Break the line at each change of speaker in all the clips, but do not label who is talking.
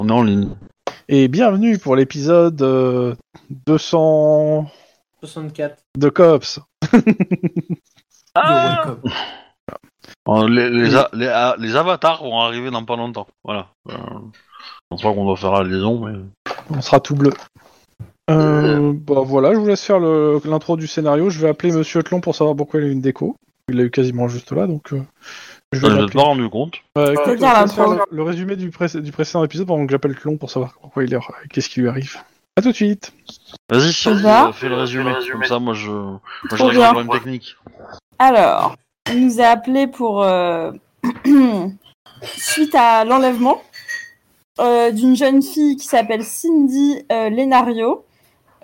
on est en ligne.
Et bienvenue pour l'épisode euh, 200
64.
de Cops.
Ah
Le World Cup.
Euh, Les, les a- les a- les avatars vont arriver dans pas longtemps. Voilà. Euh, je pense pas qu'on doit faire la liaison, mais.
On sera tout bleu. Euh, bah voilà, je vous laisse faire le- l'intro du scénario. Je vais appeler Monsieur Tlon pour savoir pourquoi il a une déco. Il l'a eu quasiment juste là, donc euh, je
Je
vais
ne
l'appeler.
pas rendu compte.
Euh, écoute,
C'est
je
bien
vais
l'intro.
faire le, le résumé du, pré- du précédent épisode pendant que j'appelle Tlon pour savoir pourquoi il est, qu'est-ce qui lui arrive. À tout de suite.
Vas-y, si,
va
euh, fais le résumé. Comme ça, moi, je, moi, je
Trop
règle
bien.
le problème technique.
Alors, il nous a appelé pour euh, suite à l'enlèvement euh, d'une jeune fille qui s'appelle Cindy euh, Lenario,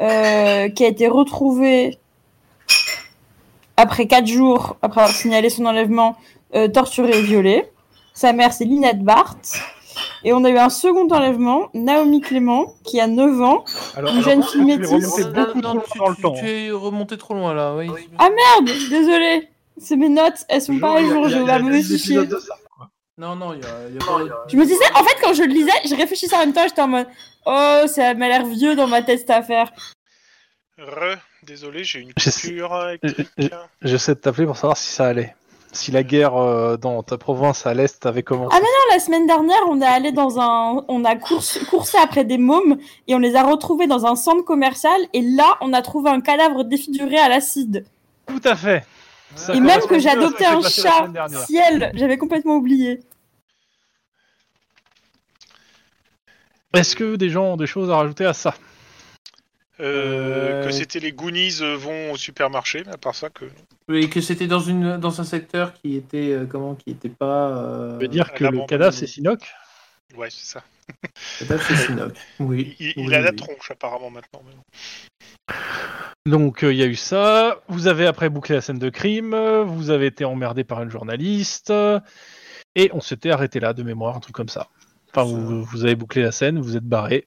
euh, qui a été retrouvée après quatre jours après avoir signalé son enlèvement, euh, torturée et violée. Sa mère, c'est Lynette Barthes. Et on a eu un second enlèvement, Naomi Clément, qui a 9 ans.
Alors,
Une jeune fille
tu l'es
métisse.
remonté
Non,
beaucoup
Oh non,
trop
tu-
loin dans le
tu-
temps.
Tu es remonté trop loin là, oui.
Ah, Merde, désolée, c'est mes notes, elles sont pas à jour, j'ai la mauvaise fichier.
Non, non, il y a, il y a pas...
Je me disais, en fait, quand je le lisais, je réfléchissais en même temps, j'étais en mode Oh, ça m'a l'air vieux dans ma tête cette affaire.
Re, désolé, j'ai une
Je sais-
Euh,
coupure électrique.
je- J'essaie de t'appeler pour savoir si ça allait. Si la guerre euh, dans ta province à l'est avait commencé.
Ah, La semaine dernière, on est allé dans un. On a course- coursé après des mômes et on les a retrouvés dans un centre commercial et là, on a trouvé un cadavre défiguré à l'acide.
Tout à fait. Ça
Et même
correspond
que j'ai
bien à ce qui
adopté
s'est
un
passé la
chat
semaine dernière.
ciel, j'avais complètement oublié.
Est-ce que des gens ont des choses à rajouter à ça
Euh,
Euh,
Que c'était les Goonies euh, vont au supermarché, mais à part ça que.
Oui, que c'était dans, une, dans un secteur qui était, euh, comment, qui était pas... Euh...
Je veux dire que
la
le
bande-
cadavre c'est Sinoc
Ouais, c'est ça.
peut-être chez Sinoc. Oui.
Il, il
oui,
a la
oui.
tronche apparemment maintenant. mais bon.
Donc euh, il y a eu ça, vous avez après bouclé la scène de crime, euh, vous avez été emmerdé par une journaliste, euh, et on s'était arrêté là de mémoire, un truc comme ça. Enfin, vous, vous avez bouclé la scène, vous êtes barré.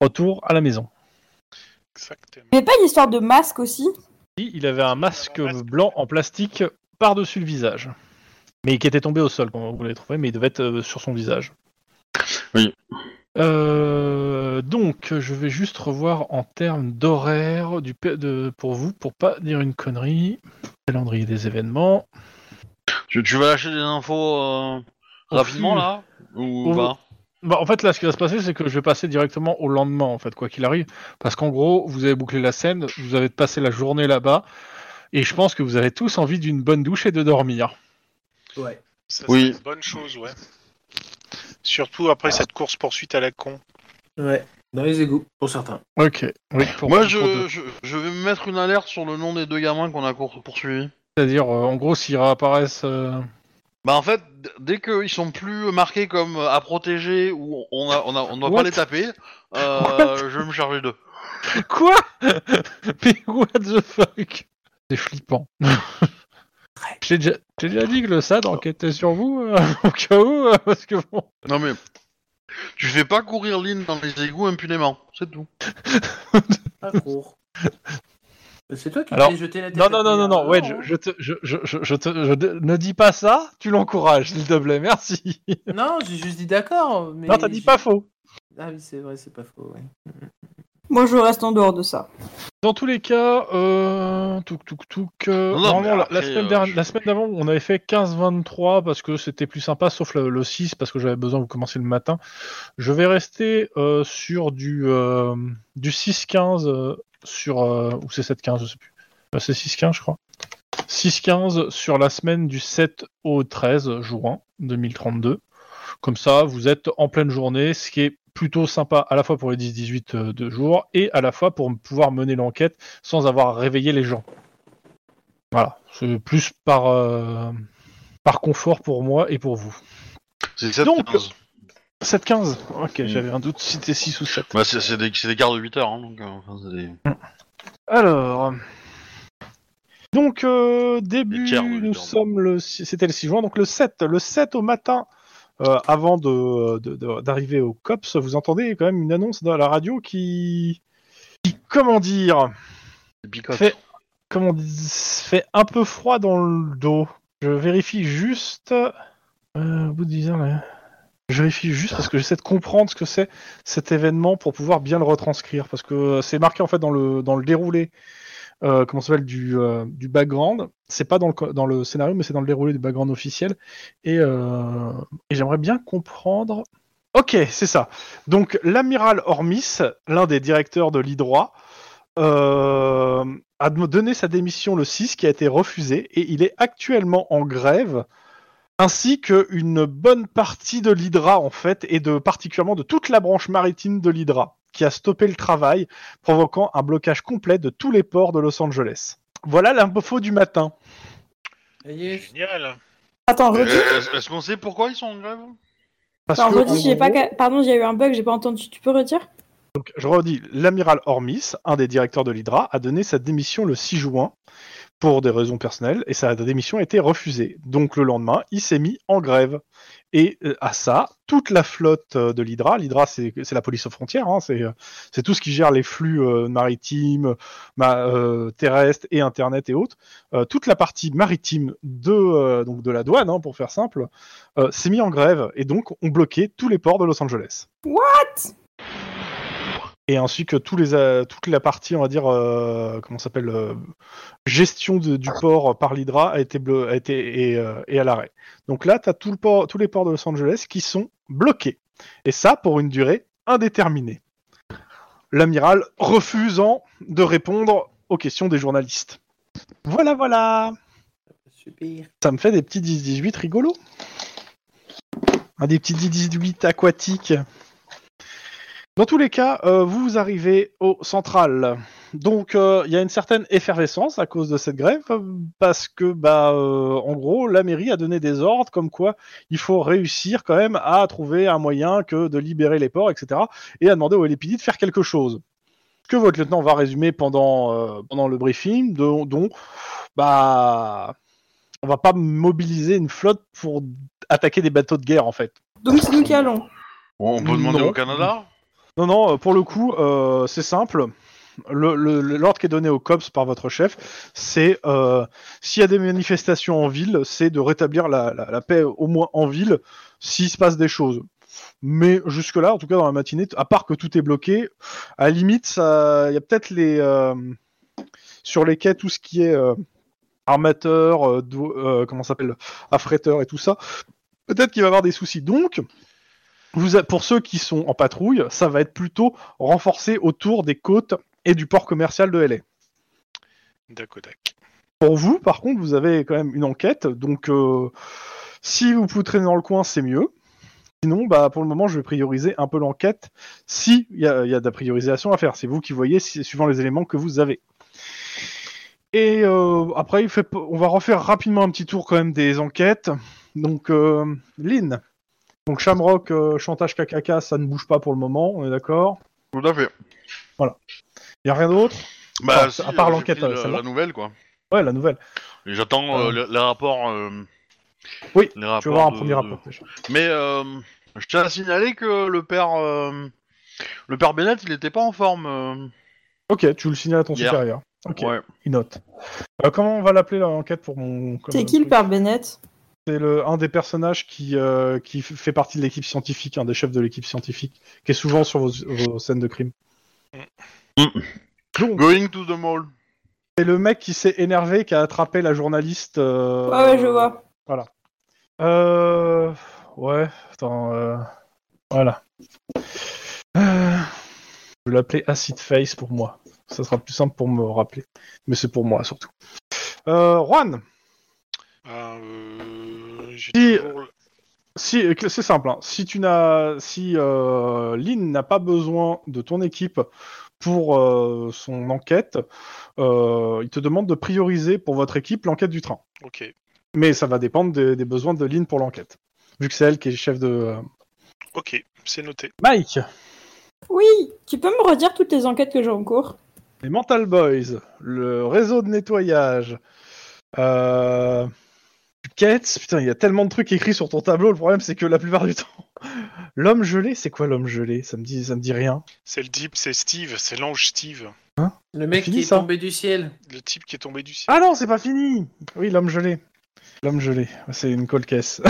Retour à la maison.
Exactement.
Mais pas une histoire de masque aussi
Oui, Il avait un masque,
Un masque.
blanc en plastique par-dessus le visage, mais qui était tombé au sol quand vous l'avez trouvé, mais il devait être euh, sur son visage.
Oui.
Euh, donc, je vais juste revoir en termes d'horaire du pa- de- pour vous, pour pas dire une connerie. Calendrier des événements.
Tu, tu vas lâcher des infos euh,
Au
rapidement,
fil.
là Ou
Au-
pas
Bah, en fait, là, ce qui va se passer, c'est que je vais passer directement au lendemain, en fait, quoi qu'il arrive. Parce qu'en gros, vous avez bouclé la scène, vous avez passé la journée là-bas, et je pense que vous avez tous envie d'une bonne douche et de dormir.
Ouais.
Ça,
Oui.
c'est une bonne chose, ouais. Surtout après cette course poursuite à la con.
ouais. Dans les égouts, pour certains.
Ok. Oui, pour-
Moi,
pour
je,
deux.
je, je vais me mettre une alerte sur le nom des deux gamins qu'on a cour- poursuivis.
C'est-à-dire, euh, en gros, s'ils réapparaissent... euh,
Bah, en fait, d- dès qu'ils sont plus marqués comme euh, à protéger ou on a, on a, on doit
What
pas les taper, euh, je vais me charger d'eux.
Quoi Mais what the fuck C'est flippant. J'ai déjà, j'ai déjà dit que le SAD enquêtait sur vous, euh, au cas où, euh, parce que bon...
Non, mais. Tu fais pas courir Lynn dans les égouts impunément, c'est tout.
Pas court. C'est toi qui
Alors,
t'es jeté la tête.
Non, non, non,
à
non, non,
terre.
ouais, je, je te, je, je, je, je te, je te- ne dis pas ça, tu l'encourages, s'il te plaît, merci.
Ah, Non, j'ai juste dit d'accord. mais-
Non, t'as dit pas faux.
Ah oui, c'est vrai, c'est pas faux. ouais.
Moi, je reste en dehors de ça.
Dans tous les cas, euh, touk touk touk, euh,
Non, non,
normalement,
mais
la- la,
après,
semaine
euh,
dernière-
je-
la semaine d'avant, on avait fait 15-23 parce que c'était plus sympa, sauf le, le 6 parce que j'avais besoin de commencer le matin. Je vais rester euh, sur du, euh, du 6-15 euh, sur, euh, ou c'est 7-15, je sais plus. Euh, c'est 6-15, je crois. 6-15 sur la semaine du 7 au 13 juin 2032. Comme ça, vous êtes en pleine journée, ce qui est plutôt sympa à la fois pour les 10-18 euh, de jour et à la fois pour pouvoir mener l'enquête sans avoir réveillé les gens. Voilà, c'est plus par, euh, par confort pour moi et pour vous.
C'est 7
Donc,
15.
7-15 Ok,
Mm.
j'avais un doute si c'était 6 ou 7.
Bah, c'est c'est des, c'est des quarts de 8 heures, hein, donc. euh, enfin, c'est des...
Alors. Donc, euh, début,
Les tiers, oui,
nous
pardon.
sommes le. six- C'était le 6 juin, donc le 7. Le 7 au matin, euh, avant d'arriver de, de- d'arriver au COPS, vous entendez quand même une annonce à la radio qui. qui comment dire
des picotes.
Fait- Comment on dit Fait un peu froid dans le dos. Je vérifie juste. Euh, au bout de 10 heures, là. Je vérifie juste parce que j'essaie de comprendre ce que c'est cet événement pour pouvoir bien le retranscrire. Parce que euh, c'est marqué en fait dans le, dans le déroulé euh, comment ça s'appelle, du, euh, du background. C'est pas dans le, co- dans le scénario, mais c'est dans le déroulé du background officiel. Et, euh, et j'aimerais bien comprendre. Ok, c'est ça. Donc l'amiral Hormis, l'un des directeurs de l'IDROIT, euh, a dem- donné sa démission le 6 qui a été refusée et il est actuellement en grève ainsi qu'une bonne partie de l'Hydra en fait, et de particulièrement de toute la branche maritime de l'Hydra, qui a stoppé le travail, provoquant un blocage complet de tous les ports de Los Angeles. Voilà l'info du matin.
Ça y est.
Génial.
Attends, redis.
Euh, Est-ce est-ce qu'on sait pourquoi ils sont en grève
Euh, Parce
Enfin,
que, en
redis, j'ai pas
gros,
ca- Pardon, il y a eu un bug, j'ai pas entendu. Tu peux redire
donc, je redis, l'amiral Hormis, un des directeurs de l'Hydra, a donné sa démission le 6 juin pour des raisons personnelles, et sa démission a été refusée. Donc le lendemain, il s'est mis en grève. Et euh, à ça, toute la flotte euh, de l'Hydra, l'Hydra c'est c'est la police aux frontières, hein, c'est euh, c'est tout ce qui gère les flux euh, maritimes, ma- euh, terrestres et Internet et autres, Euh, toute la partie maritime de, euh, donc de la douane, hein, pour faire simple, euh, s'est mis en grève, et donc ont bloqué tous les ports de Los Angeles.
What
et ainsi que tous les, euh, toute la partie, on va dire, euh, comment ça s'appelle, euh, gestion de- du port par l'Hydra a été, blo- a été et, euh, et à l'arrêt. Donc là, tu as tout le port, tous les ports de Los Angeles qui sont bloqués. Et ça pour une durée indéterminée. L'amiral refusant de répondre aux questions des journalistes. Voilà, voilà
Super.
Ça me fait des petits 10-18 rigolos. Un des petits 10-18 aquatiques. Dans tous les cas, euh, vous arrivez au central. Donc, euh, il y a une certaine effervescence à cause de cette grève, euh, parce que, bah, euh, en gros, la mairie a donné des ordres comme quoi il faut réussir quand même à trouver un moyen que de libérer les ports, etc., et à demander au LPD de faire quelque chose. Ce que votre lieutenant va résumer pendant, euh, pendant le briefing, de- dont, bah, on va pas mobiliser une flotte pour attaquer des bateaux de guerre, en fait.
Donc, c'est nous qui allons.
On peut demander
Non.
au Canada
Non, non, euh, pour le coup, euh, c'est simple. Le- le- le- L'ordre qui est donné au COPS par votre chef, c'est euh, s'il y a des manifestations en ville, c'est de rétablir la, la- la paix au moins en ville s'il se passe des choses. Mais jusque-là, en tout cas dans la matinée, t- à part que tout est bloqué, à la limite, ça- il y a peut-être les euh, sur les quais tout ce qui est euh, armateur, euh, dou- euh, comment ça s'appelle, affréteur et tout ça. Peut-être qu'il va y avoir des soucis. Donc, vous a- pour ceux qui sont en patrouille, ça va être plutôt renforcé autour des côtes et du port commercial de LA.
Dakodak.
Pour vous, par contre, vous avez quand même une enquête, donc euh, si vous pouvez traîner dans le coin, c'est mieux. Sinon, bah, pour le moment, je vais prioriser un peu l'enquête. Si il y, a il y a de la priorisation à faire, c'est vous qui voyez, si- suivant les éléments que vous avez. Et euh, après, il fait, p- on va refaire rapidement un petit tour quand même des enquêtes. Donc, euh, Lynn. Donc, Shamrock, euh, chantage KKK, ça ne bouge pas pour le moment, on est d'accord.
Tout à fait.
Il y a rien d'autre
Bah,
part- à part
j'ai
l'enquête,
pris
euh,
la,
celle-là.
la nouvelle quoi.
Ouais, la nouvelle.
Et J'attends euh, les, les rapports. euh,
Oui,
les rapports
Tu vas voir un
de-
premier
de-
rapport. déjà.
Mais euh, je tiens à signaler que le père, euh, le père Bennett, il n'était pas en forme. euh,
Ok, tu le signales à ton
Hier.
supérieur. Ok,
ouais.
il note. Euh, comment on va l'appeler là, l'enquête pour mon. comme-
C'est qui le père Bennett
C'est le un des personnages qui euh, qui f- fait partie de l'équipe scientifique, un des chefs de l'équipe scientifique, qui est souvent sur vos, vos scènes de crime. Donc
Going to the mall.
c'est le mec qui s'est énervé, qui a attrapé la journaliste. euh,
Ouais, ouais, je vois.
Euh... Ouais, attends. euh, Voilà. Euh, Je vais l'appeler Acid Face pour moi. Ça sera plus simple pour me rappeler. Mais c'est pour moi surtout. Euh, Juan,
Ah, euh, j'ai
Si-
toujours-
si, euh, c'est simple. hein. Si tu n'as, si euh, Lynn n'a pas besoin de ton équipe pour euh, son enquête, euh, il te demande de prioriser pour votre équipe l'enquête du train.
Ok.
Mais ça va dépendre des, des besoins de Lynn pour l'enquête, vu que c'est elle qui est chef de. euh,
Ok, c'est noté.
Mike.
Oui, tu peux me redire toutes les enquêtes que j'ai en cours
les Mental Boys, le réseau de nettoyage, euh... Quête, putain, il y a tellement de trucs écrits sur ton tableau, le problème c'est que la plupart du temps, l'homme gelé, c'est quoi l'homme gelé Ça me dit ça me dit rien.
C'est le type, c'est Steve, c'est l'ange Steve.
Le mec
Fini,
qui est
ça.
tombé du ciel.
Le type qui est tombé du ciel.
Ah non, c'est pas fini Oui, l'homme gelé. L'homme gelé, c'est une colcaisse.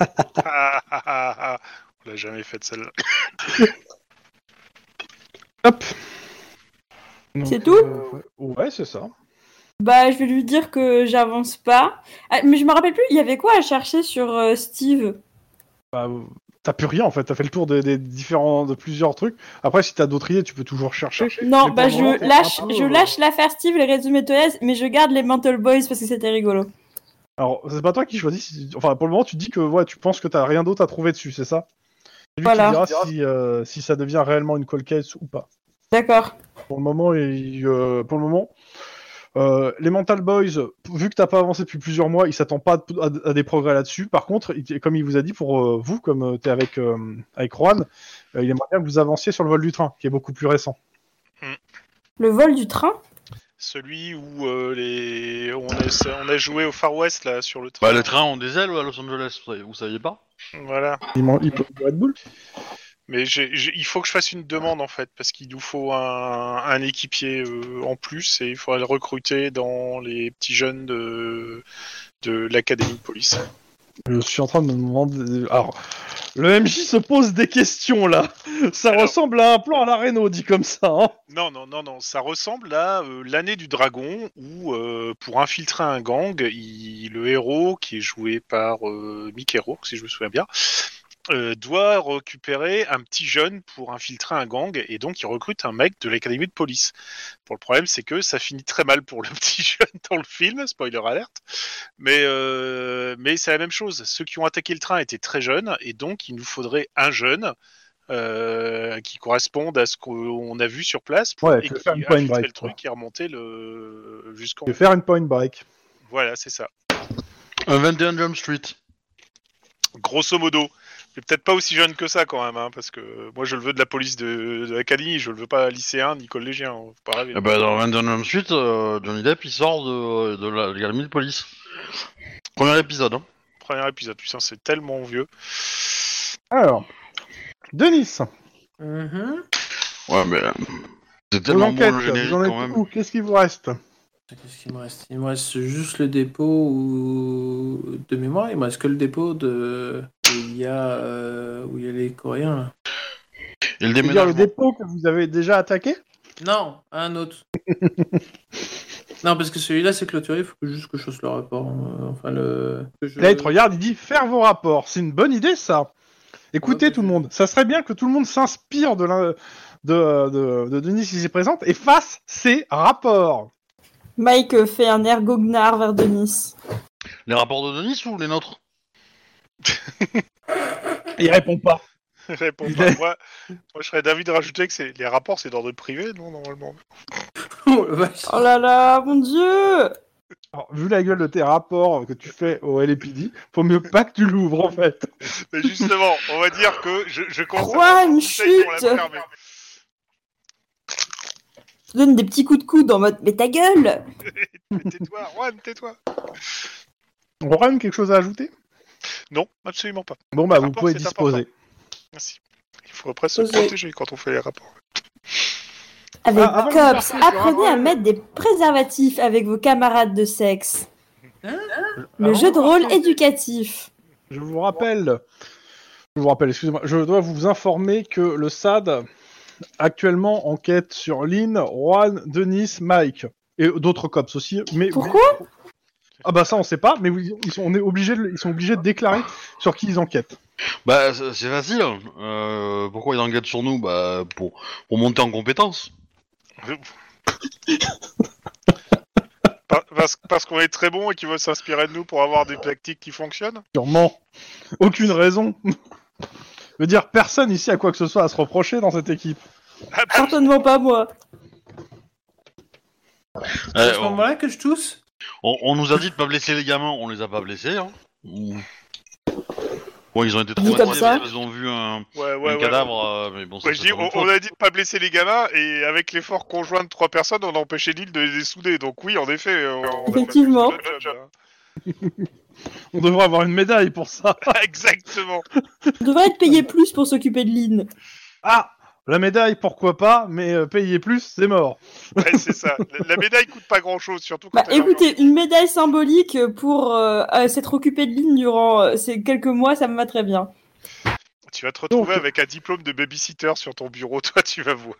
Ah, ah, ah, ah. On l'a jamais faite celle-là.
Hop.
C'est
Donc,
tout
euh, Ouais, c'est ça.
Bah, je vais lui dire que j'avance pas. Ah, mais je me rappelle plus, il y avait quoi à chercher sur euh, Steve
Bah, euh, t'as plus rien en fait, t'as fait le tour des, des différents, de plusieurs trucs. Après, si t'as d'autres idées, tu peux toujours chercher.
Non,
Mais
bah
pour
je
le moment, t'es
lâche,
un peu,
je
euh,
lâche l'affaire Steve, les résumés Toyaz, mais je garde les Mental Boys parce que c'était rigolo.
Alors, c'est pas toi qui choisis. si- Enfin, pour le moment, tu dis que ouais, tu penses que t'as rien d'autre à trouver dessus, c'est ça C'est lui
Voilà.
qui dira si, euh, si ça devient réellement une cold case ou pas.
D'accord.
Pour le moment, il, euh, pour le moment, euh, les Mental Boys, p- vu que t'as pas avancé depuis plusieurs mois, il s'attend pas à, à- à des progrès là-dessus. Par contre, il- comme il vous a dit pour euh, vous, comme euh, t'es avec euh, avec Juan, euh, il aimerait bien que vous avanciez sur le vol du train, qui est beaucoup plus récent.
Le vol du train
Celui où euh, les... on, a... on a joué au Far West là sur le train.
Bah, les trains ont des ailes à Los Angeles, vous savez- vous saviez pas
Voilà.
Il, man- il peut Red Bull.
Mais j'ai- j'ai- il faut que je fasse une demande en fait parce qu'il nous faut un, un équipier euh, en plus et il faudra le recruter dans les petits jeunes de, de l'académie de police.
Je suis en train de me demander. Alors, le MJ se pose des questions là. Ça
Alors-
ressemble à un plan à la Renault, dit comme ça. hein.
Non, non, non, non, ça ressemble à euh, l'année du dragon où, euh, pour infiltrer un gang, il- le héros, qui est joué par euh, Mickey Rourke, si je me souviens bien, euh, doit récupérer un petit jeune pour infiltrer un gang et donc il recrute un mec de l'académie de police. Bon, le problème, c'est que ça finit très mal pour le petit jeune dans le film, spoiler alerte, mais, euh, mais c'est la même chose. Ceux qui ont attaqué le train étaient très jeunes et donc il nous faudrait un jeune euh, qui correspondent à ce qu'on a vu sur place pour
Ouais,
et
que
qui
faire une point
infiltrait
break,
le truc et remonter le jusqu'en
Je vais faire une point break.
voilà c'est ça
Euh, Un 21 Jump Street.
grosso modo mais peut-être pas aussi jeune que ça quand même hein, parce que moi je le veux de la police de, de l'académie je le veux pas lycéen ni collégien hein, faut pas rêver
Eh ben, dans 21 Jump Street, euh, Johnny Depp il sort de, de la de l'académie de police. Premier épisode. Hein.
premier épisode putain c'est tellement vieux
Alors, Denis,
Mhm.
Ouais, mais. euh, C'est
vos
tellement bon
enquêtes,
le générique
vous en
quand
êtes
même.
où Qu'est-ce qu'il vous reste
Qu'est-ce qu'il me reste Il me reste juste le dépôt ou- de mémoire. Il me reste que le dépôt de où il y a euh, où il y a les Coréens. là.
Et le
Je veux dire,
déménagement.
le dépôt que vous avez déjà attaqué
Non, un autre. non, parce que celui-là c'est clôturé. Il faut que juste que je fasse le rapport. euh, Enfin le. que je-
Là, il te regarde, il dit faire vos rapports. C'est une bonne idée, ça. Écoutez,
Ouais,
tout le monde, ça serait bien que tout le monde s'inspire de, l'un- de, de, de Denis qui s'y présente et fasse ses rapports.
Mike euh, fait un air goguenard vers Denis.
Les rapports de Denis ou les nôtres
Et il répond pas.
Réponds
Il
pas.
est-
moi, moi, je serais d'avis de rajouter que c'est les rapports c'est d'ordre privé non normalement
Oh, la vache.
Ah,
Oh là là, mon dieu
Alors, vu la gueule de tes rapports que tu fais au LPD, faut mieux pas que tu l'ouvres en fait.
mais justement on va dire que je, je conseille-
Juan,
je conseille qu'on la
chute
ferme.
Je te donne des petits coups de coude en mode mais ta gueule
Mais tais-toi Juan tais-toi
On aura même quelque chose à ajouter
non absolument pas
Bon bah
Les
vous
rapports,
pouvez
c'est
disposer.
Merci. Il faut après se
Posez.
protéger quand on fait les rapports.
Avec
Ah, avant de
Cops,
partir, je
apprenez
vais
à mettre des préservatifs avec vos camarades de sexe.
Hein
Le
Avant
jeu
de
de rôle éducatif.
Je vous rappelle, je vous rappelle, excusez-moi, je dois vous informer que le SAD actuellement enquête sur Lynn, Juan, Denis, Mike et d'autres cops aussi. Mais
Pourquoi
Ah bah ça on sait pas, mais oui, ils sont, on est obligé, de le- ils sont obligés de déclarer sur qui ils enquêtent.
Bah, c'est c'est facile. Euh, pourquoi ils enquêtent sur nous Bah, pour, pour monter en compétence.
Par- Parce, parce qu'on est très bon et qu'ils veulent s'inspirer de nous pour avoir des tactiques qui fonctionnent
Sûrement, aucune raison. Je veux dire, personne ici a quoi que ce soit à se reprocher dans cette équipe.
Ah bah,
Certainement pas moi.
C'est à ce
Eh, on,
moment-là que je tousse.
on- on nous a dit de pas blesser les gamins, on les a pas blessés. Hein. Ou- Bon, ils ont été
Dit comme
traumatisés
ça.
parce qu'ils ont vu un,
Ouais, ouais,
un
ouais.
cadavre, euh, mais bon, ça,
Ouais,
c'est
je dis,
pas
on,
notre faute.
on a dit de pas blesser les gamins et avec l'effort conjoint de trois personnes, on a empêché l'île de les souder. Donc oui, en effet. euh, On, on a fait
Effectivement.
le job, hein.
On devrait avoir une médaille pour ça.
Exactement.
On devrait être payé plus pour s'occuper de Lynn.
Ah, la médaille, pourquoi pas, mais euh, payer plus, c'est mort.
Ouais, c'est ça. La, la médaille coûte pas grand chose, surtout quand
Bah
t'es
écoutez, une médaille symbolique pour euh, euh, s'être occupé de Lynn durant euh, ces quelques mois, ça me va très bien.
dans- Tu vas te retrouver avec un diplôme de babysitter sur ton bureau, toi, tu vas voir.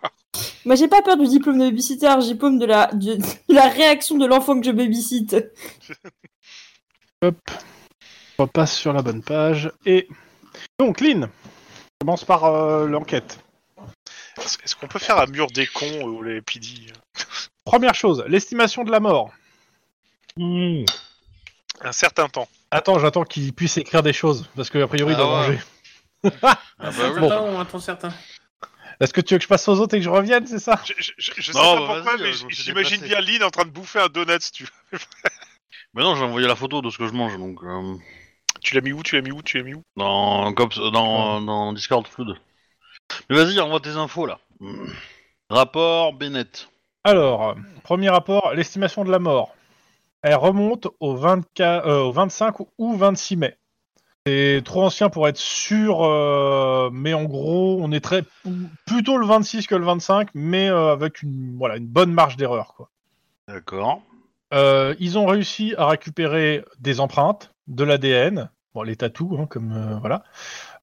Moi, j'ai pas peur du diplôme de babysitter, j'ai peur de la, de, de la réaction de l'enfant que je babysit.
Hop. On passe sur la bonne page. Et donc, Lynn, on commence par euh, l'enquête.
Est-ce est-ce qu'on peut faire un mur des cons euh, au LAPD
Première chose, l'estimation de la mort.
Un certain temps.
Hmm. Attends, j'attends qu'il puisse écrire des choses, parce qu'a priori, il
Ah
doit
ouais.
manger.
Ah bah
Un
oui.
certain temps ou un temps certain
Est-ce que tu veux que je passe aux autres et que je revienne, c'est ça
Je, je- je- je sais
Non,
pas
bah,
pourquoi,
vas-y,
mais
euh, je me suis
j'imagine bien
déplacé.
Lynn en train de bouffer un donut, si tu veux.
Mais non, j'ai envoyé la photo de ce que je mange, donc euh,
Tu l'as mis où Tu l'as mis où Tu l'as mis où
dans, Cops- dans, dans Discord Flood. Mais vas-y, envoie tes infos là. Hmm. Rapport Bennett.
Alors, euh, premier rapport, l'estimation de la mort. Elle remonte au, 24, euh, au 25 ou 26 mai. C'est trop ancien pour être sûr, euh, mais en gros, on est très plutôt le 26 que le 25, mais euh, avec une, voilà, une bonne marge d'erreur. quoi.
D'accord.
Euh, ils ont réussi à récupérer des empreintes, de l'ADN, bon, les tatous, hein, comme euh, voilà.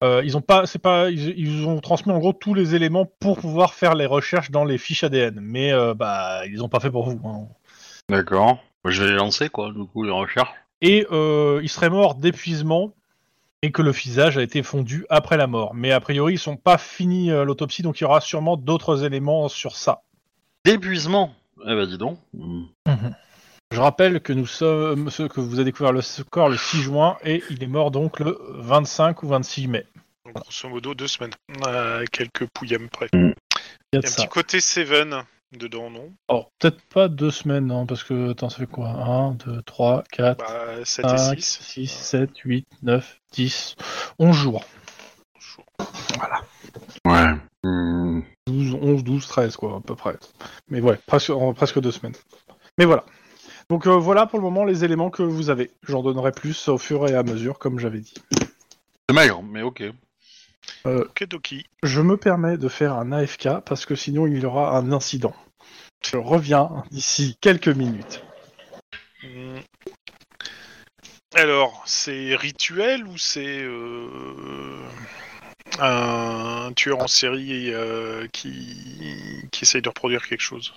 Euh, ils ont pas, c'est pas, ils, ils ont transmis en gros tous les éléments pour pouvoir faire les recherches dans les fiches ADN, mais euh, bah ils les ont pas fait pour vous. hein.
D'accord. Bah, Je vais les lancer quoi, du coup, les recherches.
Et euh, il serait mort d'épuisement et que le visage a été fondu après la mort. Mais a priori ils sont pas finis euh, l'autopsie, donc il y aura sûrement d'autres éléments sur ça.
D'épuisement. Eh bah dis donc. Hmm.
Je rappelle que nous sommes ceux que vous avez découvert le corps le 6 juin et il est mort donc le 25 ou 26 mai.
Donc, Grosso modo, deux semaines. À quelques pouillams près.
Il y a
Il y a un petit côté Seven dedans, non
Alors, peut-être pas deux semaines, non, parce que, attends, ça fait quoi 1, 2, 3, 4,
Bah, 7 et
5,
6.
6, 7, 8, 9, 10, 11 jours.
Ouais. Hmm.
12, 11, 12, 13, quoi, à peu près. Mais ouais, presque, en- presque deux semaines. Mais voilà. Donc euh, voilà pour le moment les éléments que vous avez. J'en donnerai plus au fur et à mesure, comme j'avais dit.
C'est maigre, mais ok.
Ok, Doki.
Je me permets de faire un AFK parce que sinon il y aura un incident. Je reviens d'ici quelques minutes.
Hmm. Alors, c'est rituel ou c'est euh, un tueur en série euh, qui... qui essaye de reproduire quelque chose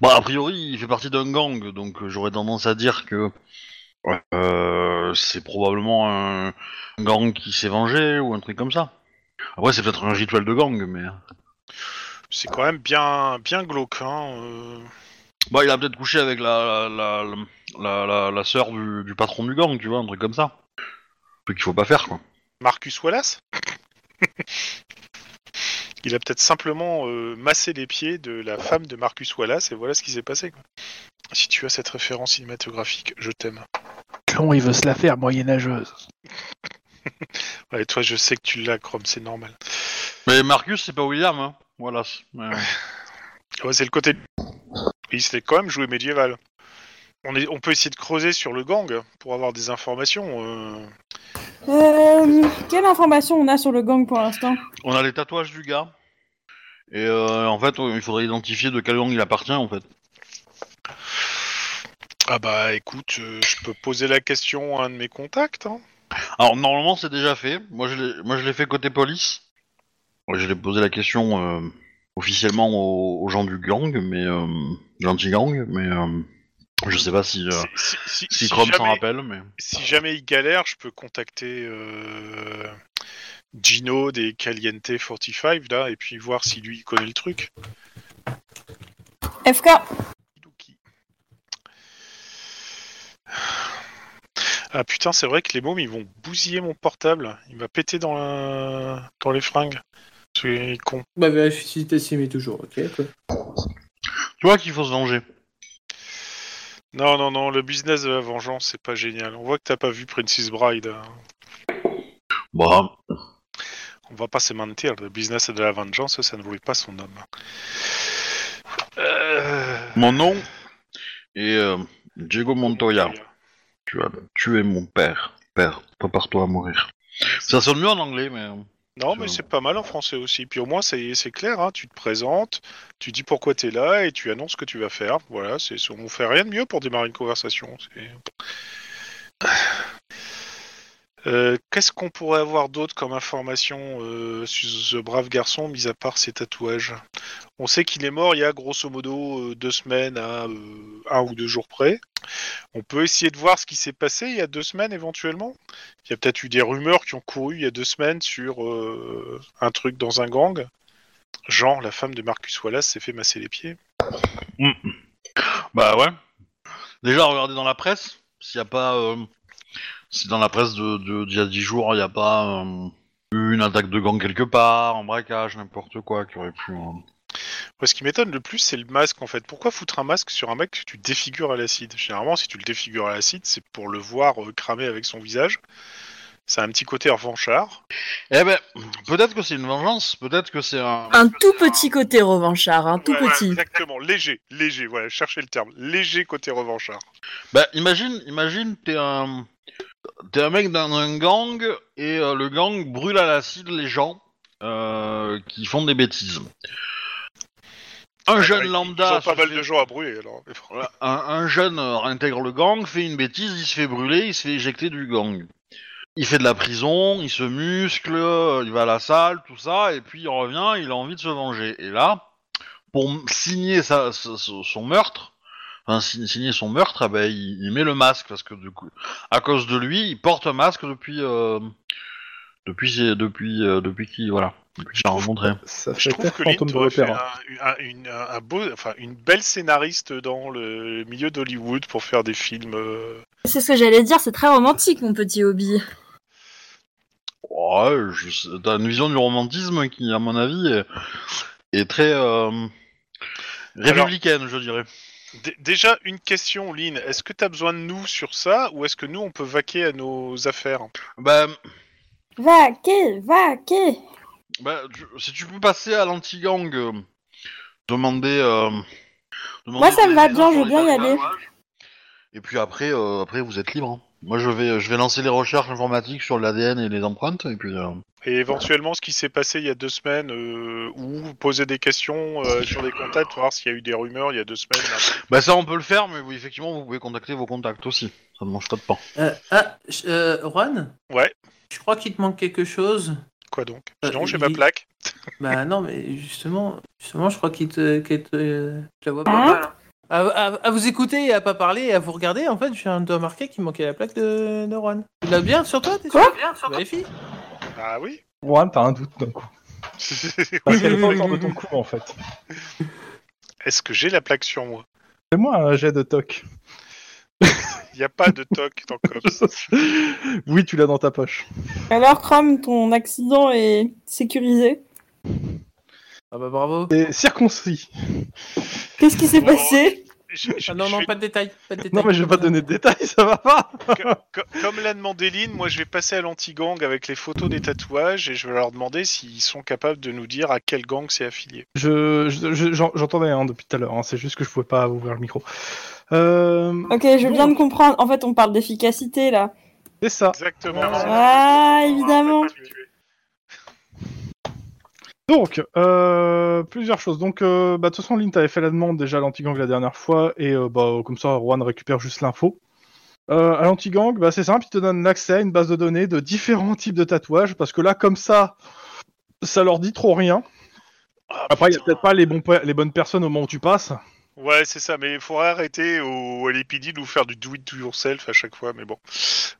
Bah, a priori, il fait partie d'un gang, donc euh, j'aurais tendance à dire que euh, c'est probablement un, un gang qui s'est vengé ou un truc comme ça. Après, c'est peut-être un rituel de gang, mais.
C'est quand même bien, bien glauque. Hein, euh.
Bah, il a peut-être couché avec la, la, la, la, la- la sœur du, du patron du gang, tu vois, un truc comme ça. Un truc qu'il faut pas faire, quoi.
Marcus Wallace Il a peut-être simplement euh, massé les pieds de la femme de Marcus Wallace et voilà ce qui s'est passé. quoi. Si tu as cette référence cinématographique, je t'aime.
Clon, il veut se la faire, moyenâgeuse.
Ouais, toi, je sais que tu l'as, Chrome, c'est normal.
Mais Marcus, c'est pas William, hein. Voilà. c'est- mais-
Ah Ouais, c'est le côté. Il s'est quand même joué médiéval. On, est... On peut essayer de creuser sur le gang pour avoir des informations. euh.
Euh, quelle information on a sur le gang pour l'instant
On a les tatouages du gars. Et euh, en fait, il faudrait identifier de quel gang il appartient, en fait.
Ah bah écoute, euh, je peux poser la question à un de mes contacts. hein.
Alors normalement c'est déjà fait. Moi je l'ai, moi je l'ai fait côté police. Moi, je l'ai posé la question euh, officiellement aux, aux gens du gang, mais euh, gentil gang, mais euh, je sais pas si euh,
Si, si-
si
si
Chrome s'en
jamais-
rappelle, mais
si jamais il galère, je peux contacter euh, Gino des Caliente 45 là et puis voir si lui il connaît le truc.
FK,
Idoki. Ah putain, c'est vrai que les mômes ils vont bousiller mon portable. Il m'a pété dans, la- dans les fringues. C'est con.
Bah vérifie si t'es simé toujours, ok quoi.
tu vois qu'il faut se venger.
Non, non, non, le business de la vengeance c'est pas génial. On voit que t'as pas vu Princess Bride. hein.
Bah
On va pas se mentir, le business de la vengeance ça ne voulait pas son homme. Euh...
mon nom est euh, Diego Montoya. Tu as tué mon père. Père, prépare-toi à mourir. Ça sonne mieux en anglais, mais euh,
Non,
Tu
mais
vois.
c'est pas mal en français aussi. Puis au moins, c'est c'est clair, hein, tu te présentes, tu dis pourquoi t'es là et tu annonces ce que tu vas faire. Voilà, c'est on fait rien de mieux pour démarrer une conversation. c'est- Euh, Qu'est-ce qu'on pourrait avoir d'autre comme information euh, sur ce brave garçon, mis à part ses tatouages On sait qu'il est mort il y a grosso modo euh, deux semaines à euh, un ou deux jours près. On peut essayer de voir ce qui s'est passé il y a deux semaines éventuellement. Il y a peut-être eu des rumeurs qui ont couru il y a deux semaines sur euh, un truc dans un gang. Genre, la femme de Marcus Wallace s'est fait masser les pieds.
Bah ouais. Déjà, regardez dans la presse, s'il n'y a pas... euh, si dans la presse d'il de, d'il y a 10 jours, il n'y a pas euh, eu une attaque de gang quelque part, un braquage, n'importe quoi qui aurait pu... euh,
Moi, ce qui m'étonne le plus, c'est le masque en fait. Pourquoi foutre un masque sur un mec que tu défigures à l'acide Généralement, si tu le défigures à l'acide, c'est pour le voir euh, cramer avec son visage. C'est un petit côté revanchard.
Eh ben, peut-être que c'est une vengeance, peut-être que c'est un...
Un tout petit côté revanchard, un tout
Ouais, ouais,
petit.
exactement, léger, léger, voilà, cherchez le terme. Léger côté revanchard.
Bah imagine, imagine, t'es un, t'es un mec dans un gang et euh, le gang brûle à l'acide les gens euh, qui font des bêtises. Un jeune
Ils ont
lambda, se
pas mal
fait-
de gens à brûler alors.
Voilà, un, un jeune euh, intègre le gang, fait une bêtise, il se fait brûler, il se fait éjecter du gang. Il fait de la prison, il se muscle, euh, il va à la salle, tout ça, et puis il revient, il a envie de se venger. Et là, pour m- signer sa- sa- son son meurtre, enfin, si- signer son meurtre, ah ben, il, il met le masque parce que du coup, à cause de lui, il porte un masque depuis, euh, depuis, depuis, euh, depuis qui, voilà, depuis qu'il a rencontré.
Ça
Je
fait
trouve
peut-être
que Lynn
fantôme de
aurait fait
repère. hein.
un, un- une, un beau, enfin, une belle scénariste dans le milieu d'Hollywood pour faire des films. euh,
C'est ce que j'allais dire, c'est très romantique mon petit hobby.
Ouais, je sais- t'as une vision du romantisme qui, à mon avis, est, est très euh, républicaine, je dirais.
Dé- Déjà, une question, Lynn. Est-ce que tu as besoin de nous sur ça ou est-ce que nous, on peut vaquer à nos affaires
Bah,
Vaquer, vaquer.
bah, tu- si tu peux passer à l'anti-gang, euh, demander, euh, demander
Moi, ça me
des-
va
des
bien,
infos
je veux
sur
bien
les
y aller.
tatouages. Et puis après, euh, après vous êtes libre. Moi, je vais, je vais lancer les recherches informatiques sur l'ADN et les empreintes, et puis. euh,
Et éventuellement, ce qui s'est passé il y a deux semaines euh, ou poser des questions euh, sur des contacts, voir s'il y a eu des rumeurs il y a deux semaines. là.
Bah, ça, on peut le faire, mais oui, effectivement, vous pouvez contacter vos contacts aussi. Ça ne mange pas de pain.
Euh, ah, je- euh, Juan
Ouais.
Je crois qu'il te manque quelque chose.
Quoi donc
Euh,
Non, j'ai
il-
ma plaque.
Bah non, mais justement, justement je crois qu'il te, qu'il te- je la vois pas.
Hein
à, à- à vous écouter et à pas parler et à vous regarder, en fait, je viens de remarquer qu'il manquait la plaque de, de Juan. Tu l'as bien sur toi t'es
Quoi
sûr Bah, Tu vérifies
Ah oui
Juan, t'as un doute d'un coup. Parce qu'elle est pas autour de ton cou en fait.
Est-ce que j'ai la plaque sur moi
Fais-moi un jet de toc.
Il n'y a pas de toc dans Cops.
oui, tu l'as dans ta poche.
Alors, Chrome, ton accident est sécurisé.
Ah bah bravo.
Et circoncis.
Qu'est-ce qui s'est
Oh,
passé
Je- je-
Ah non,
je
non,
vais-
pas de détails. Pas de
Non mais je vais pas te donner de détails, ça va pas.
Co- Comme l'a demandé Lynn, moi je vais passer à l'anti-gang avec les photos des tatouages et je vais leur demander s'ils sont capables de nous dire à quel gang c'est affilié.
Je je- je- j'en- j'entendais hein, depuis tout à l'heure. hein, C'est juste que je pouvais pas ouvrir le micro. Euh,
Ok, je viens
Donc.
de comprendre. En fait, on parle d'efficacité là.
c'est ça.
Exactement.
Ah, évidemment.
Donc, euh, plusieurs choses. Donc, euh, bah, de toute façon, Lynn, t'avais fait la demande déjà à l'anti-gang la dernière fois, et euh, bah, comme ça, Juan récupère juste l'info. Euh, à l'anti-gang, bah, c'est simple, il te donne l'accès à une base de données de différents types de tatouages, parce que là, comme ça, ça leur dit trop rien.
Ah,
Après, il y a peut-être pas les, bons pe- les bonnes personnes au moment où tu passes.
Ouais, c'est ça, mais il faudrait arrêter au, à l'épidie de nous faire du do it to yourself à chaque fois, mais bon.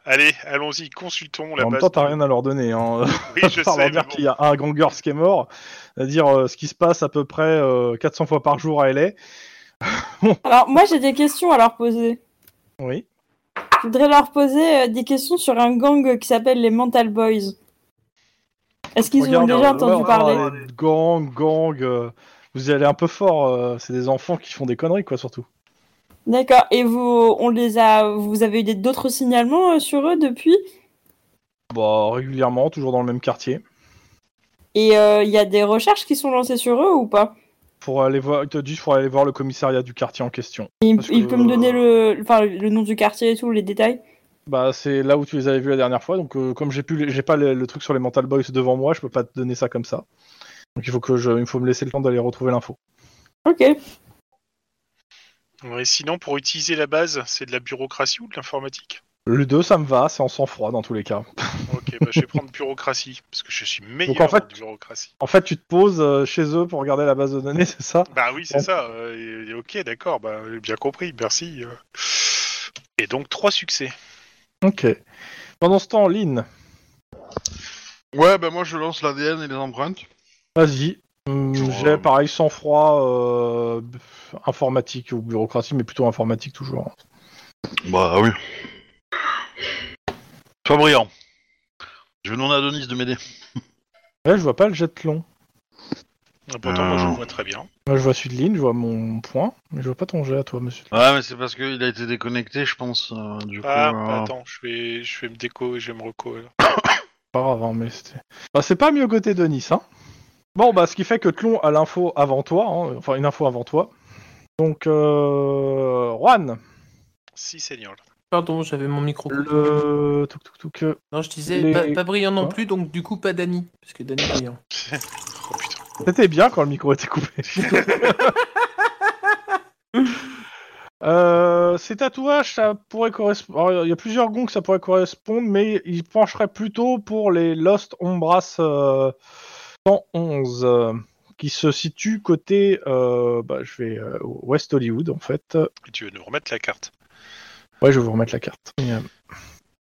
Allez, allons-y, consultons la
en même
base.
temps, t'as rien à leur donner. Hein.
Oui,
à
je
part
sais,
leur
mais
dire
bon.
qu'il y a hein. un gangers qui est mort, c'est-à-dire euh, ce qui se passe à peu près euh, 400 fois par jour à LA.
Alors, moi, j'ai des questions à leur poser.
Oui.
Je voudrais leur poser euh, des questions sur un gang qui s'appelle les Mental Boys. Est-ce qu'ils ont
Regarde,
déjà
euh,
entendu
ouais,
parler
ouais, les Gang, gang, euh, vous y allez un peu fort. euh, c'est des enfants qui font des conneries, quoi, surtout.
D'accord. Et vous, on les a, vous avez eu des- d'autres signalements euh, sur eux depuis
Bah, régulièrement, toujours dans le même quartier.
Et euh, il y a des recherches qui sont lancées sur eux ou pas
Pour aller voir, ils te disent, pour aller voir le commissariat du quartier en question.
Et Il,
Parce
il
que-
peut me donner le, enfin, le nom du quartier et tout, les détails
Bah, c'est là où tu les avais vus la dernière fois. Donc, euh, comme j'ai pu, les- j'ai pas le, le truc sur les mental boys devant moi, je peux pas te donner ça comme ça. Donc, il faut que je, il faut me laisser le temps d'aller retrouver l'info.
Ok.
Ouais, sinon, pour utiliser la base, c'est de la bureaucratie ou de l'informatique
Le 2, ça me va, c'est en sang-froid dans tous les cas.
Ok, bah, je vais prendre bureaucratie, parce que je suis meilleur
en fait-
en bureaucratie.
En fait, tu te poses euh, chez eux pour regarder la base de données, c'est ça
Bah oui, c'est
Ouais.
ça. euh, et- et ok, d'accord, bah, j'ai bien compris, merci. euh. Et donc, trois succès.
Ok. Pendant ce temps, Lynn,
Ouais, bah moi je lance l'ADN et les empreintes.
vas-y. Hum,
Genre,
J'ai
euh,
pareil sang-froid euh, b- informatique ou bureaucratie, mais plutôt informatique toujours.
Bah oui. Sois brillant. Je vais demander à Denis de m'aider.
Là, je vois pas le jet long.
Pourtant, moi, je
Ah.
le vois très bien.
Moi, je vois celui de Lynn, je vois mon point, mais je vois pas ton jet à toi, monsieur.
Ouais, mais c'est parce qu'il a été déconnecté, je pense. euh, du coup,
Ah,
euh,
bah, attends, je vais, je vais me déco et je vais me reco. euh. alors.
Pas avant, mais c'était. Bah, c'est pas mieux côté de Nice, hein. Bon, bah, ce qui fait que Tlon a l'info avant toi, hein, enfin une info avant toi. Donc, euh, Juan,
Si, Seigneur.
Pardon, j'avais mon micro.
le. Touc, touc, touc, euh,
Non, je disais
Les-
pas, pas brillant non
Quoi
plus, donc du coup pas Dani. Parce que Dani est brillant.
Oh putain.
C'était bien quand le micro était coupé. Euh, ces tatouages, ça pourrait correspondre. alors, Il y a plusieurs gonds que ça pourrait correspondre, mais il pencherait plutôt pour les Lost Ombras euh, 111, euh, qui se situe côté, euh, bah, je vais euh, au West Hollywood en fait.
Et tu veux nous remettre la carte
Ouais, je vais vous remettre la carte. Et, euh,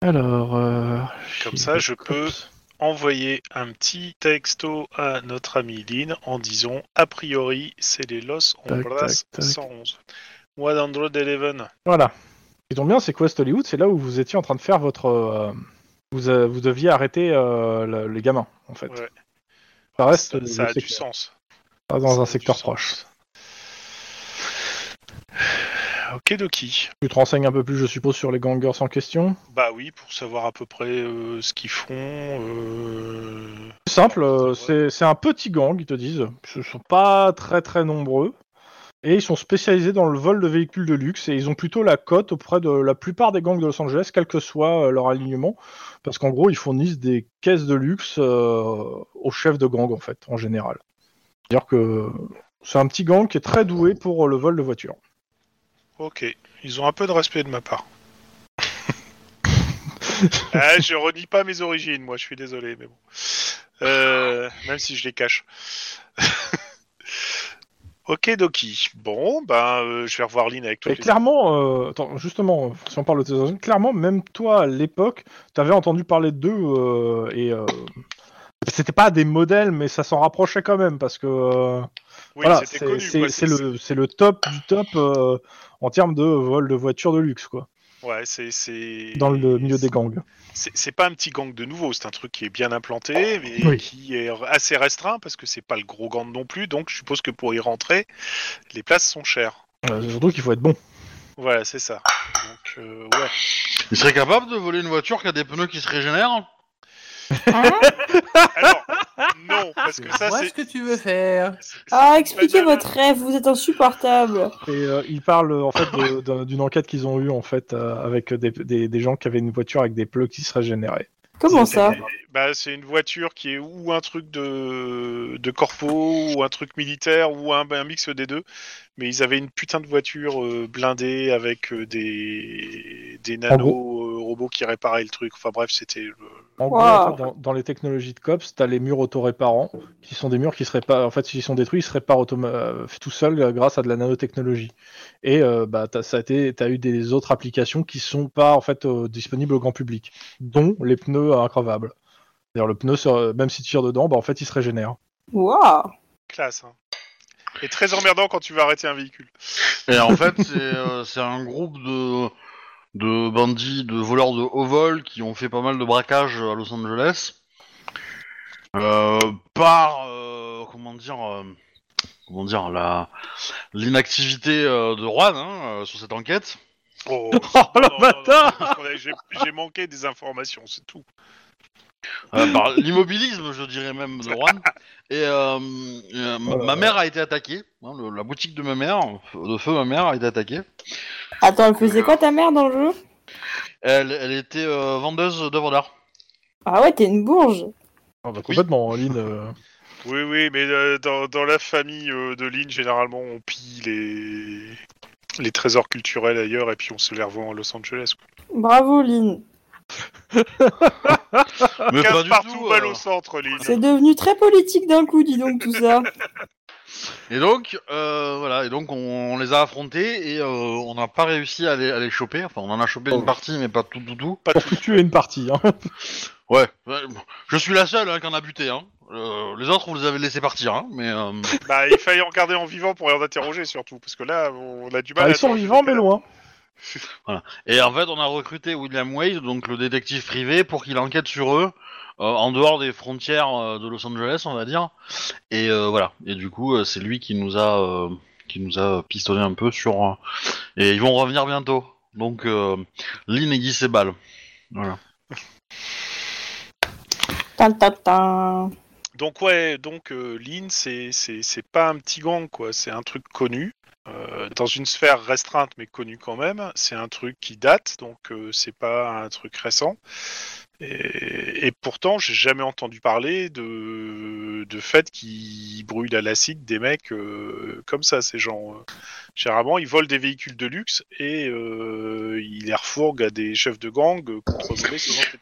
Alors, euh,
Comme
j'ai-
ça, je peux envoyer un petit texto à notre ami Lynn en disant a priori, c'est les Los
Tac,
Ombras
tac, tac.
111. 111.
Voilà. Et donc bien, c'est que West Hollywood, c'est là où vous étiez en train de faire votre. euh, vous, euh, vous deviez arrêter euh, le- les gamins, en fait.
Ouais.
Ça reste euh,
Ça,
le
ça a du
secteur-
sens.
pas dans
Ça a
un
du
secteur
sens.
proche.
Ah, Ok, Doki.
Tu te renseignes un peu plus, je suppose, sur les gangers en question.
Bah oui, pour savoir à peu près euh, ce qu'ils font. euh,
C'est Simple, euh, c'est c'est un petit gang, ils te disent. Ils sont pas très très nombreux. Et ils sont spécialisés dans le vol de véhicules de luxe et ils ont plutôt la cote auprès de la plupart des gangs de Los Angeles, quel que soit euh, leur alignement. Parce qu'en gros, ils fournissent des caisses de luxe euh, aux chefs de gang, en fait, en général. C'est-à-dire que c'est un petit gang qui est très doué pour euh, le vol de voitures.
Ok, ils ont un peu de respect de ma part. ah, je renie pas mes origines, moi, je suis désolé, mais bon. Euh, même si je les cache. ok, Doki. Bon, ben, euh, je vais revoir Lynn avec toutes
Et
les...
clairement, euh, attends, justement, euh, si on parle de tes origines, clairement, même toi à l'époque, t'avais entendu parler d'eux euh, et euh, c'était pas des modèles, mais ça s'en rapprochait quand même parce que euh,
Oui,
voilà,
c'était
c'est-
connu,
c'est
quoi,
c'est le c'est le top du top euh, en termes de vol de voitures de luxe quoi,
Ouais, c'est... c'est-
dans le milieu des gangs.
C'est c'est pas un petit gang de nouveau, c'est un truc qui est bien implanté, mais
Oui.
qui est assez restreint, parce que c'est pas le gros gang non plus, donc je suppose que pour y rentrer, les places sont chères.
Euh, surtout qu'il faut être bon.
Voilà, c'est ça. Donc, euh, ouais.
Il serait capable de voler une voiture qui a des pneus qui se régénèrent hein
Alors, non, parce que ça,
Vois
c'est.
ce que tu veux faire.
c'est-
Ah,
c'est-
expliquez votre rêve, vous êtes insupportable.
Et euh, ils parlent en fait de- d'un- d'une enquête qu'ils ont eue en fait euh, avec des, des, des gens qui avaient une voiture avec des pneus qui se régénéraient.
Comment ça
Bah, c'est une voiture qui est ou un truc de, de corpo, ou un truc militaire, ou un, un mix des deux. Mais ils avaient une putain de voiture euh, blindée avec euh, des, des nano-robots qui réparaient le truc. Enfin bref, c'était. euh, le-
En gros,
Wow.
en fait, dans, dans les technologies de COPS, t'as les murs autoréparants, qui sont des murs qui seraient pas, en fait, s'ils sont détruits, ils se réparent automa- euh, tout seuls euh, grâce à de la nanotechnologie. Et euh, bah, t'as, ça a été, t'as eu des autres applications qui sont pas en fait euh, disponibles au grand public, dont les pneus incroyables. D'ailleurs, le pneu, se- même si tu tires dedans, bah, en fait, il se régénère.
Waouh
Classe, hein. Et très emmerdant quand tu vas arrêter un véhicule.
Et en fait, c'est euh, c'est un groupe de, de bandits, de voleurs de haut vol qui ont fait pas mal de braquages à Los Angeles. Euh, par, euh, comment dire, euh, comment dire, la- l'inactivité euh, de Juan hein, euh, sur cette enquête.
Oh,
Oh, le bâtard
J'ai j'ai manqué des informations, c'est tout.
Euh, par l'immobilisme, je dirais même, de Juan. Et euh, euh, ma- ma mère a été attaquée. hein, le- la boutique de ma mère, de feu, ma mère a été attaquée.
Attends, elle faisait quoi ta mère dans le jeu
Elle, elle était euh, vendeuse d'œuvres d'art.
Ah ouais, t'es une bourge
Ah, bah, Complètement, en ligne.
Oui, oui, mais euh, dans, dans la famille euh, de Lynn, généralement, on pille les... les trésors culturels ailleurs et puis on se les revend à Los Angeles. quoi.
Bravo, Lynn.
Mais
Ah, Casse
pas du
partout,
tout.
balle
euh.
au centre, Lynn.
C'est devenu très politique d'un coup, dis donc, tout ça.
Et donc, euh, voilà, et donc on, on les a affrontés et euh, on n'a pas réussi à les, à les choper. Enfin, on en a chopé une partie, mais pas tout, tout, tout.
Pas
Pour tuer une partie. hein.
Ouais, ouais, je suis la seule hein, qui en a buté. Hein. Euh, les autres, vous les avez laissés partir, hein, mais. euh,
Bah, il fallait en garder en vivant pour les interroger surtout, parce que là, on a
Bah,
du mal.
Ah,
à
ils sont
attendre
vivants, mais
jusqu'à
loin.
Et en fait, on a recruté William Wade, donc le détective privé, pour qu'il enquête sur eux, euh, en dehors des frontières euh, de Los Angeles, on va dire. Et euh, voilà. Et du coup, euh, c'est lui qui nous a, euh, qui nous a pistonné un peu sur. euh, et ils vont revenir bientôt. Donc, euh, Lynn et Guy Sebal. Voilà.
Tin, tin, tin.
Donc ouais, donc euh, Lean, c'est c'est c'est pas un petit gang quoi, c'est un truc connu euh, dans une sphère restreinte mais connu quand même. C'est un truc qui date, donc euh, c'est pas un truc récent. Et, et pourtant, j'ai jamais entendu parler de de fait qu'ils brûlent à l'acide des mecs euh, comme ça. Ces gens, euh. généralement, ils volent des véhicules de luxe et euh, ils les refourguent à des chefs de gang euh, contre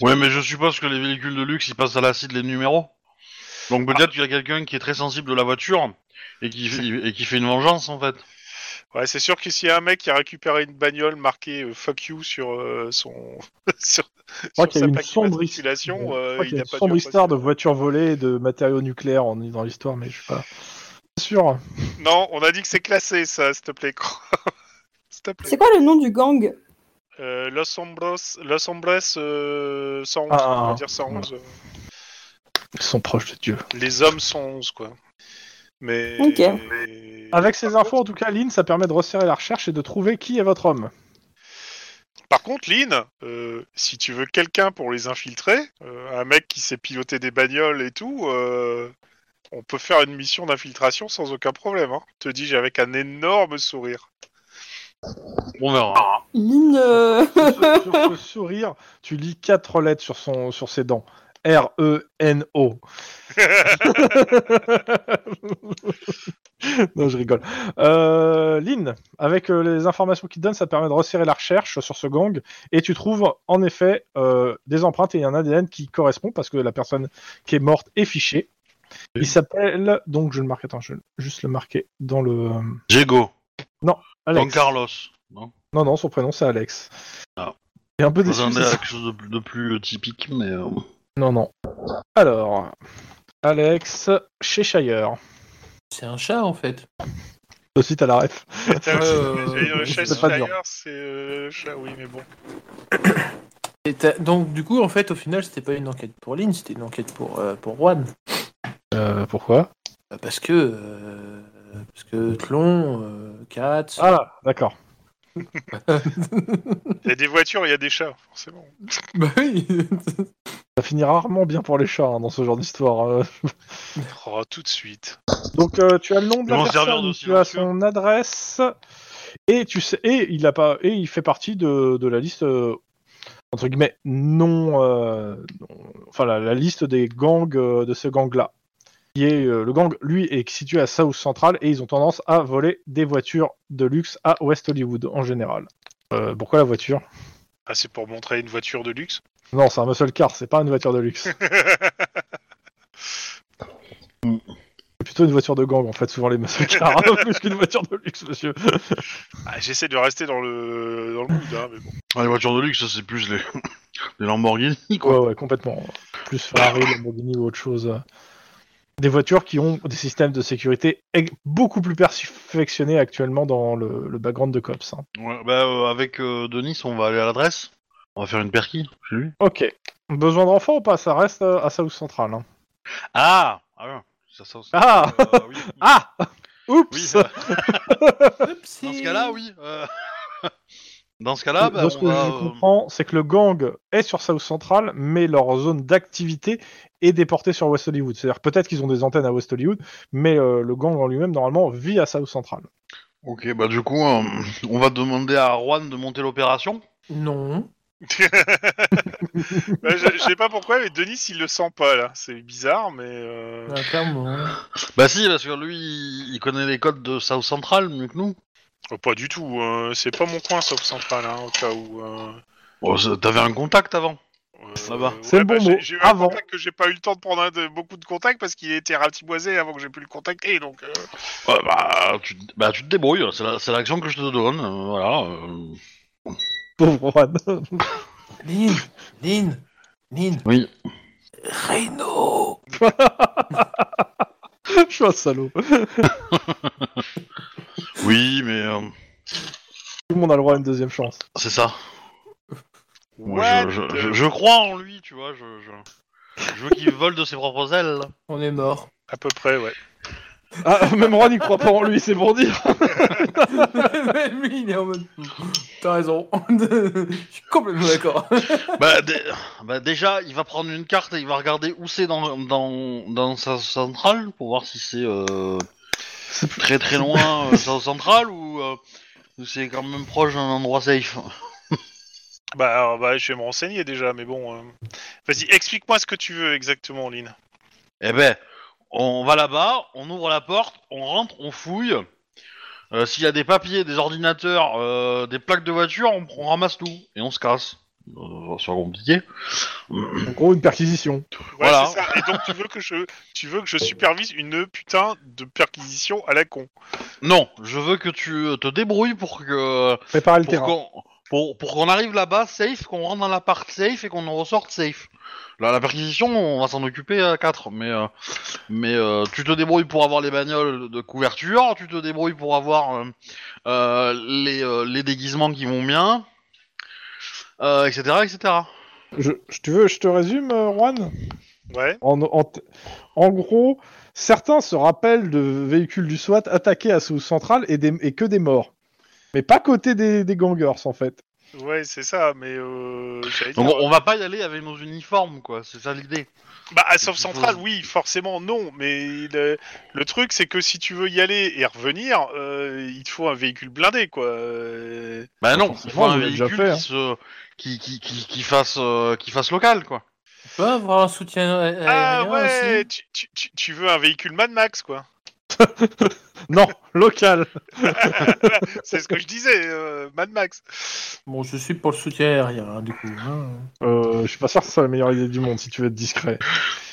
Ouais, mais je suppose que les véhicules de luxe, ils passent à l'acide les numéros. Donc peut-être qu'il y a quelqu'un qui est très sensible de la voiture et qui, et qui fait une vengeance en fait.
Ouais, c'est sûr que s'il y a un mec qui a récupéré une bagnole marquée euh, fuck you sur euh, son sur,
crois
sur
qu'il y a
sa
une
plaque
sombre
d'immatriculation,
Je
euh,
crois qu'il y a
n'a
une
pas dû
sombre histoire de
apprécier.
voitures volées, et de matériaux nucléaires on est dans l'histoire, mais je suis pas sûr.
Non, on a dit que c'est classé ça, s'il te plaît. crois. s'il te plaît.
C'est quoi le nom du gang
Euh, Los Hombres, Los Hombres euh, 111,
Ah,
on va dire 111.
Ils sont proches de Dieu.
Les hommes 111 quoi. Mais
Ok.
mais-
Avec ces
par
infos, en tout cas, Lynn, ça permet de resserrer la recherche et de trouver qui est votre homme.
Par contre, Lynn, euh, si tu veux quelqu'un pour les infiltrer, euh, un mec qui sait piloter des bagnoles et tout, euh, on peut faire une mission d'infiltration sans aucun problème. Hein. Te dis-je avec un énorme sourire.
On verra.
Lynn. euh,
sur, sur ce sourire, tu lis quatre lettres sur, son, sur ses dents. E R-E-N-O. non, je rigole. Euh, Lynn, avec euh, les informations qu'il te donne, ça te permet de resserrer la recherche sur ce gang. Et tu trouves en effet euh, des empreintes et un ADN qui correspond parce que la personne qui est morte est fichée. Il s'appelle. Donc, je le marque. Attends, je vais juste le marquer dans le. euh,
Diego.
Alex.
Don Carlos. Hein. Non
Non, non, son prénom c'est Alex.
Ah.
Et un peu déçu.
Vous en
c'est
avez
ça.
quelque chose de, plus- de plus euh, typique, mais. euh,
Non, non. Alors, Alex Cheshire.
C'est un chat en fait.
Aussi, t'as la ref.
T'as aussi-
Euh,
et, euh, Chase
c'est pas dur.
Flyer, c'est euh, chat, oui, mais bon.
Et t'as- Donc du coup en fait au final c'était pas une enquête pour Lynn, c'était une enquête pour euh, pour Juan.
pourquoi
Euh, Parce que euh, parce que Tlon, euh, Katz.
Ah, d'accord.
Il y a des voitures, il y a des chats, forcément.
Bah oui.
Ça finit rarement bien pour les chats hein, dans ce genre d'histoire. euh.
Oh, tout de suite.
Donc, euh, tu as le nom de
Ils
la
vont se servir
personne,
de
tu as
silencieux.
son adresse, et tu sais, et il a pas, et il fait partie de, de la liste euh, entre guillemets non, euh, non- enfin la, la liste des gangs euh, de ce gang-là, qui est euh, le gang lui est situé à South Central et ils ont tendance à voler des voitures de luxe à West Hollywood en général. Euh, pourquoi la voiture
Ah, c'est pour montrer une voiture de luxe.
Non, c'est un muscle car, c'est pas une voiture de luxe. C'est plutôt une voiture de gang en fait, souvent les muscle cars, hein, plus qu'une voiture de luxe, monsieur.
Ah, J'essaie de rester dans le dans le mood, hein, mais bon.
ah, les voitures de luxe, c'est plus les, les Lamborghini, quoi.
Ouais, ouais, complètement. Plus Ferrari, Lamborghini ou autre chose. Des voitures qui ont des systèmes de sécurité ex- beaucoup plus perfectionnés actuellement dans le, le background de Cops. hein.
Ouais, bah, euh, avec euh, Denis, on va aller à l'adresse. On va faire une perquis chez lui.
Ok. Besoin d'enfants ou pas Ça reste euh, à South Central. hein.
Ah Ah ouais, ça, ça, ça-
Ah
euh, oui.
Ah Oups
Oui, euh,
Oupsie.
dans ce cas-là, oui. euh, Dans ce cas-là, bah,
De ce
on
que
va,
je
euh,
comprends, c'est que le gang est sur South Central, mais leur zone d'activité est déportée sur West Hollywood. C'est-à-dire peut-être qu'ils ont des antennes à West Hollywood, mais euh, le gang en lui-même, normalement, vit à South Central.
Ok, bah du coup, euh, on va demander à Juan de monter l'opération.
Non.
Ouais, Euh, je, je sais pas pourquoi, mais Denis, il le sent pas, là. C'est bizarre, mais... euh,
Ah, clairement.
Bah si, parce que lui, il il connaît les codes de South Central mieux que nous.
oh, pas du tout. euh, c'est pas mon coin, sauf central, hein, au cas hein, où... euh.
Oh, ça- T'avais un contact avant
Euh,
Là-bas.
ouais,
C'est le bon
j'ai-
mot.
J'ai eu un
Avant.
contact que j'ai pas eu le temps de prendre un de- beaucoup de contacts parce qu'il était ratiboisé avant que j'ai pu le contacter. Donc, euh,
Ouais, bah, tu, bah, tu te débrouilles, c'est la- c'est l'action que je te donne, euh, voilà. euh.
Pauvre Juan.
Lynn Lynn Lynn
Oui.
Reno
Je suis un salaud.
Oui, mais euh,
Tout le monde a le droit à une deuxième chance.
c'est ça. Moi,
what
je, je- je- je crois en lui, tu vois, je, je- je veux qu'il vole de ses propres ailes.
On est mort.
À peu près, ouais.
Ah, même Juan, il croit pas en lui, c'est pour dire.
Même lui, il est en mode. T'as raison. Je suis complètement d'accord.
bah, dé- bah, déjà, il va prendre une carte et il va regarder où c'est dans, dans, dans sa centrale pour voir si c'est euh, très très loin euh, sa centrale ou euh, ou c'est quand même proche d'un endroit safe.
Bah, alors, bah, je vais me renseigner déjà, mais bon. euh, Vas-y, explique-moi ce que tu veux exactement, Lynn.
Eh ben, on va là-bas, on ouvre la porte, on rentre, on fouille. Euh, S'il y a des papiers, des ordinateurs, euh, des plaques de voiture, on, on ramasse tout et on se casse. Euh, c'est pas compliqué.
En gros, une perquisition.
Ouais,
Voilà.
c'est ça. Et donc, tu veux, que je... tu veux que je supervise une putain de perquisition à la con.
Non, je veux que tu euh, te débrouilles pour que
Préparer le
pour
terrain.
qu'on pour, pour qu'on arrive là-bas safe, qu'on rentre dans l'appart safe et qu'on en ressorte safe. Là, la perquisition, on va s'en occuper à 4, mais, euh, mais euh, tu te débrouilles pour avoir les bagnoles de couverture, tu te débrouilles pour avoir euh, euh, les, euh, les déguisements qui vont bien, euh, etc. etc.
Je, je- tu veux, je te résume, euh, Juan
Ouais.
en, en t- en gros, certains se rappellent de véhicules du SWAT attaqués à South Central et, des- et que des morts. Mais pas côté des, des gangers, en fait.
Ouais, c'est ça, mais. Euh... j'allais
Donc
dire-
on, on va pas y aller avec nos uniformes, quoi, c'est ça l'idée.
Bah, à Sauf Central, oui, forcément, non. Mais le, le truc, c'est que si tu veux y aller et revenir, euh, il te faut un véhicule blindé, quoi. Euh,
Bah non, il faut
forcément,
un
on l'a déjà
véhicule
fait, hein.
qui, se, qui, qui, qui, qui fasse, euh, qui fasse local, quoi.
On peut avoir un soutien a-
Ah
aérien
ouais,
Eh, aussi.
tu, tu- tu- tu veux un véhicule Mad Max, quoi.
Non, local.
C'est ce que je disais, euh, Mad Max.
Bon, je suis pour le soutien aérien, hein, du coup. hein.
Euh, je suis pas sûr que ce soit la meilleure idée du monde, si tu veux être discret.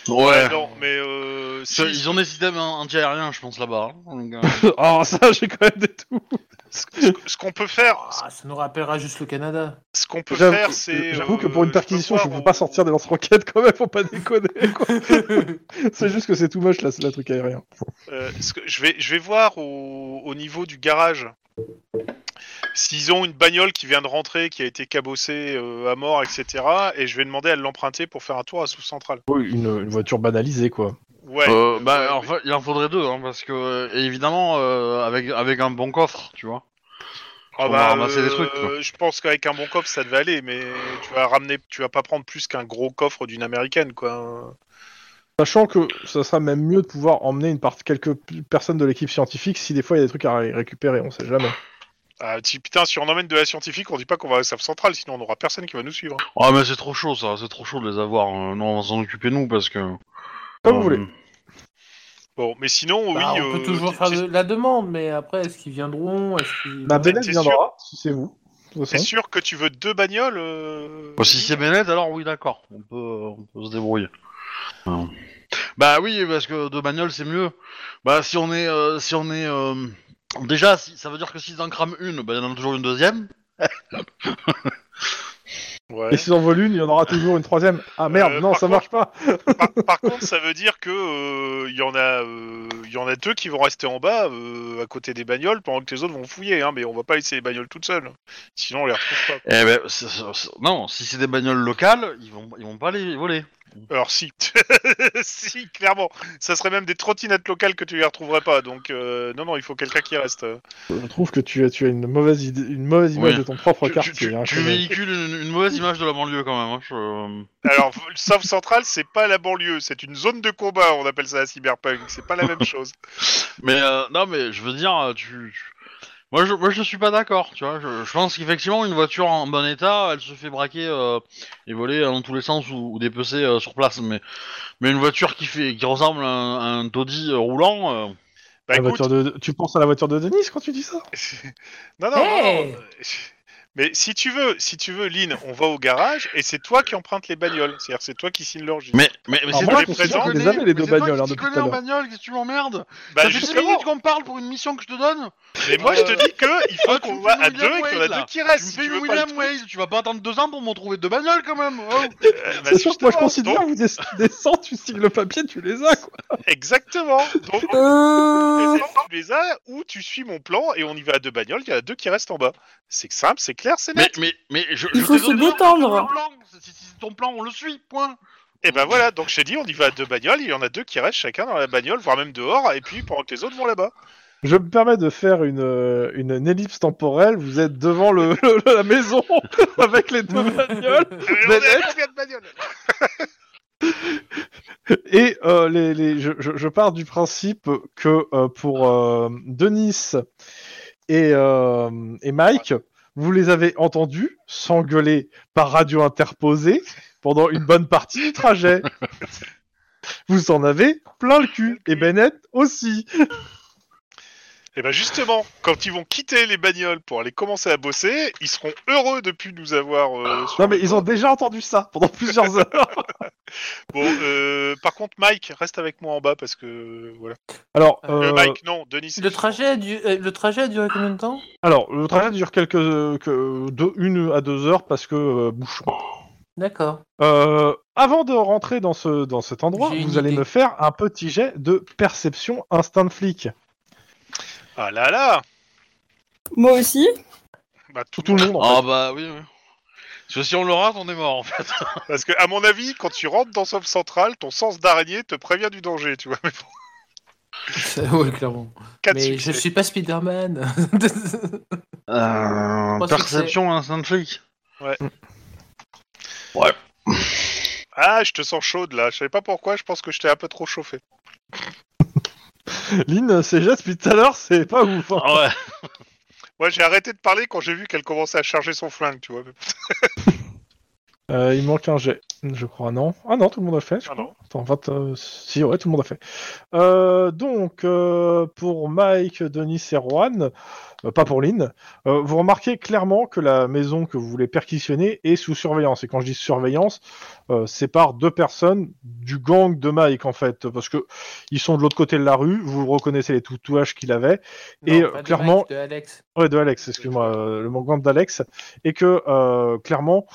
Ouais, non, mais euh, si,
Ils ont des systèmes anti-aériens, je pense, là-bas. hein, donc, euh.
Ah, ça, j'ai quand même des tout.
ce, ce- ce qu'on peut faire,
Ah, ça nous rappellera juste le Canada.
ce qu'on peut
J'avoue-
faire, c'est.
J'avoue que
euh,
pour une
je peux
perquisition,
voir
je peux
au-
pas sortir des lance-roquettes quand même, faut pas déconner. quoi.
Bah,
c'est juste que c'est tout moche, là, c'est la truc aérien.
Euh, ce que- je, vais, je vais voir au, au niveau du garage. S'ils ont une bagnole qui vient de rentrer, qui a été cabossée euh, à mort, etc. Et je vais demander à l'emprunter pour faire un tour à South Central.
une, voiture banalisée, quoi.
Ouais.
Euh, bah,
ouais,
en fait, il en faudrait deux, hein, parce que euh, évidemment, euh, avec, avec un bon coffre, tu vois.
Ah euh,
on va ramasser des trucs, quoi.
Je pense qu'avec un bon coffre, ça devait aller, mais tu vas ramener, tu vas pas prendre plus qu'un gros coffre d'une américaine, quoi.
Sachant que ça sera même mieux de pouvoir emmener une part... quelques p- personnes de l'équipe scientifique si des fois il y a des trucs à ré- récupérer, on sait jamais.
Ah, si- putain, si on emmène de la scientifique, on dit pas qu'on va à South Central, sinon on aura personne qui va nous suivre.
Ah, mais c'est trop chaud, ça, c'est trop chaud de les avoir. euh, non, on va s'en occuper, nous, parce que. euh,
Comme vous voulez.
Bon, mais sinon,
Bah,
oui.
on peut
euh,
toujours
t'es-
faire
t'es-
de la demande, mais après, est-ce qu'ils viendront Est-ce qu'ils...
La Bennett
t'es
viendra, si c'est vous. de toute
T'es
façon.
sûr que tu veux deux bagnoles euh,
Bon, si c'est Bennett, alors oui, d'accord, on peut, euh, on peut se débrouiller. Euh, Bah oui, parce que de bagnole, c'est mieux. Bah, si on est. euh, si on est euh, Déjà, si- ça veut dire que s'ils en crament une, bah, il y en a toujours une deuxième.
Ouais.
Et s'ils en volent une, il y en aura toujours une troisième. Ah merde,
Euh,
non,
par
ça marche
contre-
pas.
Par, par contre, ça veut dire que euh, il y en a, euh, il y en a deux qui vont rester en bas, euh, à côté des bagnoles, pendant que les autres vont fouiller. Hein, mais on va pas laisser les bagnoles toutes seules, sinon on les retrouve pas.
Eh ben, c'est- c'est- c'est- non, si c'est des bagnoles locales, ils vont, ils vont pas les voler.
Alors si, si, clairement, ça serait même des trottinettes locales que tu les retrouverais pas. Donc euh, non, non, il faut quelqu'un qui reste.
Je trouve que tu as, tu as une mauvaise idée, une mauvaise image
Oui.
de ton propre
Tu- tu,
quartier.
tu-
hein,
tu
quand même.
véhicules une, une mauvaise image de la banlieue quand même. hein, je-
Alors, South Central, c'est pas la banlieue, c'est une zone de combat. On appelle ça la cyberpunk. C'est pas la même chose.
Mais euh, non, mais je veux dire, euh, tu, tu- moi je moi je suis pas d'accord. Tu vois, je, je pense qu'effectivement une voiture en bon état, elle se fait braquer euh, et voler dans tous les sens ou, ou dépecer euh, sur place. Mais mais une voiture qui fait qui ressemble à un, à un taudis euh, roulant. euh,
Bah
La
écoute,
voiture
Bah,
de- Tu penses à la voiture de Denis quand tu dis ça
non, non, non,
Hey
non. Mais si tu veux, si tu veux, Lynn, on va au garage et c'est toi qui empruntes les bagnoles. C'est-à-dire c'est toi qui signe l'origine.
Mais, mais, mais
Alors
c'est
voilà
toi
qu'on
qui
se dit qu'on les
connais,
avait,
mais
les deux
c'est toi
bagnoles, hein,
qui t'y
depuis
connais
tout à
en
l'heure.
bagnole, qu'est-ce que tu m'emmerdes
bah
Ça fait 10
justement.
minutes qu'on parle pour une mission que je te donne
Mais moi je te dis que il faut
Ah, tu
qu'on
me
voit
fais
à
William
deux et qu'il y en a
Wade, là.
deux qui restent.
Tu me
si
fais
tu
une
veux pas le
William
truc.
Wade, tu vas pas attendre deux ans pour m'en trouver deux bagnoles quand même oh.
Euh, bah,
C'est sûr que moi je
justement,
considère
donc,
que vous des- descends, tu signes le papier, tu les as quoi.
Exactement. Donc
Euh,
tu les as ou tu suis mon plan et on y va à deux bagnoles. Il y en a deux qui restent en bas. C'est simple, c'est clair, c'est
Mais,
net.
mais, mais je,
Il
je
faut
te
se
donne
détendre.
le plan. Si si c'est ton plan, on le suit, point
Et ben voilà. Donc je t'ai dit, on y va à deux bagnoles. Il y en a deux qui restent chacun dans la bagnole, voire même dehors. Et puis pendant que les autres vont là-bas.
Je me permets de faire une, euh, une, une ellipse temporelle. Vous êtes devant le, le- la maison avec les deux bagnoles
Mais on
Mais
est à combien de bagnoles
et euh, les, les, je, je, je pars du principe que euh, pour euh, Denis et, euh, et Mike, vous les avez entendus s'engueuler par radio interposée pendant une bonne partie du trajet. Vous en avez plein le cul et Bennett aussi.
Et ben justement, quand ils vont quitter les bagnoles pour aller commencer à bosser, ils seront heureux de plus nous avoir. euh, sur-
Non mais ils ont déjà entendu ça pendant plusieurs heures.
Bon, euh, par contre, Mike, reste avec moi en bas parce que voilà.
Alors,
Euh,
euh,
Mike, non, Denis.
Le trajet, a du- euh, le trajet a duré combien de temps
alors le trajet dure quelques que, de une à deux heures parce que euh, bouchon.
D'accord.
Euh, avant de rentrer dans ce dans cet endroit,
J'ai une
vous allez
idée.
me faire un petit jet de perception instinct de flic.
Ah là là
moi aussi.
bah, tout,
Tout
le
le
monde.
monde.
Ah
En
Oh.
fait.
bah oui, oui. Parce que si on le rate, on est mort en fait.
Parce que, à mon avis, quand tu rentres dans Somme Centrale, ton sens d'araignée te prévient du danger, tu vois. Mais bon,
ouais, clairement.
quatre
Mais je
succès.
suis pas Spider-Man.
Euh,
Trois
perception, instant flic.
Ah, je te sens chaude là. Je savais pas pourquoi, je pense que je t'ai un peu trop chauffé.
Lynn, ses gestes depuis tout à l'heure, c'est pas ouf. hein.
Ah ouais.
Moi, j'ai arrêté de parler quand j'ai vu qu'elle commençait à charger son flingue, tu vois. Mais-
Euh, il manque un jet, je crois. Non. Ah non, tout le monde a fait. je
Ah non.
Attends, 20, euh, si, ouais, tout le monde a fait. Euh, donc, euh, pour Mike, Denis et Juan, euh, pas pour Lynn, euh, vous remarquez clairement que la maison que vous voulez perquisitionner est sous surveillance. Et quand je dis surveillance, euh, sépare deux personnes du gang de Mike, en fait. Parce que ils sont de l'autre côté de la rue, vous reconnaissez les tatouages qu'il avait, Et, euh,
pas de
clairement-
Mike, de Alex.
ouais, de Alex, excuse-moi, euh, le manquement d'Alex, et que, euh, clairement,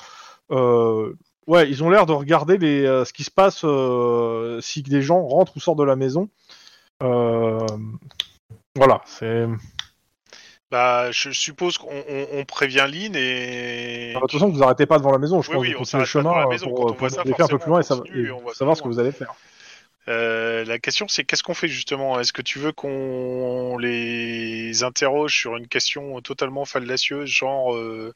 euh, ouais, ils ont l'air de regarder les, euh, ce qui se passe euh, si des gens rentrent ou sortent de la maison. Euh, voilà, c'est.
Bah, je suppose qu'on on- on prévient Lynn et.
De toute façon, vous arrêtez pas devant la maison. Je
Oui,
pense
oui,
que
on
vous continuez le
s'arrête pas devant
chemin
la
euh,
maison,
pour,
quand on
pour
voit ça,
aller faire un peu plus
forcément,
loin
on
et, sa-
continue et on
et
voit
savoir
plus
ce que vous allez faire.
Euh, la question, c'est qu'est-ce qu'on fait justement Est-ce que tu veux qu'on les interroge sur une question totalement fallacieuse, genre euh,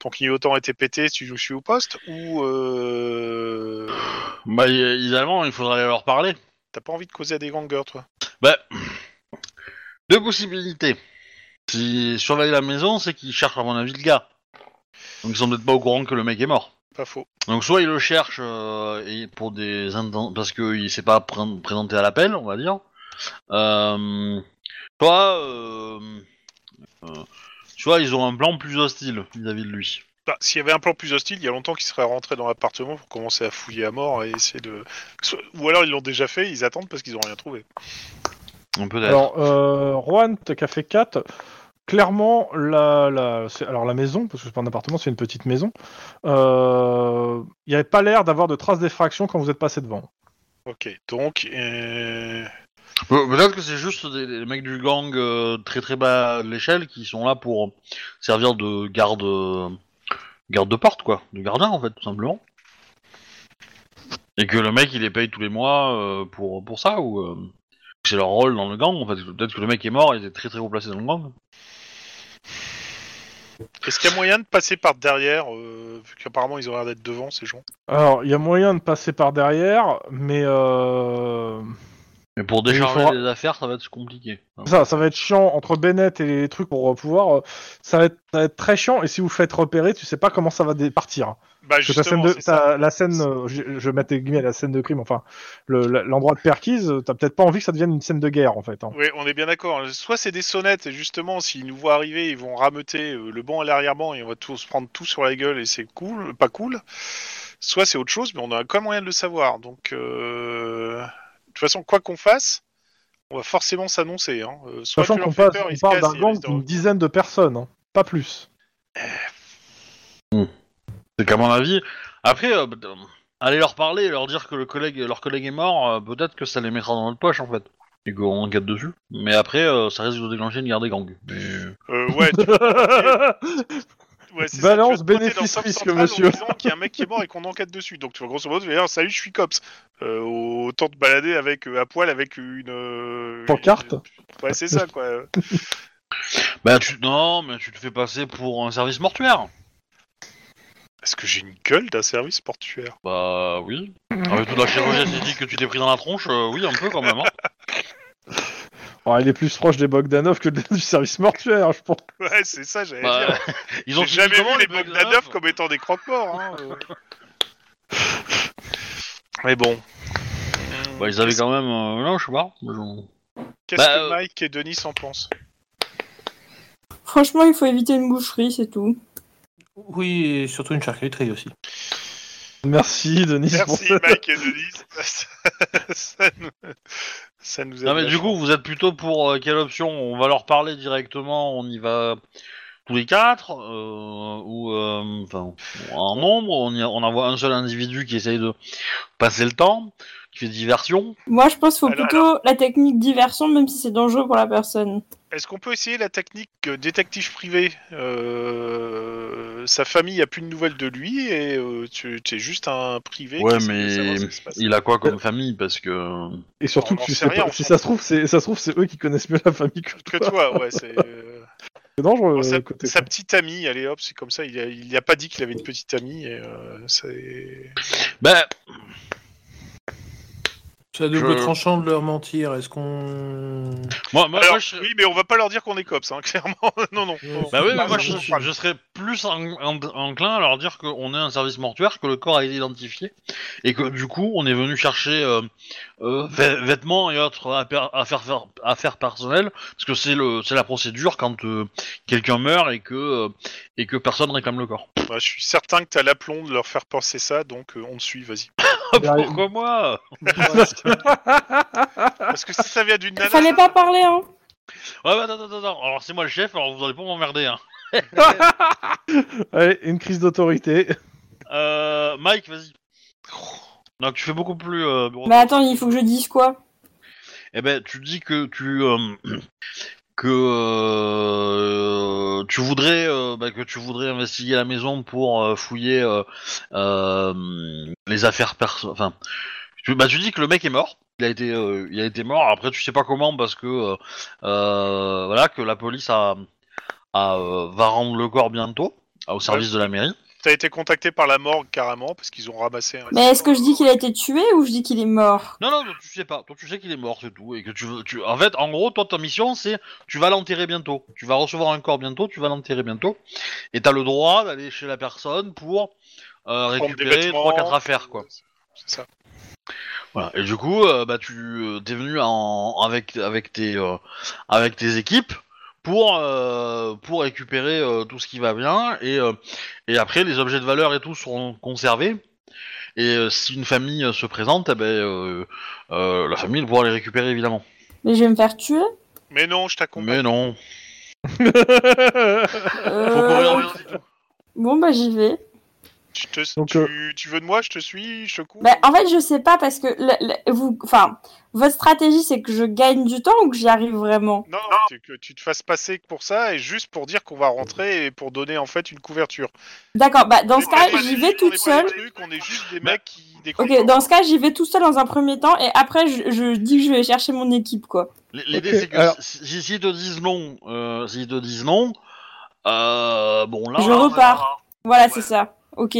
ton clignotant était pété, tu nous suis au poste Ou euh,
Bah, y- idéalement, il faudrait aller leur parler.
t'as pas envie de causer à des gangers, toi
Bah, deux possibilités. Si surveillent la maison, c'est qu'ils cherchent à mon avis le gars. Donc ils sont peut-être pas au courant que le mec est mort.
Pas faux.
Donc soit ils le cherchent euh, et pour des inten- parce qu'il s'est pas pr- présenté à l'appel, on va dire. Euh, soit, euh, euh, soit ils ont un plan plus hostile vis-à-vis de lui.
Bah, S'il y avait un plan plus hostile, il y a longtemps qu'ils seraient rentrés dans l'appartement pour commencer à fouiller à mort et essayer de. So- Ou alors ils l'ont déjà fait, ils attendent parce qu'ils ont rien trouvé.
Donc, Peut-être.
Alors, euh, Juan, t'as café 4. Clairement, la, la, c'est- alors la maison, parce que c'est pas un appartement, c'est une petite maison, euh, il n'y avait pas l'air d'avoir de traces d'effraction quand vous êtes passé devant.
Ok, donc. euh,
Pe- Peut-être que c'est juste des, des mecs du gang euh, très très bas de l'échelle qui sont là pour servir de garde euh, garde de porte quoi, de gardien en fait tout simplement. Et que le mec il les paye tous les mois euh, pour pour ça ou euh, c'est leur rôle dans le gang en fait. Peut-être que le mec est mort, il était très très haut placé dans le gang.
Est-ce qu'il y a moyen de passer par derrière euh, Vu qu'apparemment ils ont l'air d'être devant ces gens.
Alors, il y a moyen de passer par derrière, mais euh,
Mais pour décharger
faudra-
des affaires, ça va être compliqué.
Ça, ça va être chiant entre Bennett et les trucs pour euh, pouvoir. euh, ça, va être, ça va être très chiant et si vous faites repérer, tu sais pas comment ça va dé- partir.
Bah,
Parce que ta scène
justement,
de,
c'est
ta-
ça.
la scène, euh, je, je mets tes guillemets, la scène de crime, enfin, le- la- l'endroit de perquise, euh, t'as peut-être pas envie que ça devienne une scène de guerre en fait. hein.
Oui, on est bien d'accord. Soit c'est des sonnettes, et justement, s'ils nous voient arriver, ils vont rameuter euh, le banc à l'arrière-ban et on va tous se prendre tout sur la gueule et c'est cool, pas cool. Soit c'est autre chose, mais on a quand même moyen de le savoir. Donc, euh, de toute façon, quoi qu'on fasse, on va forcément s'annoncer. Hein. Euh, Soit
Sachant
tu leur
qu'on
fais
passe-
peur,
on
ils se
parle
cassent,
d'un
ils
gang
restent dans-
d'une dizaine de personnes, hein, pas plus.
C'est qu'à mon avis, après, euh, bah, euh, aller leur parler et leur dire que le collègue, leur collègue est mort, euh, peut-être que ça les mettra dans notre poche en fait. Et qu'on enquête dessus. Mais après, euh, ça risque de déclencher une guerre des gangs. Mais-
Euh, ouais, tu- ouais, c'est ça,
Balance
tu vas te pointer
bénéfice
dans South
risque,
Central en
monsieur.
disant qu'il y a un mec qui est mort et qu'on enquête dessus. Donc, tu vas grosso modo, tu vas dire Salut, je suis cops. Euh, autant te balader avec, euh, à poil avec une. euh,
Pancarte
Ouais, c'est ça, quoi.
Bah, tu... Non, mais tu te fais passer pour un service mortuaire.
Est-ce que j'ai une gueule d'un service portuaire
Bah oui. Avec toute la chirurgie esthétique que tu t'es pris dans la tronche, euh, oui, un peu quand même. hein.
Alors, oh, il est plus proche des Bogdanov que de- du service mortuaire, je pense.
Ouais, c'est ça, j'allais
Bah,
dire.
ils
J'ai
fini
jamais
comment, hein
vu les
Bogdanov
Bogdanov comme étant des croque-morts. Hein, euh. Mais bon.
Bah, ils avaient quand même. euh, Non, je sais pas. Je-
Qu'est-ce
Bah,
que
euh,
Mike et Denis en pensent
Franchement, il faut éviter une boucherie, c'est tout.
Oui, et surtout une charcuterie aussi.
Merci Denis pour
Merci
cette-
Mike et Denis. ça, nous... ça nous aide
Non mais du
vachement.
coup, vous êtes plutôt pour euh, quelle option On va leur parler directement, on y va tous les quatre euh, ou euh, enfin en nombre, on, y- on envoie un seul individu qui essaye de passer le temps, qui fait diversion.
Moi, je pense qu'il faut
Alors,
plutôt la technique diversion, même si c'est dangereux pour la personne.
Est-ce qu'on peut essayer la technique euh, détective privé Euh, Sa famille a plus de nouvelles de lui et euh, tu es juste un privé.
Ouais,
qui essaie de
mais
savoir ce qui se passe.
Il a quoi comme famille parce que
Et surtout,
On
que
en
tu
sait
sais
rien,
pas-
on
si
s'en
ça se trouve, c'est ça se trouve, c'est eux qui connaissent mieux la famille que
que
toi.
toi, ouais, c'est. euh,
C'est dangereux.
Bon, sa,
euh, côté-
sa petite amie, allez hop, c'est comme ça, il a, il a pas dit qu'il avait une petite amie, et euh, c'est...
ben
C'est à double
Je-
tranchant de leur mentir. Est-ce qu'on.
moi, moi,
Alors,
moi, je...
oui, mais on va pas leur dire qu'on est cops, hein, clairement, non, non.
bah oui, mais
Bah,
moi
non,
je,
non,
je-
non.
je serais plus en- en- enclin à leur dire qu'on est un service mortuaire, que le corps a été identifié et que du coup on est venu chercher euh, euh, vê- vêtements et autres appa- affaires, affaires, affaires personnelles parce que c'est le c'est la procédure quand euh, quelqu'un meurt et que euh, et que personne réclame le corps.
Bah, je suis certain que t'as l'aplomb de leur faire penser ça, donc euh, on te suit, vas-y.
Derrière-
Pourquoi moi
Ah.
Parce que si ça vient d'une nana...
Fallait pas parler, hein.
Ouais, bah, attends, attends, attends. Alors c'est moi le chef, alors vous allez pas m'emmerder. Hein.
Allez, une crise d'autorité.
Euh, Mike, vas-y. Donc tu fais beaucoup plus. euh, bureau-
Mais attends, il faut que je dise quoi
Eh ben, tu dis que tu euh, que euh, tu voudrais euh, bah, que tu voudrais investiguer la maison pour euh, fouiller euh, euh, les affaires perso. Enfin, tu, bah, tu dis que le mec est mort. Il a été euh, il a été mort. Après, tu sais pas comment parce que euh, euh, voilà que la police a, a, euh, va rendre le corps bientôt euh, au service de la mairie.
T'as été contacté par la morgue, carrément, parce qu'ils ont ramassé... un-
Mais est-ce que je dis qu'il a été tué ou je dis qu'il est mort
Non, non, non, tu sais pas. Toi, tu sais qu'il est mort, c'est tout. Et que tu veux. Tu... En fait, en gros, toi, ta mission, c'est tu vas l'enterrer bientôt. Tu vas recevoir un corps bientôt, tu vas l'enterrer bientôt. Et t'as le droit d'aller chez la personne pour euh,
prendre des
récupérer
vêtements, euh,
3-4 affaires, quoi.
C'est ça.
Voilà. Et du coup, euh, bah, tu euh, t'es venu en... avec, avec, tes, euh, avec tes équipes pour, euh, pour récupérer euh, tout ce qui va bien. Et, euh, et après, les objets de valeur et tout seront conservés. Et euh, si une famille euh, se présente, eh ben, euh, euh, la famille pourra les récupérer, évidemment.
Mais je vais me faire tuer
Mais non, je t'accompagne.
Mais non. Faut courir
euh...
vite.
Bon, bah j'y vais.
Je te-
Donc,
tu,
euh,
tu veux de moi, je te suis, je te cours
Bah, en fait, je sais pas parce que le- le- vous... enfin, votre stratégie, c'est que je gagne du temps ou que j'y arrive vraiment
Non, non, tu- que tu te fasses passer pour ça, et juste pour dire qu'on va rentrer, et pour donner, en fait, une couverture.
D'accord, bah dans ce
On est
cas,
pas
j'y
des-
vais
on est
toute
pas
seule.
des trucs, on est juste des mecs qui découvrent.
Ok, dans ce cas, j'y vais tout seul dans un premier temps et après, je, je dis que je vais chercher mon équipe, quoi.
L- L'idée,
Ok,
c'est que
alors-
si- si- s'ils te disent non, euh, s'ils te disent non, euh, bon là.
Je repars. Voilà, c'est ça. Ok.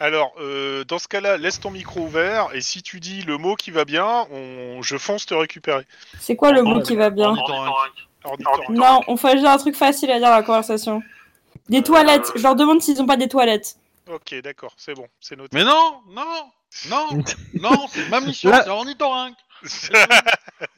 Alors, euh, dans ce cas-là, laisse ton micro ouvert et si tu dis le mot qui va bien, on... je fonce te récupérer.
C'est quoi le
Oh,
mot qui va bien
Alors, dis-
Non, on fait déjà un truc facile à dire dans la conversation.
Euh,
Des toilettes. Je leur demande s'ils ont pas des toilettes.
Ok, d'accord, c'est bon, c'est noté.
Mais non, non, non, non, c'est ma mission,
Là-
c'est ornithorynque.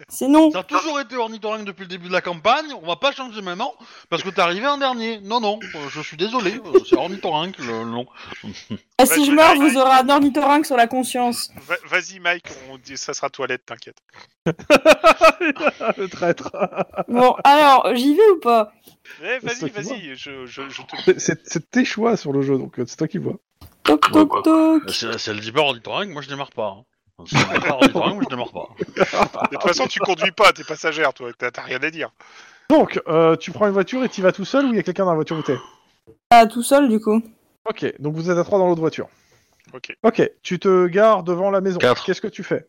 C'est non.
Ça a toujours été ornithorynque depuis le début de la campagne, on va pas changer maintenant, parce que t'es arrivé en dernier. Non, non, euh, je suis désolé, euh, c'est ornithorynque le nom.
Ah,
bah,
si je meurs, vous aurez un ornithorynque sur la conscience.
Va- Vas-y, Mike, on dit- ça sera toilette, t'inquiète.
le traître.
Bon, alors, j'y vais ou pas
Eh, vas-y,
C'est toi qui
vas-y, je, je, je te.
C'est- C'est c'est tes choix sur le jeu, donc euh, c'est toi qui vois.
Toc, toc, toc.
Euh, C'est elle dit pas ornithorynque, moi je démarre pas. hein. Si elle dit pas ornithorynque, moi je démarre pas.
De toute façon, tu conduis pas, t'es passagère, toi, t'as t'as rien à dire.
Donc, euh, tu prends une voiture et tu vas tout seul ou il y a quelqu'un dans la voiture où t'es
Ah, tout seul, du coup.
Ok, donc vous êtes à trois dans l'autre voiture.
Ok,
Ok, tu te gares devant la maison.
Quatre.
Qu'est-ce que tu fais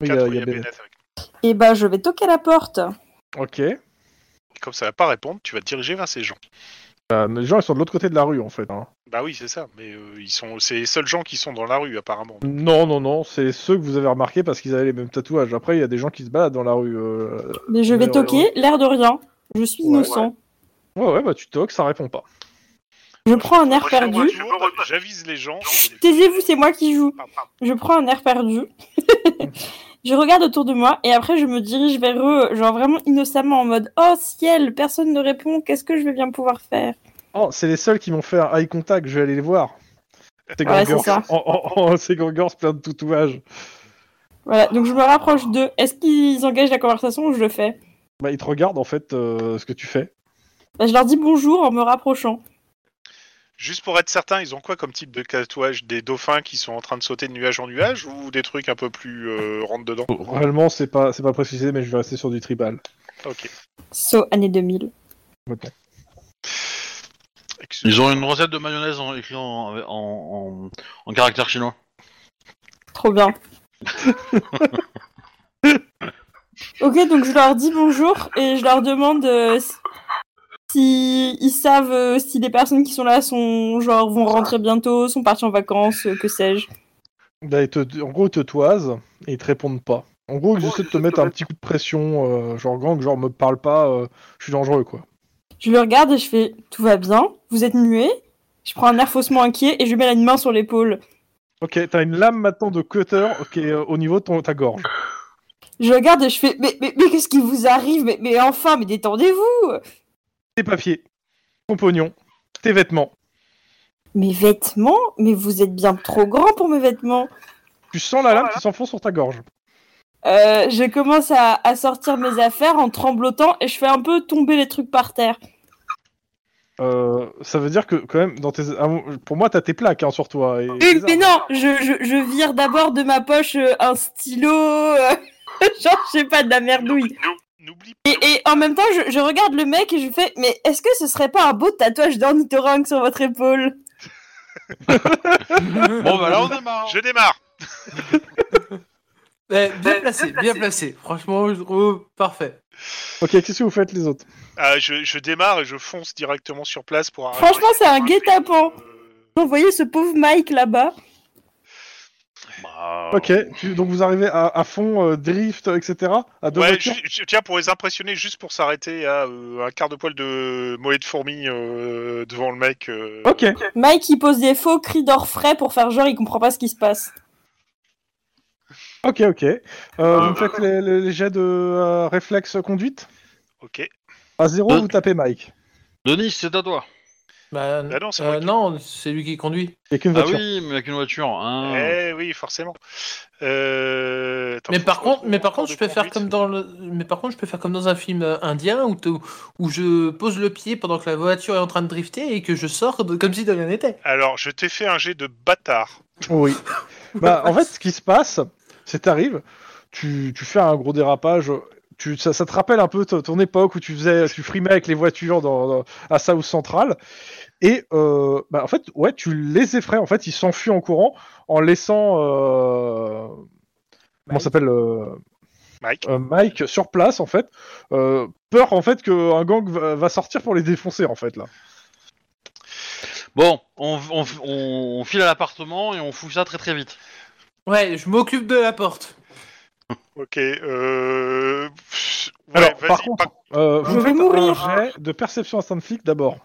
Oui, euh,
Quatre, il y a
Bennett.
Bennett avec.
Et bah, je vais toquer à la porte.
Ok.
Comme ça va pas répondre, tu vas te diriger vers ces gens.
Euh, les gens, ils sont de l'autre côté de la rue, en fait. hein.
Bah oui, c'est ça, mais euh, ils sont, c'est les seuls gens qui sont dans la rue, apparemment.
Non, non, non, c'est ceux que vous avez remarqués parce qu'ils avaient les mêmes tatouages. Après, il y a des gens qui se baladent dans la rue. euh,
Mais je vais
Ouais,
toquer, l'air de rien. Je suis
Ouais,
innocent.
Ouais, ouais, bah tu toques, ça répond pas.
Je prends un air
Moi, je fais mon
perdu.
tour, J'avise les gens.
Taisez-vous, c'est moi qui joue.
Pam, pam.
Je prends un air perdu. je regarde autour de moi et après je me dirige vers eux, genre vraiment innocemment en mode Oh ciel, personne ne répond, qu'est-ce que je vais bien pouvoir faire
Oh, c'est les seuls qui m'ont fait un eye contact, je vais aller les voir. C'est
Ouais,
Gangers.
c'est ça.
Oh, oh, oh, c'est Gangers plein de tatouages.
Voilà, donc je me rapproche d'eux. Est-ce qu'ils engagent la conversation ou je le fais
Bah, ils te regardent en fait euh, ce que tu fais.
Bah, Je leur dis bonjour en me rapprochant.
Juste pour être certain, ils ont quoi comme type de tatouage Des dauphins qui sont en train de sauter de nuage en nuage ou des trucs un peu plus euh, rentre dedans
Réellement, c'est pas, c'est pas précisé, mais je vais rester sur du tribal.
Ok.
So, année 2000.
Excuse-
Ils ont une recette de mayonnaise en, écrit en, en, en, en caractère chinois.
Trop bien. ok, donc je leur dis bonjour et je leur demande euh, si- si ils savent euh, si les personnes qui sont là sont genre vont rentrer bientôt, sont parties en vacances, euh, que sais-je.
Là, Bah, ils te- en gros, ils te toisent et ils te répondent pas. En gros, ils essaient de te mettre un petit coup de pression, euh, genre gang, genre me parle pas, euh, je suis dangereux quoi.
Je le regarde et je fais tout va bien, vous êtes muet. Je prends un air faussement inquiet et je lui mets une main sur l'épaule.
Ok, t'as une lame maintenant de cutter qui est euh, au niveau de ton, ta gorge.
Je le regarde et je fais mais, mais, mais qu'est-ce qui vous arrive mais, mais enfin, mais détendez-vous
Tes papiers, ton pognon, tes vêtements.
Mes vêtements Mais vous êtes bien trop grand pour mes vêtements
Tu sens la lame qui s'enfonce sur ta gorge.
Euh, je commence à, à sortir mes affaires en tremblotant et je fais un peu tomber les trucs par terre.
Euh, ça veut dire que quand même, dans tes... ah, pour moi, t'as tes plaques hein, sur toi. Et...
Mais non, je, je- je vire d'abord de ma poche euh, un stylo, euh, genre je sais pas, de la merdouille.
N'oublie
Et, et en même temps, je, je regarde le mec et je fais Mais est-ce que ce serait pas un beau tatouage d'ornithorynque sur votre épaule
Bon bah là on démarre.
Je démarre
Eh, bien placé, bien placé. Franchement, je trouve parfait.
Ok, qu'est-ce que vous faites les autres
Ah, je, je démarre et je fonce directement sur place pour arriver.
Franchement, c'est un guet-apens. Vous voyez ce pauvre Mike là-bas
Bah,
Ok, tu- donc vous arrivez à, à fond, euh, drift, etc. À deux
Euh, Ouais,
voitures.
ju- ju- tiens, pour les impressionner, juste pour s'arrêter à euh, un quart de poil de mollet de fourmi euh, devant le mec. euh,
Ok,
Mike il pose des faux cris d'orfraie pour faire genre il comprend pas ce qui se passe.
ok, ok. Euh, vous me faites les, les- les jets de euh, réflexe conduite
Ok.
À zéro,
Deux.
vous tapez Mike.
Denis, c'est à toi.
Bah,
Bah non, c'est
euh,
moi qui-
non, c'est lui qui conduit.
Il n'y a qu'une
Ah
voiture.
oui, mais avec une voiture.
Hmm.
Hein.
Eh oui, forcément. Euh, attends,
Mais
faut
par
que
contre,
retrouve
mais par
encore
contre,
de
je peux faire
conduite.
comme dans le, mais par contre, je peux faire comme dans un film euh, indien où, te- où je pose le pied pendant que la voiture est en train de drifter et que je sors de- comme si de rien n'était.
Alors, je t'ai fait un jet de bâtard.
Oui. bah, en fait, ce qui se passe, c'est t'arrives, tu, tu fais un gros dérapage. Tu, ça, ça te rappelle un peu ton, ton époque où tu faisais, tu frimais avec les voitures dans, dans- à South Central. Et euh, bah, en fait, ouais, tu les effraies. En fait, ils s'enfuient en courant en laissant. Euh, comment
Mike.
s'appelle euh,
Mike.
euh, Mike sur place en fait, euh, peur en fait qu'un gang va, va sortir pour les défoncer en fait là.
Bon, on, on- on- on file à l'appartement et on fout ça très très vite.
Ouais, je m'occupe de la porte.
Ok. Euh... pff, ouais,
Alors,
vas-y,
par contre, euh, vous
Je vais
faites
mourir.
un jet de perception instant flic d'abord.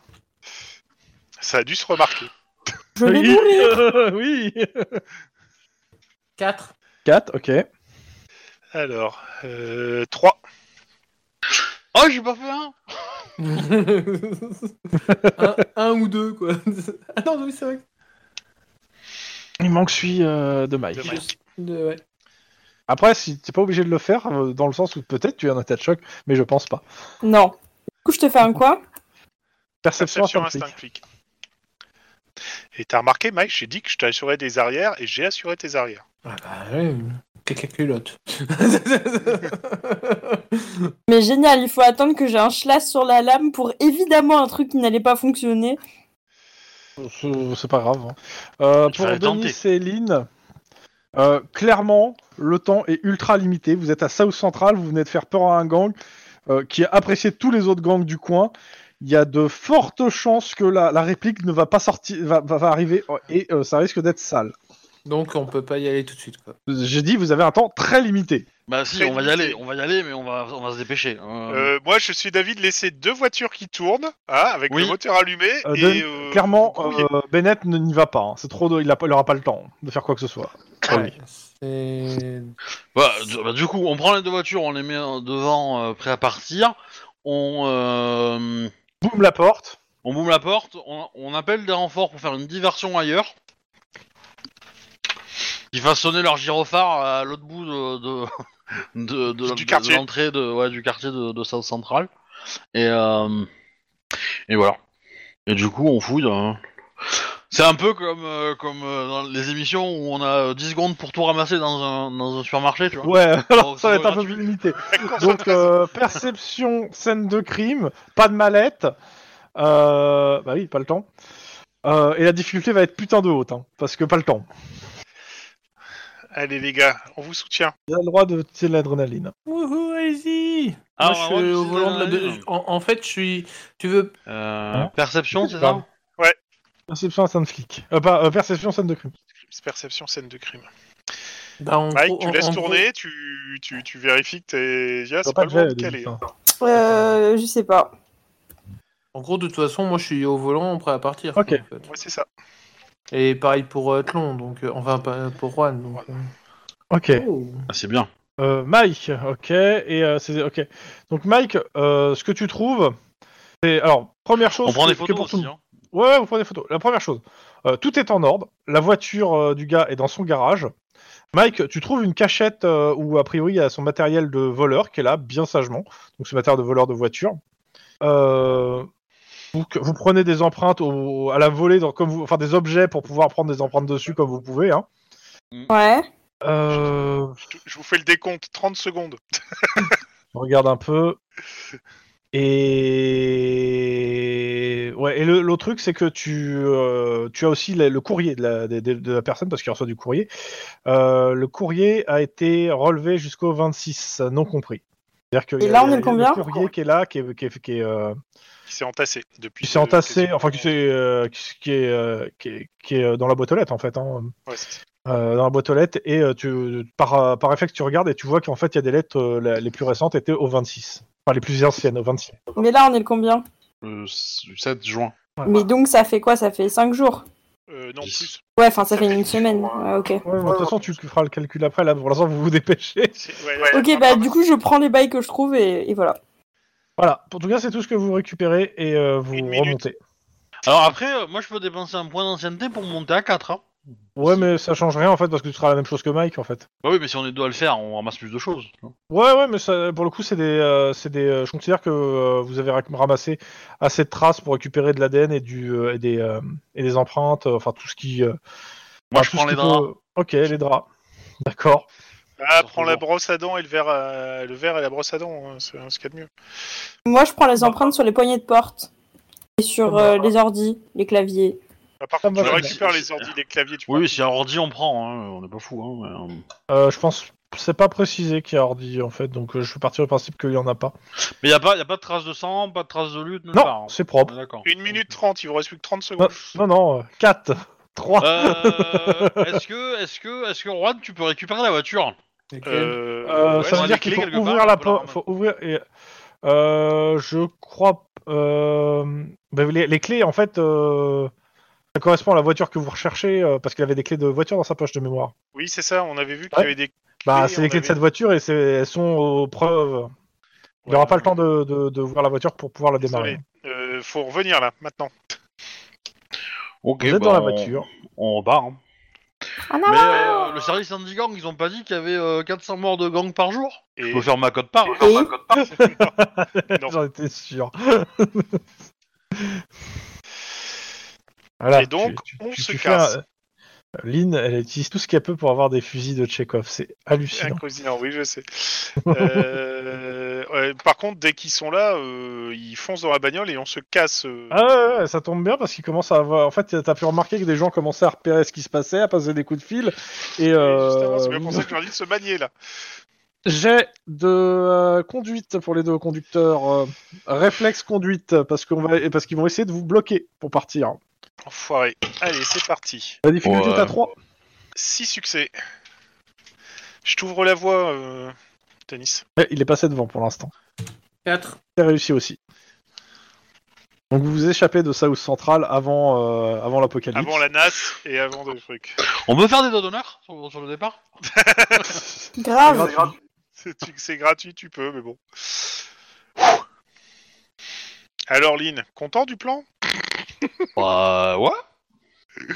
Ça a dû se remarquer.
Euh,
Je vais mourir.
oui.
4.
4, ok.
Alors, euh, 3.
Oh, j'ai pas fait un
un, un ou deux, quoi. Ah non, oui, c'est vrai.
Il manque celui euh, de Mike.
De Mike.
De- ouais.
Après, si t'es pas obligé de le faire, euh, dans le sens où peut-être tu as un état de choc, mais je pense pas.
Non. Du coup, je te fais un quoi
Perception,
Perception
instant
instinct
flic.
flic. Et t'as remarqué, Mike, j'ai dit que je t'assurais des arrières et j'ai assuré tes arrières.
Ah bah oui, caca culotte.
Mais génial, il faut attendre que j'ai un schlass sur la lame pour évidemment un truc qui n'allait pas fonctionner.
C'est- C'est pas grave. hein. Euh,
Il
pour
fallait
Denis et Lynn, euh, clairement, le temps est ultra limité. Vous êtes à South Central, vous venez de faire peur à un gang euh, qui a apprécié tous les autres gangs du coin. Il y a de fortes chances que la, la réplique ne va pas sortir, va, va- va arriver euh, et euh, ça risque d'être sale.
Donc on peut pas y aller tout de suite, quoi.
J'ai dit, vous avez un temps très limité.
Bah si,
Très
on va y
limité.
aller, on va y aller, mais on va, on va se dépêcher. Euh,
Euh, moi, je suis d'avis de laisser deux voitures qui tournent, hein, avec
Oui.
le moteur allumé.
Euh,
et,
Denis,
euh,
Clairement,
vous courriez.
euh, Bennett ne- n'y va pas. hein. C'est trop, de- il n'aura pas le temps de faire quoi que ce soit. Pour lui.
Ouais, c'est-
bah, d- bah, du coup, on prend les deux voitures, on les met euh, devant, euh, prêts à partir. On, euh,
Boum la porte.
on boume la porte, on, on appelle des renforts pour faire une diversion ailleurs. Ils fassent sonner leur gyrophare à l'autre bout de, de, de- de- de-
Du
de
quartier.
l'entrée de, ouais, du quartier de, de South Central. Et, euh, et voilà. Et du coup, on fouille. hein. C'est un peu comme, euh, comme euh, dans les émissions où on a euh, 10 secondes pour tout ramasser dans un, dans un supermarché, tu vois.
Ouais,
Alors,
ça va
c'est
être un peu
gratuit.
plus limité.
La course aux
Donc, euh, perception, scène de crime, pas de mallette. Euh, bah oui, pas le temps. Euh, et la difficulté va être putain de haute, hein, parce que pas le temps.
Allez les gars, on vous soutient.
Vous avez le droit de tirer de l'adrénaline.
Wouhou, allez-y
Ah,
Moi,
ouais,
je suis
ouais,
au
c'est
volant de la
dans la
deux-
ligne.
En, en fait, je suis... Tu veux...
Euh,
Hein
perception, c'est ça
Pardon. Perception, scène de flic. Euh, pas, euh, perception, scène de crime.
Perception, scène de crime.
Bah, en
Mike,
gros-
tu
en-
laisses
en gros-
tourner, tu, tu, tu vérifies que t'es. Yeah,
Ça
c'est
de
pas, le
jet,
moment de caler.
Denis,
hein.
hein.
Euh, je sais pas.
En gros, de toute façon, moi, je suis au volant, prêt à partir.
Ok.
quoi, en fait.
Ouais, c'est ça.
Et pareil pour euh, Tlon, donc... euh, enfin, pas- pour Juan, donc... euh.
Ok.
Oh.
Ah, C'est bien.
Euh, Mike, ok. Et euh, c'est ok. Donc Mike, euh, ce que tu trouves, c'est alors première chose.
On prend
que-
des
que
photos
pour tout-
aussi. Hein.
Ouais, ouais, vous prenez des photos. La première chose, euh, tout est en ordre. La voiture euh, du gars est dans son garage. Mike, tu trouves une cachette euh, où, a priori, il y a son matériel de voleur qui est là, bien sagement. Donc, ce matériel de voleur de voiture. Euh, vous, vous prenez des empreintes au- à la volée, dans- comme vous, enfin des objets pour pouvoir prendre des empreintes dessus comme vous pouvez. Hein.
Ouais.
Euh,
Je- Je vous fais le décompte, 30 secondes.
Je regarde un peu. Et ouais, et le- l'autre truc, c'est que tu, euh, tu as aussi la- le courrier de la, des- des- de la personne parce qu'il reçoit du courrier. Euh, le courrier a été relevé jusqu'au 26, non compris. C'est-à-dire que
Et là, on est
le
combien
courrier qui est là, qui est, qui est- qui est, euh,
Qui s'est entassé depuis.
qui s'est
euh,
entassé,
quasiment-
enfin qui, s'est, euh, qui, qui est, euh, qui est- qui est, euh, dans la boîte aux lettres en fait. hein
Ouais, c'est ça.
euh, dans la boîte aux lettres et euh, tu, par, euh, par effet que tu regardes et tu vois qu'en fait il y a des lettres euh, la- les plus récentes étaient au 26. Enfin les plus anciennes au 26.
Mais là, on est le combien
Le 7 juin.
Mais donc, ça fait quoi Ça fait 5 jours.
Euh, non,
Dix.
plus.
Ouais, enfin, ça fait une semaine. Ouais, ok.
Ouais, de toute façon tu feras le calcul après là pour l'instant vous vous dépêchez.
C'est- ouais, ouais,
Ok,
non,
bah
non,
du coup, je prends les bails que je trouve et, et voilà.
Voilà, en tout cas c'est tout ce que vous récupérez et euh, vous
Une minute.
remontez.
Alors après, euh, moi je peux dépenser un point d'ancienneté pour monter à 4. Hein.
Ouais mais ça change rien en fait parce que tu seras la même chose que Mike en fait.
Bah oui, mais si on est deux à le faire, on ramasse plus de choses. hein.
Ouais ouais mais ça, pour le coup c'est des, euh, c'est des euh, je considère que euh, vous avez rac- ramassé assez de traces pour récupérer de l'ADN et, du, euh, et, des, euh, et des empreintes, euh, enfin tout ce qui... euh,
Moi
enfin,
je
tout
prends
ce
les
qui
draps.
peut- Ok les draps. D'accord.
Ah, prends la brosse à dents et le verre, à- le verre et la brosse à dents, hein, c'est ce qu'il y a de mieux.
Moi, je prends les empreintes sur les poignées de porte et sur euh, les ordis, les claviers.
Ah, par
Ça
contre,
me
tu
va.
récupères les ordi, les claviers, tu
Oui,
vois.
oui, si un ordi on prend, hein, on n'est pas fou. Hein, mais, euh,
Euh, je pense c'est pas précisé qu'il y a ordi en fait, donc euh, je suis parti au principe qu'il y en a pas.
Mais y a pas, y a pas de traces de sang, pas de traces de lutte, nulle
Non,
part, hein.
c'est propre.
Ah, D'accord.
Une minute trente, il vous reste plus que 30
Non,
secondes.
non, non, euh, 4, 3.
Euh, est-ce que, est-ce que, est-ce que Juan, tu peux récupérer la voiture
Euh,
Euh,
ouais,
ça
on
veut
a
dire
des
qu'il
clés
faut
quelque
ouvrir
part,
la
on peut la
porte.
ramener.
Faut ouvrir et euh, je crois euh, ben, les, les clés en fait euh, ça correspond à la voiture que vous recherchez euh, parce qu'il avait des clés de voiture dans sa poche de mémoire.
Oui, c'est ça, on avait vu qu'il y
Ouais.
avait des.
Bah
Clés,
c'est
on
les clés de
avait-
cette voiture et c'est- elles sont aux preuves. Il n'aura
Ouais.
pas le temps de, de, de ouvrir la voiture pour pouvoir la démarrer.
Désolé. Euh, faut revenir là, maintenant.
Ok,
Vous êtes
bah,
dans la
on-
voiture.
On repart. hein.
Ah non,
Mais euh, le service anti-gang, ils ont pas dit qu'il y avait euh, 400 morts de gang par jour
Et
Je peux faire ma cote part. hein.
Et
Non.
J'en étais sûr. Voilà,
Et donc, on se
fais euh,
casse.
un- Lynn, elle utilise tout ce qu'elle peut pour avoir des fusils de Chekhov. C'est hallucinant.
Incroyable, oui, je sais. Euh, ouais, par contre, dès qu'ils sont là, euh, ils foncent dans la bagnole et on se casse. euh.
Ah ouais, ouais, ça tombe bien parce qu'il commence à avoir. En fait, t'as pu remarquer que des gens commençaient à repérer ce qui se passait, à passer des coups de fil. Et.
Et Justement, c'est
Euh...
bien pour ça que je leur dis de se manier là.
J'ai de euh, conduite pour les deux conducteurs. euh, réflexe conduite parce qu'on va parce qu'ils vont essayer de vous bloquer pour partir.
Enfoiré. Allez, c'est parti.
La difficulté
Ouais.
est à 3.
Six succès. Je t'ouvre la voie, euh, Denis.
Eh, Il est passé devant pour l'instant.
4.
C'est réussi aussi. Donc vous vous échappez de South Central avant, euh, avant l'apocalypse.
Avant la NAS et avant des trucs.
On peut faire des doigts d'honneur sur, sur le départ
grave.
C'est c'est gratuit, tu peux, mais bon. Alors, Lynn, content du plan
Bah ouais.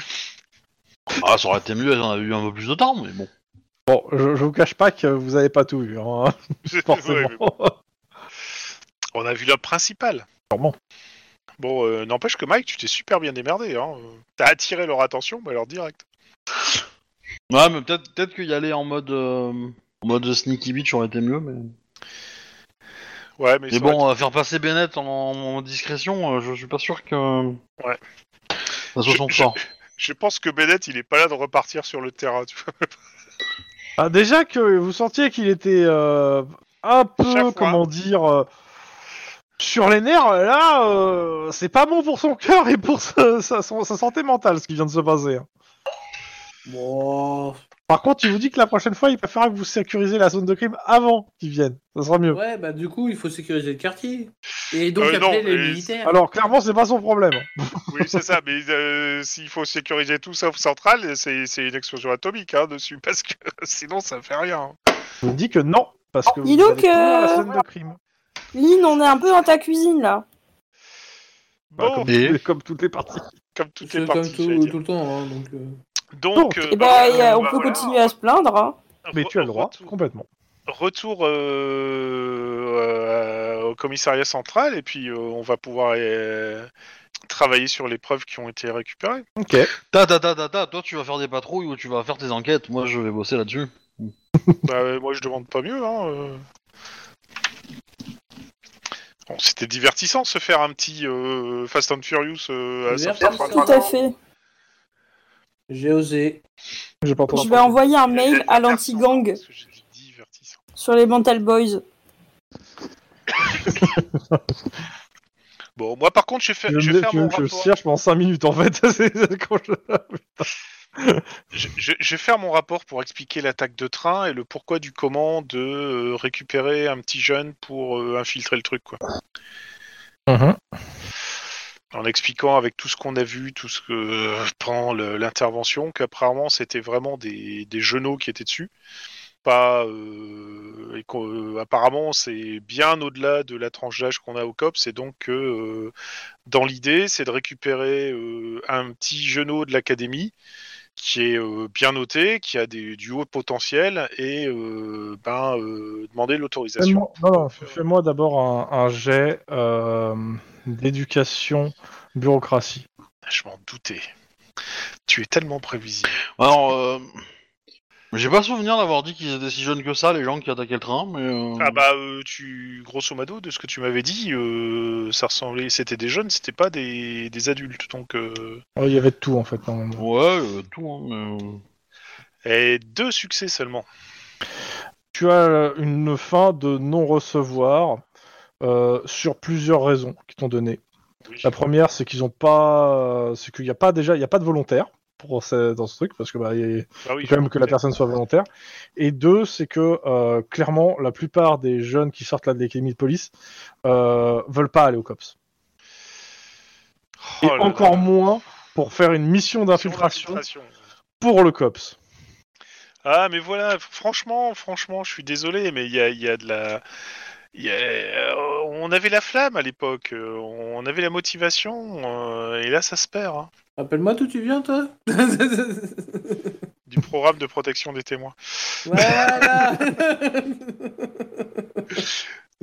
Ah, ça aurait été mieux, on avait eu un peu plus de temps, mais bon.
Bon, je, je vous cache pas que vous avez pas tout vu, hein,
Ouais,
forcément.
mais bon. On a vu la principale.
Sûrement.
Bon, euh, n'empêche que Mike, tu t'es super bien démerdé. Hein. T'as attiré leur attention, mais alors direct.
Ouais, mais peut-être peut-être qu'y aller en mode euh, en mode sneaky bitch aurait été mieux, mais.
Ouais, mais,
Mais
ça aurait
bon, euh, faire passer Bennett en, en discrétion, euh, je suis pas sûr que.
Ouais.
Ça soit son
Je-
fort.
été- Je pense que Bennett, il est pas là de repartir sur le terrain. Tu vois.
Ah, déjà que vous sentiez qu'il était euh, un peu,
Chaque fois.
comment dire, euh, sur les nerfs, là, euh, c'est pas bon pour son cœur et pour sa, sa- son- sa santé mentale ce qui vient de se passer. hein.
Bon.
Par contre, il vous dit que la prochaine fois, il préférera que vous sécurisez la zone de crime avant qu'ils viennent. Ça sera mieux.
Ouais, bah du coup, il faut sécuriser le quartier. Et donc
Euh,
appeler
non,
les
mais-
militaires.
Alors, clairement, c'est pas son problème. hein.
oui, c'est ça. Mais euh, s'il faut sécuriser tout sauf central, c'est c'est une explosion atomique hein, dessus, parce que sinon ça fait rien.
Je vous dis que non, parce que vous
dis donc,
allez couvrir la
euh,
scène de crime.
Lynn, on est un peu dans ta cuisine là.
Bah, comme,
Bon, comme,
Et-
toutes les- comme toutes les parties.
Ah, toutes
C'est
les
comme
parties. j'allais
tout,
dire.
tout le temps. hein, donc, euh.
Donc, euh,
Et
bah,
bah, y a-
euh,
on
bah,
peut
voilà.
continuer à se plaindre. hein.
Mais tu as le droit,
Retour-
complètement.
retour euh, euh, au commissariat central et puis euh, on va pouvoir euh, travailler sur les preuves qui ont été récupérées.
Ok.
Ta ta ta ta ta, toi tu vas faire des patrouilles ou tu vas faire tes enquêtes, moi je vais bosser là-dessus.
bah, euh, moi, je demande pas mieux. Hein, euh. Bon, c'était divertissant de se faire un petit euh, Fast and Furious euh, à
Divertissant.
San Francisco.
Tout à fait.
J'ai osé.
J'ai pas
Je vais envoyer un mail à l'anti-gang
Parce que j'ai dit divertissant.
sur les Mental Boys.
Bon, moi par contre, je vais faire, je vais faire
tu veux
mon
que je
rapport.
cherche pendant 5 minutes en fait. C'est quand je-
Je, je- je vais faire mon rapport pour expliquer l'attaque de train et le pourquoi du comment de euh, récupérer un petit jeune pour euh, infiltrer le truc, quoi. En expliquant avec tout ce qu'on a vu, tout ce que euh, pendant le- l'intervention, qu'apparemment c'était vraiment des, des genoux qui étaient dessus. Pas, euh, et qu'au- euh, apparemment c'est bien au-delà de la tranche d'âge qu'on a au COP, c'est donc que euh, dans l'idée c'est de récupérer euh, un petit genou de l'académie qui est euh, bien noté, qui a des, du haut potentiel et euh, ben, euh, demander l'autorisation.
Fais-moi- non, non,
Euh,
fais-moi d'abord un, un jet euh, d'éducation bureaucratie.
Je m'en doutais. Tu es tellement prévisible.
Alors, euh, j'ai pas souvenir d'avoir dit qu'ils étaient si jeunes que ça, les gens qui attaquaient le train, mais. euh,
Mmh.
Ah bah euh, tu grosso modo de ce que tu m'avais dit, euh, ça ressemblait, c'était des jeunes, c'était pas des, des adultes donc. euh,
Oh, il y avait de tout en fait. normalement.
Ouais, euh, tout, hein, mais, euh,
Et deux succès seulement.
tu as une fin de non-recevoir euh, sur plusieurs raisons qui t'ont donné.
Oui.
La première, c'est qu'ils ont pas, euh, c'est qu'il n'y a pas déjà, il n'y a pas de volontaire pour ce- dans ce truc parce que bah, il y a-
Ah oui,
faut quand même que la personne soit volontaire. Et deux, c'est que euh, clairement, la plupart des jeunes qui sortent là de l'académie de police euh, veulent pas aller au cops.
Oh
Et
là là.
encore moins pour faire une mission d'infiltration pour le cops.
Ah, mais voilà, f- franchement, franchement, je suis désolé, mais il y a, il y a de la. il y a- euh, On avait la flamme à l'époque, euh, on avait la motivation, euh, et là ça se perd. hein,
Rappelle-moi d'où tu viens, toi
du programme de protection des témoins.
Voilà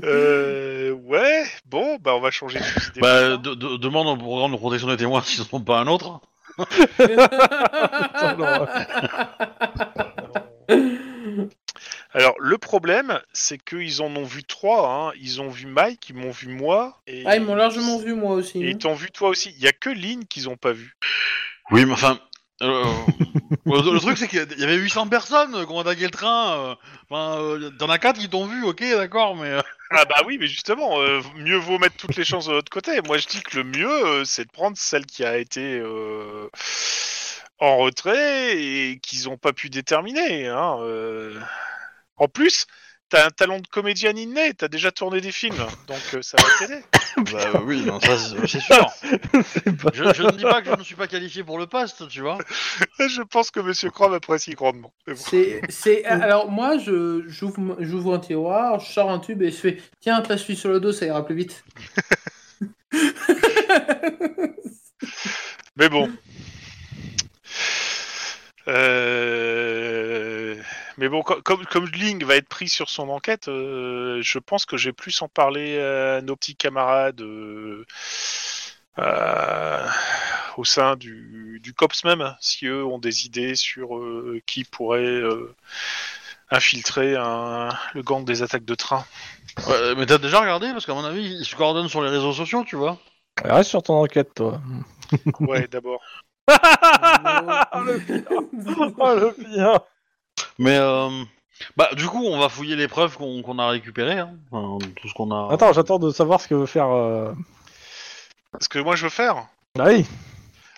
Euh, ouais, bon, bah on va changer de Hein. fusil
Bah,
d'épaule.
de- de- demande au programme de protection des témoins s'ils n'en ont pas un autre.
Alors, le problème, c'est qu'ils en ont vu trois. hein. Ils ont vu Mike, ils m'ont vu moi. Et
Ah, ils m'ont largement vu, moi aussi. hein.
Et ils t'ont vu toi aussi. Il y a que Lynn qu'ils ont pas vu.
Oui, mais enfin. euh, le, le truc, c'est qu'il y a- il y avait 800 personnes euh, qui ont attaqué le train. euh, Enfin, euh, t'en as 4 qui t'ont vu, ok, d'accord, mais. euh,
Ah bah oui, mais justement, euh, mieux vaut mettre toutes les chances de l'autre côté. Moi, je dis que le mieux, euh, c'est de prendre celle qui a été euh, en retrait et qu'ils ont pas pu déterminer. hein, euh. En plus, t'as un talent de comédienne inné, t'as déjà tourné des films, donc euh, ça va t'aider.
bah, euh, oui, non, ça, c'est c'est sûr.
C'est pas-
Je, je ne dis pas que je ne suis pas qualifié pour le poste, tu vois.
je pense que Monsieur Crom apprécie grandement. Mais bon.
C'est, c'est, euh, alors moi, je, j'ouvre, j'ouvre un tiroir, je sors un tube et je fais Tiens, passe celui sur le dos, ça ira plus vite.
Mais bon. Euh, Mais bon, co- comme, comme Ling va être pris sur son enquête, euh, je pense que j'ai plus en parler à nos petits camarades euh, euh, au sein du, du COPS même, hein, si eux ont des idées sur euh, qui pourrait euh, infiltrer un- le gang des attaques de train.
Ouais, euh, mais t'as déjà regardé, parce qu'à mon avis, ils se coordonnent sur les réseaux sociaux, tu vois.
Reste sur ton enquête, toi.
Ouais, d'abord.
Oh le bien.
Mais. euh, Bah, du coup, on va fouiller les preuves qu'on qu'on a récupérées, hein. Enfin, tout ce qu'on a.
Attends, j'attends de savoir ce que veut faire. euh,
Ce que moi je veux faire,
Ah oui.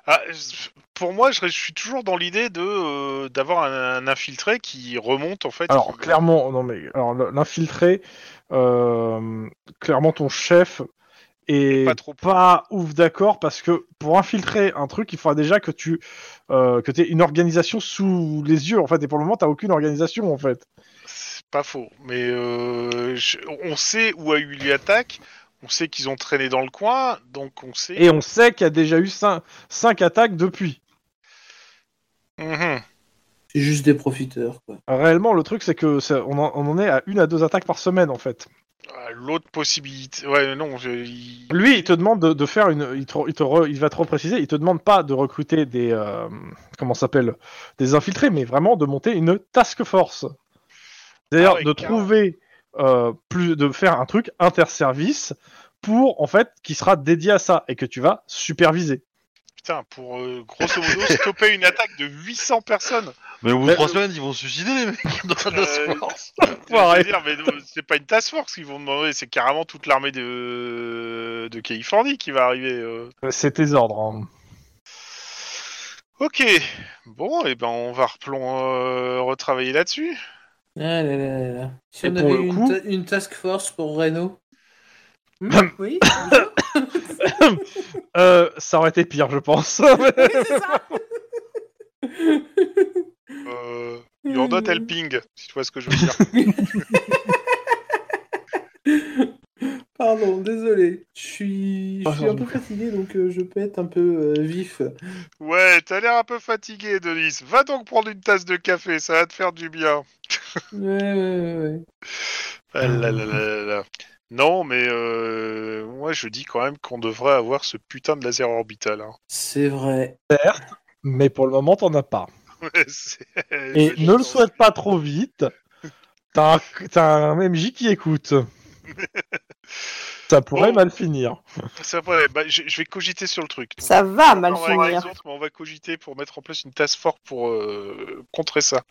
Ah, je- pour moi, je, je suis toujours dans l'idée de euh, d'avoir un, un infiltré qui remonte en fait. euh,
Alors
qui-
clairement, non mais alors l- l'infiltré, euh, clairement ton chef est
pas trop.
pas ouf d'accord parce que pour infiltrer un truc, il faudra déjà que tu euh, que t'aies une organisation sous les yeux en fait. Et pour le moment, t'as aucune organisation en fait.
C'est pas faux, mais euh, je- on sait où a eu lieu l'attaque. On sait qu'ils ont traîné dans le coin, donc on sait.
Et on sait qu'il y a déjà eu cin- cinq attaques depuis.
Mhm.
C'est juste des profiteurs, quoi.
Réellement, le truc c'est que ça- on, en, on en est à une à deux attaques par semaine en fait.
Ah, L'autre possibilité. Ouais, non. je- il-
Lui, il te demande de, de faire une. Il, te, il, te re- il va trop préciser. Il te demande pas de recruter des euh, comment ça s'appelle des infiltrés, mais vraiment de monter une task force. D'ailleurs,
Ah ouais,
de
carrément.
trouver euh, plus, de faire un truc interservice pour en fait qui sera dédié à ça et que tu vas superviser.
Putain, pour euh, grosso modo stopper une attaque de 800 personnes.
Mais au bout de
Mais-
3 semaines, ils vont se suicider, les mecs, dans la task
Euh,
force.
Je veux
Enfoiré.
dire, mais non, c'est pas une task force qu'ils vont demander, c'est carrément toute l'armée de de Californie qui va arriver. euh.
Euh, C'est tes ordres. hein.
Ok, bon, et ben on va replon- euh, retravailler là-dessus.
Ah là là là là. Si
Et
on
pour
avait
le
une,
coup-
ta- une task force pour Renault. Hmm oui,
Euh, ça aurait été pire, je pense.
c'est ça.
Euh, you're not
Hmm.
helping, si tu vois ce que je veux dire.
Pardon, désolé. Je suis, je suis un peu fatigué, donc euh, je peux être un peu euh, vif.
ouais, t'as l'air un peu fatigué, Denis. Va donc prendre une tasse de café, ça va te faire du bien.
Ouais, ouais, ouais, ouais.
Ah là là là là là. Non, mais euh, moi je dis quand même qu'on devrait avoir ce putain de laser orbital. hein.
C'est vrai.
mais pour le moment, t'en as pas.
C'est-
Et
c'est-
ne le souhaite pas trop vite. T'as un, t'as un MJ qui écoute. Ça pourrait
Bon.
mal finir.
Ça va, bah, je je vais cogiter sur le truc.
Ça va mal
On va avec
finir.
les autres, mais on va cogiter pour mettre en place une task force pour euh, contrer ça.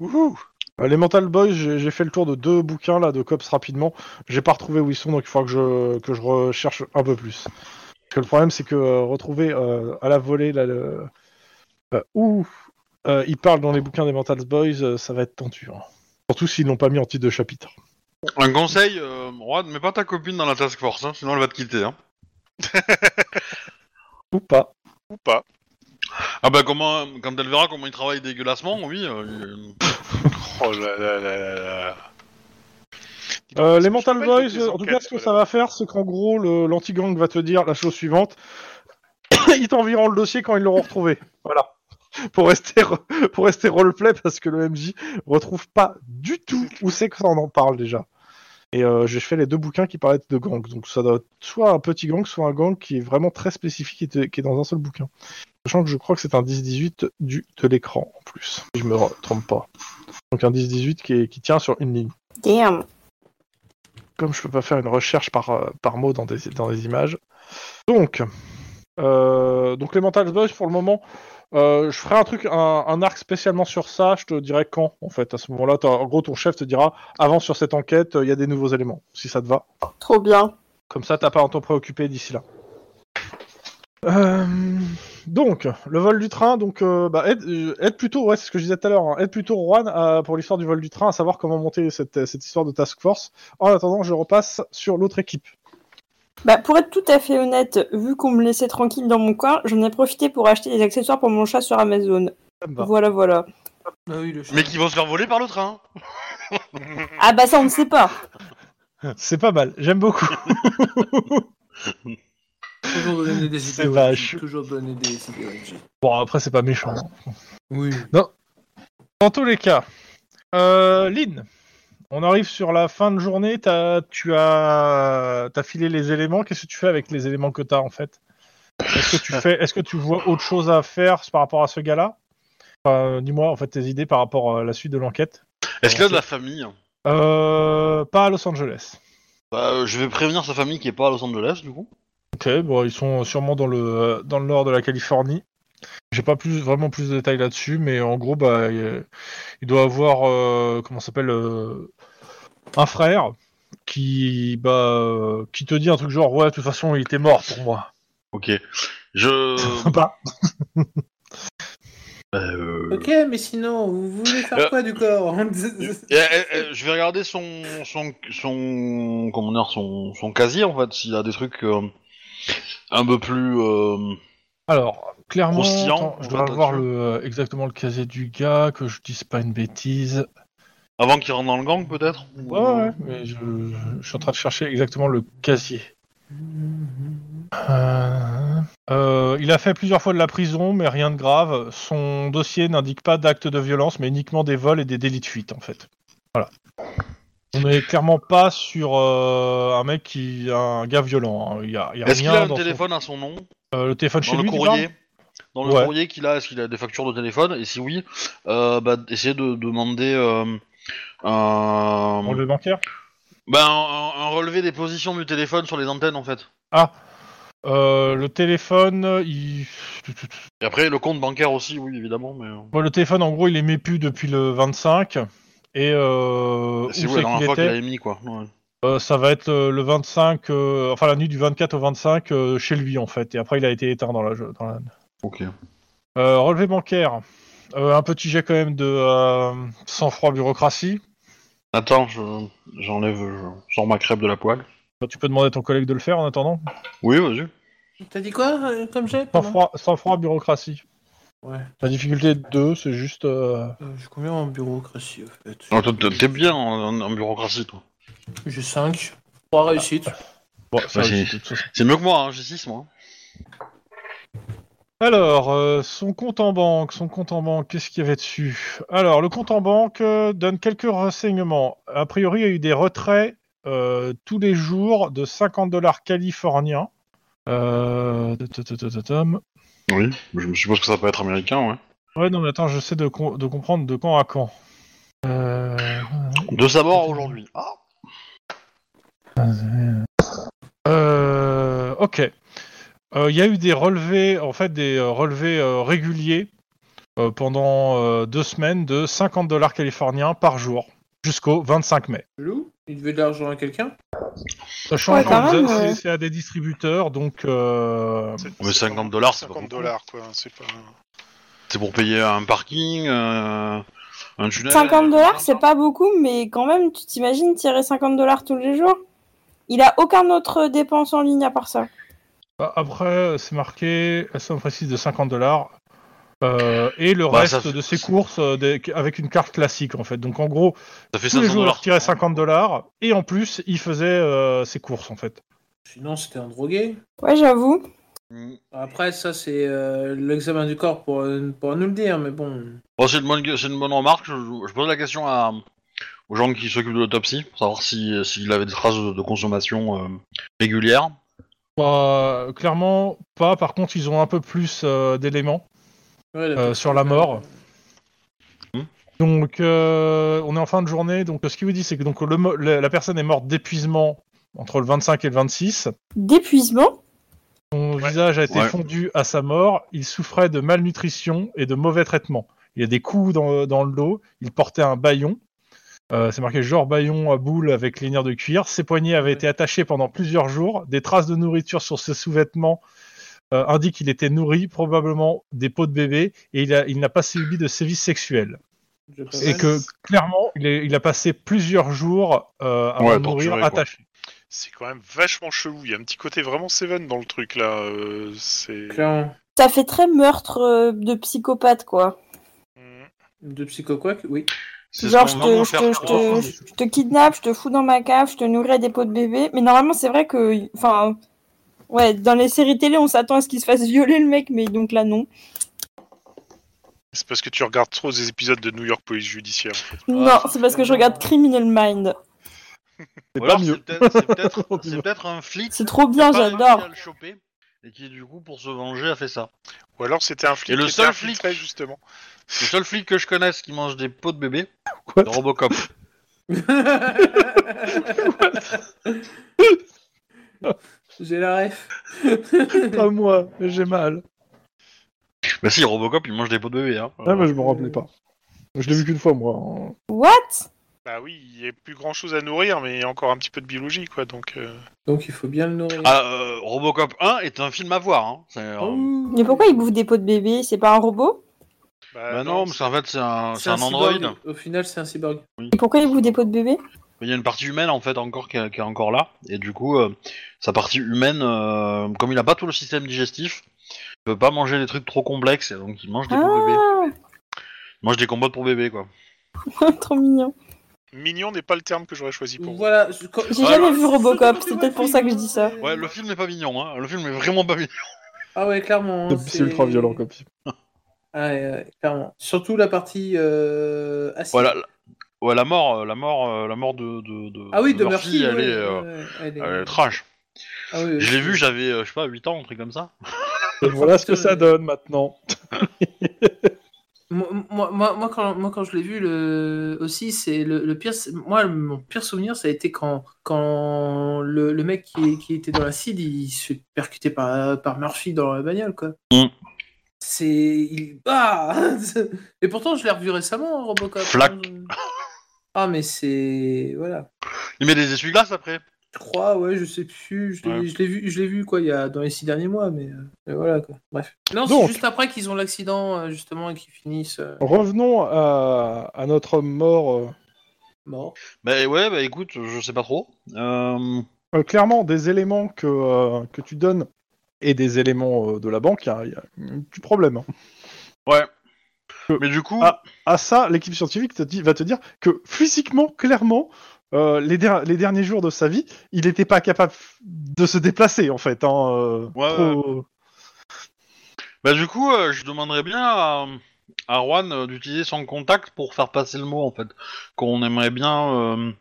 Wouhou
Euh, les Mental Boys, j'ai j'ai fait le tour de deux bouquins là de cops rapidement. J'ai pas retrouvé où ils sont, donc il faudra que je que je recherche un peu plus. Parce que le problème, c'est que euh, retrouver euh, à la volée là, le- euh, où euh, ils parlent dans les bouquins des Mental Boys, euh, ça va être tendu. hein. Surtout s'ils l'ont pas mis en titre de chapitre.
Un conseil, euh, Roi, ne mets pas ta copine dans la task force, hein, sinon elle va te quitter. Hein.
Ou pas.
Ou pas.
Ah bah comment, quand elle verra comment il travaille dégueulassement, oui. euh, il-
Oh là là là là là.
Euh, les
Je
Mental
fais pas de
Boys,
tes
en tout cas,
enquêtes, euh,
ce que
voilà.
ça va faire, c'est qu'en gros, le- l'anti-gang va te dire la chose suivante. ils t'enverront le dossier quand ils l'auront retrouvé. Voilà. Pour rester, re- pour rester roleplay, parce que le MJ retrouve pas du tout où c'est que ça on en parle déjà. Et euh, j'ai fait les deux bouquins qui parlaient de gang. Donc ça doit être soit un petit gang, soit un gang qui est vraiment très spécifique et te- qui est dans un seul bouquin. Sachant que je crois que c'est un 10-18 du- de l'écran en plus, si je me re- trompe pas. Donc un 10-18 qui, est- qui tient sur une ligne
Damn.
comme je peux pas faire une recherche par, euh, par mot dans des, dans des images. Donc, euh, donc les Mental Boys, pour le moment, euh, je ferai un truc, un, un arc spécialement sur ça, je te dirai quand, en fait. À ce moment-là, t'as- en gros, ton chef te dira, avance sur cette enquête, il y a des nouveaux éléments, si ça te va.
Trop bien.
Comme ça, t'as pas un temps préoccupé d'ici là. Euh, donc, le vol du train, donc, euh, bah, aide, euh, aide plutôt, ouais, c'est ce que je disais tout à l'heure, hein, aide plutôt Juan à- pour l'histoire du vol du train, à savoir comment monter cette, cette histoire de task force. En attendant, je repasse sur l'autre équipe.
Bah, pour être tout à fait honnête, vu qu'on me laissait tranquille dans mon coin, j'en ai profité pour acheter des accessoires pour mon chat sur Amazon.
Ça me va.
Voilà, voilà.
Ah oui, le chat.
Mais qui vont se faire voler par le train.
Ah bah ça, on ne sait pas.
C'est pas mal, j'aime beaucoup.
Toujours donner des
C'est
idées. aux
vache.
MJ, Toujours donner des idées. aux MJ.
Bon, après, c'est pas méchant.
Oui.
Dans tous les cas, euh, Lynn, on arrive sur la fin de journée, t'as- tu as, t'as filé les éléments, qu'est-ce que tu fais avec les éléments que tu as en fait Est-ce que, tu fais, est que tu vois autre chose à faire par rapport à ce gars-là Enfin, euh, Dis-moi en fait tes idées par rapport euh, à la suite de l'enquête.
Est-ce qu'il y a de la famille hein
Euh, pas à Los Angeles.
Bah, euh, je vais prévenir sa famille qui est pas à Los Angeles, du coup.
Ok, bon, ils sont sûrement dans le, dans le nord de la Californie. J'ai pas plus, vraiment plus de détails là-dessus, mais en gros, bah, il, il doit avoir, euh, comment ça s'appelle, euh, un frère qui, bah, euh, qui te dit un truc genre, ouais, de toute façon, il était mort pour moi.
Ok. Je.
Sympa.
Euh,
Ok, mais sinon, vous voulez faire
Euh.
quoi du corps
Et, et, et, je vais regarder son son son comment dire son son casier en fait s'il a des trucs euh, un peu plus euh,
Alors, clairement,
Croustillant,
attends,
on
je dois
va
avoir
là-dessus.
le, euh, exactement le casier du gars, que je dise pas une bêtise.
avant qu'il rentre dans le gang peut-être. ou-
Ouais, ouais, ouais, mais je, je suis en train de chercher exactement le casier. Euh, euh, il a fait plusieurs fois de la prison, mais rien de grave. Son dossier n'indique pas d'actes de violence, mais uniquement des vols et des délits de fuite, en fait. Voilà. On n'est clairement pas sur euh, un mec qui, un gars violent. hein. Il y a, il y a
Est-ce qu'il
rien
a un
dans son-
téléphone à son nom
Euh, le téléphone chez
dans le
lui. tu parles
courrier dans le
Ouais.
courrier qu'il a est-ce qu'il a des factures de téléphone et si oui euh, bah essayez de demander euh, un-
Pour le bancaire.
bah, un- un- un relevé des positions du téléphone sur les antennes en fait.
Euh, le téléphone, il...
Et après le compte bancaire aussi oui évidemment mais. euh,
bon, le téléphone, en gros, il est plus depuis le 25. Et euh, où
Ah, C'est
c'est
où la
qu'il
dernière fois qu'il
était
avait mis quoi. ouais.
Euh, ça va être euh, le 25, euh, enfin la nuit du 24 au 25 euh, chez lui en fait. Et après il a été éteint dans la. Dans la...
Ok.
Euh, relevé bancaire. Euh, un petit jet quand même de euh, sang-froid bureaucratie.
Attends, je- j'enlève, je sors ma crêpe de la poêle.
Bah, tu peux demander à ton collègue de le faire en attendant.
Oui, vas-y.
T'as dit quoi euh, comme j'ai
Sang-froid sang-froid bureaucratie.
Ouais.
La difficulté 2, c'est juste. euh,
Euh, je suis combien en bureaucratie, en fait
Non, toi, t'es t'es bien en, en- en bureaucratie, toi.
J'ai 5. 3 réussites.
Ah, bah. Bon, ça,
Vas-y.
c'est de toute façon.
C'est mieux que moi, hein, j'ai 6 moi.
Alors, euh, son compte en banque, son compte en banque, qu'est-ce qu'il y avait dessus Alors, le compte en banque euh, donne quelques renseignements. A priori, il y a eu des retraits euh, tous les jours de 50 dollars californiens. Euh, ta- ta- ta- ta- tam.
Oui, je suppose que ça peut être américain, ouais.
Ouais, non, mais attends, j'essaie de, com- de comprendre de quand à quand. Euh,
De sa mort à aujourd'hui. Ah
euh, ok. Euh, Il y a eu des relevés, en fait, des euh, relevés euh, réguliers euh, pendant euh, deux semaines de 50 dollars californiens par jour jusqu'au 25 mai.
Loup, il devait de l'argent à quelqu'un
Sachant
Ouais,
que
quand même,
c'est-
ouais.
c'est à des distributeurs, donc euh,
C'est-
Mais
c'est
50
pas-
dollars, c'est pas
50
beaucoup.
dollars, quoi. hein, C'est pas.
C'est pour payer un parking, euh, un tunnel.
50 dollars, c'est pas beaucoup, mais quand même, tu t'imagines tirer 50 dollars tous les jours Il a aucun autre dépense en ligne à part ça.
bah, après c'est marqué la somme précise de 50 dollars euh, et le
Bah, ça
reste
fait-
de ses courses euh, des- avec une carte classique en fait. Donc en gros,
Ça fait
tous
500
les jours il
dollars.
retirait 50 dollars et en plus il faisait euh, ses courses en fait.
Sinon, c'était un drogué.
Ouais, j'avoue.
Mm.
Après, ça, c'est euh, l'examen du corps pour, pour nous le dire, mais bon.
Bon, Oh, c'est une bonne, c'est une bonne remarque. Je, je pose la question à, aux gens qui s'occupent de l'autopsie, pour savoir si s'il avait des traces de, de consommation euh, régulière.
Bah, clairement pas. Par contre, ils ont un peu plus euh, d'éléments.
Ouais, la
Euh,
personne,
sur la mort.
Hmm.
Donc, euh, on est en fin de journée. Donc, ce qui vous dit, c'est que donc, le mo- la, la personne est morte d'épuisement entre le 25 et le 26.
D'épuisement
Son visage a été
Ouais.
fondu à sa mort. Il souffrait de malnutrition et de mauvais traitements. Il y a des coups dans, dans le dos. Il portait un baillon. Euh, c'est marqué genre baillon à boule avec linéaire de cuir. Ses poignets avaient été attachés pendant plusieurs jours. Des traces de nourriture sur ses sous-vêtements euh, indiquent qu'il était nourri, probablement des peaux de bébé, et il a- il n'a pas subi de sévices sexuels.
Je pense.
Et que clairement, il, est- il a passé plusieurs jours euh, à
Ouais,
mourir
torturé, quoi.
attaché.
C'est quand même vachement chelou. Il y a un petit côté vraiment Seven dans le truc là. euh, c'est.
Clairement.
Ça fait très meurtre euh, de psychopathe, quoi.
Mm.
De psychoquac, oui.
C'est ce
Genre,
qu'on
je
va vraiment
te, je,
faire
te, je,
croire.
te, je te kidnappe, je te fous dans ma cave, je te nourris à des pots de bébé. Mais normalement, c'est vrai que. Enfin. Ouais, dans les séries télé, on s'attend à ce qu'il se fasse violer le mec, mais donc là, non.
C'est parce que tu regardes trop des épisodes de New York Police Judiciaire. en
Ah,
fait.
non, c'est parce que je regarde Criminal Mind.
Ou alors,
pas mieux.
C'est peut-être- c'est peut-être c'est peut-être un flic.
C'est trop bien,
qui a pas réussi
j'adore.
à le choper Et qui du coup pour se venger a fait ça.
Ou alors c'était un flic.
Et le
qui était
seul
infiltré,
flic-
justement.
Le seul flic que je connaisse qui mange des pots de bébé,
Quoi
c'est Robocop.
J'ai la ref.
Pas moi, j'ai mal.
Bah si, Robocop, il mange des pots de bébé. Hein.
Ah, mais je me rappelais pas. Je l'ai vu qu'une fois, moi.
What
Bah oui, il n'y a plus grand chose à nourrir, mais il y a encore un petit peu de biologie quoi. Donc. euh,
Donc il faut bien le nourrir.
Ah, euh, Robocop 1 est un film à voir. Hein. C'est, euh,
Oh.
Mais pourquoi il bouffe des pots de bébé C'est pas un robot
Bah,
Bah non, mais c'est- en fait, c'est un, c'est un
cyborg.
android.
Au final, c'est un cyborg.
Et pourquoi il bouffe des pots de bébé
Il y a une partie humaine en fait encore qui, est- qui est encore là. Et du coup, euh, sa partie humaine, euh, comme il a pas tout le système digestif, il peut pas manger des trucs trop complexes. et Donc il mange des pots de bébé.
Ah,
Il mange des compotes pour bébé quoi.
trop mignon.
Mignon n'est pas le terme que j'aurais choisi pour vous.
Voilà. je- quand-
J'ai
Ah,
jamais
ouais.
vu Robocop, c'est peut-être pour ça que je dis ça.
Ouais, le film n'est pas mignon. Hein. Le film est vraiment pas mignon.
Ah ouais, clairement. hein,
C'est ultra violent, comme
Ah ouais, ouais, clairement. Surtout la partie euh, acide.
Voilà. La, ouais, la mort, euh, la mort, euh, la mort de, de, de-
Ah oui,
de
de
Murphy,
Murphy.
elle
ouais,
est, euh,
ouais, elle est-
elle est trash.
Ah oui, oui.
Je l'ai vu, j'avais, euh, je sais pas, 8 ans, un truc comme ça.
Voilà ce que ça donne maintenant.
Moi, moi, moi, moi, quand, moi, quand je l'ai vu le... aussi, c'est le, le pire. c'est- Moi, mon pire souvenir, ça a été quand, quand le, le mec qui, qui était dans l'acide, il se fait percuter par, par Murphy dans la bagnole, quoi.
Mm.
C'est. Il. Ah Et pourtant, je l'ai revu récemment, hein, Robocop.
Flac.
Ah, mais c'est. Voilà.
Il met des essuie-glaces après.
Je crois, ouais, je sais plus. Je l'ai
Ouais.
je l'ai vu, je l'ai vu quoi, il y a dans les six derniers mois, mais, euh, mais voilà quoi. Bref. Non, c'est
Donc.
juste après qu'ils ont l'accident euh, justement et qu'ils finissent euh,
Revenons à, à notre homme mort. euh.
morts.
Bah ouais, bah écoute, je sais pas trop. Euh,
Euh, clairement, des éléments que, euh, que tu donnes et des éléments euh, de la banque, il y a- il y, a du problème. hein.
ouais. Mais du coup,
Ah. À ça, l'équipe scientifique te dit- va te dire que physiquement, clairement, euh, les, der- les derniers jours de sa vie, il n'était pas capable de se déplacer, en fait. hein, euh,
Ouais,
trop-
bah du coup, euh, je demanderais bien à, à Juan euh, d'utiliser son contact pour faire passer le mot en fait, qu'on aimerait bien euh,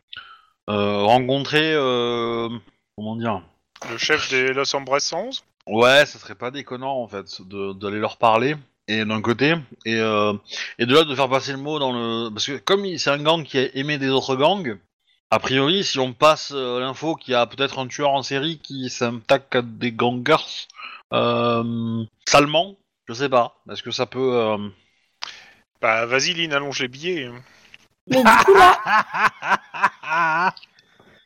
euh, rencontrer. euh, comment dire
Le chef des Los Embrassons.
Ouais, ça serait pas déconnant en fait de- d'aller leur parler et d'un côté et euh, et de là de faire passer le mot dans le parce que comme il- c'est un gang qui est aimé des autres gangs, a priori si on passe euh, l'info qu'il y a peut-être un tueur en série qui s'attaque à des gangers euh, salement, je sais pas, est-ce que ça peut euh,
Bah, vas-y, Lynn, allonge les billets. hein.
Mais du coup, là,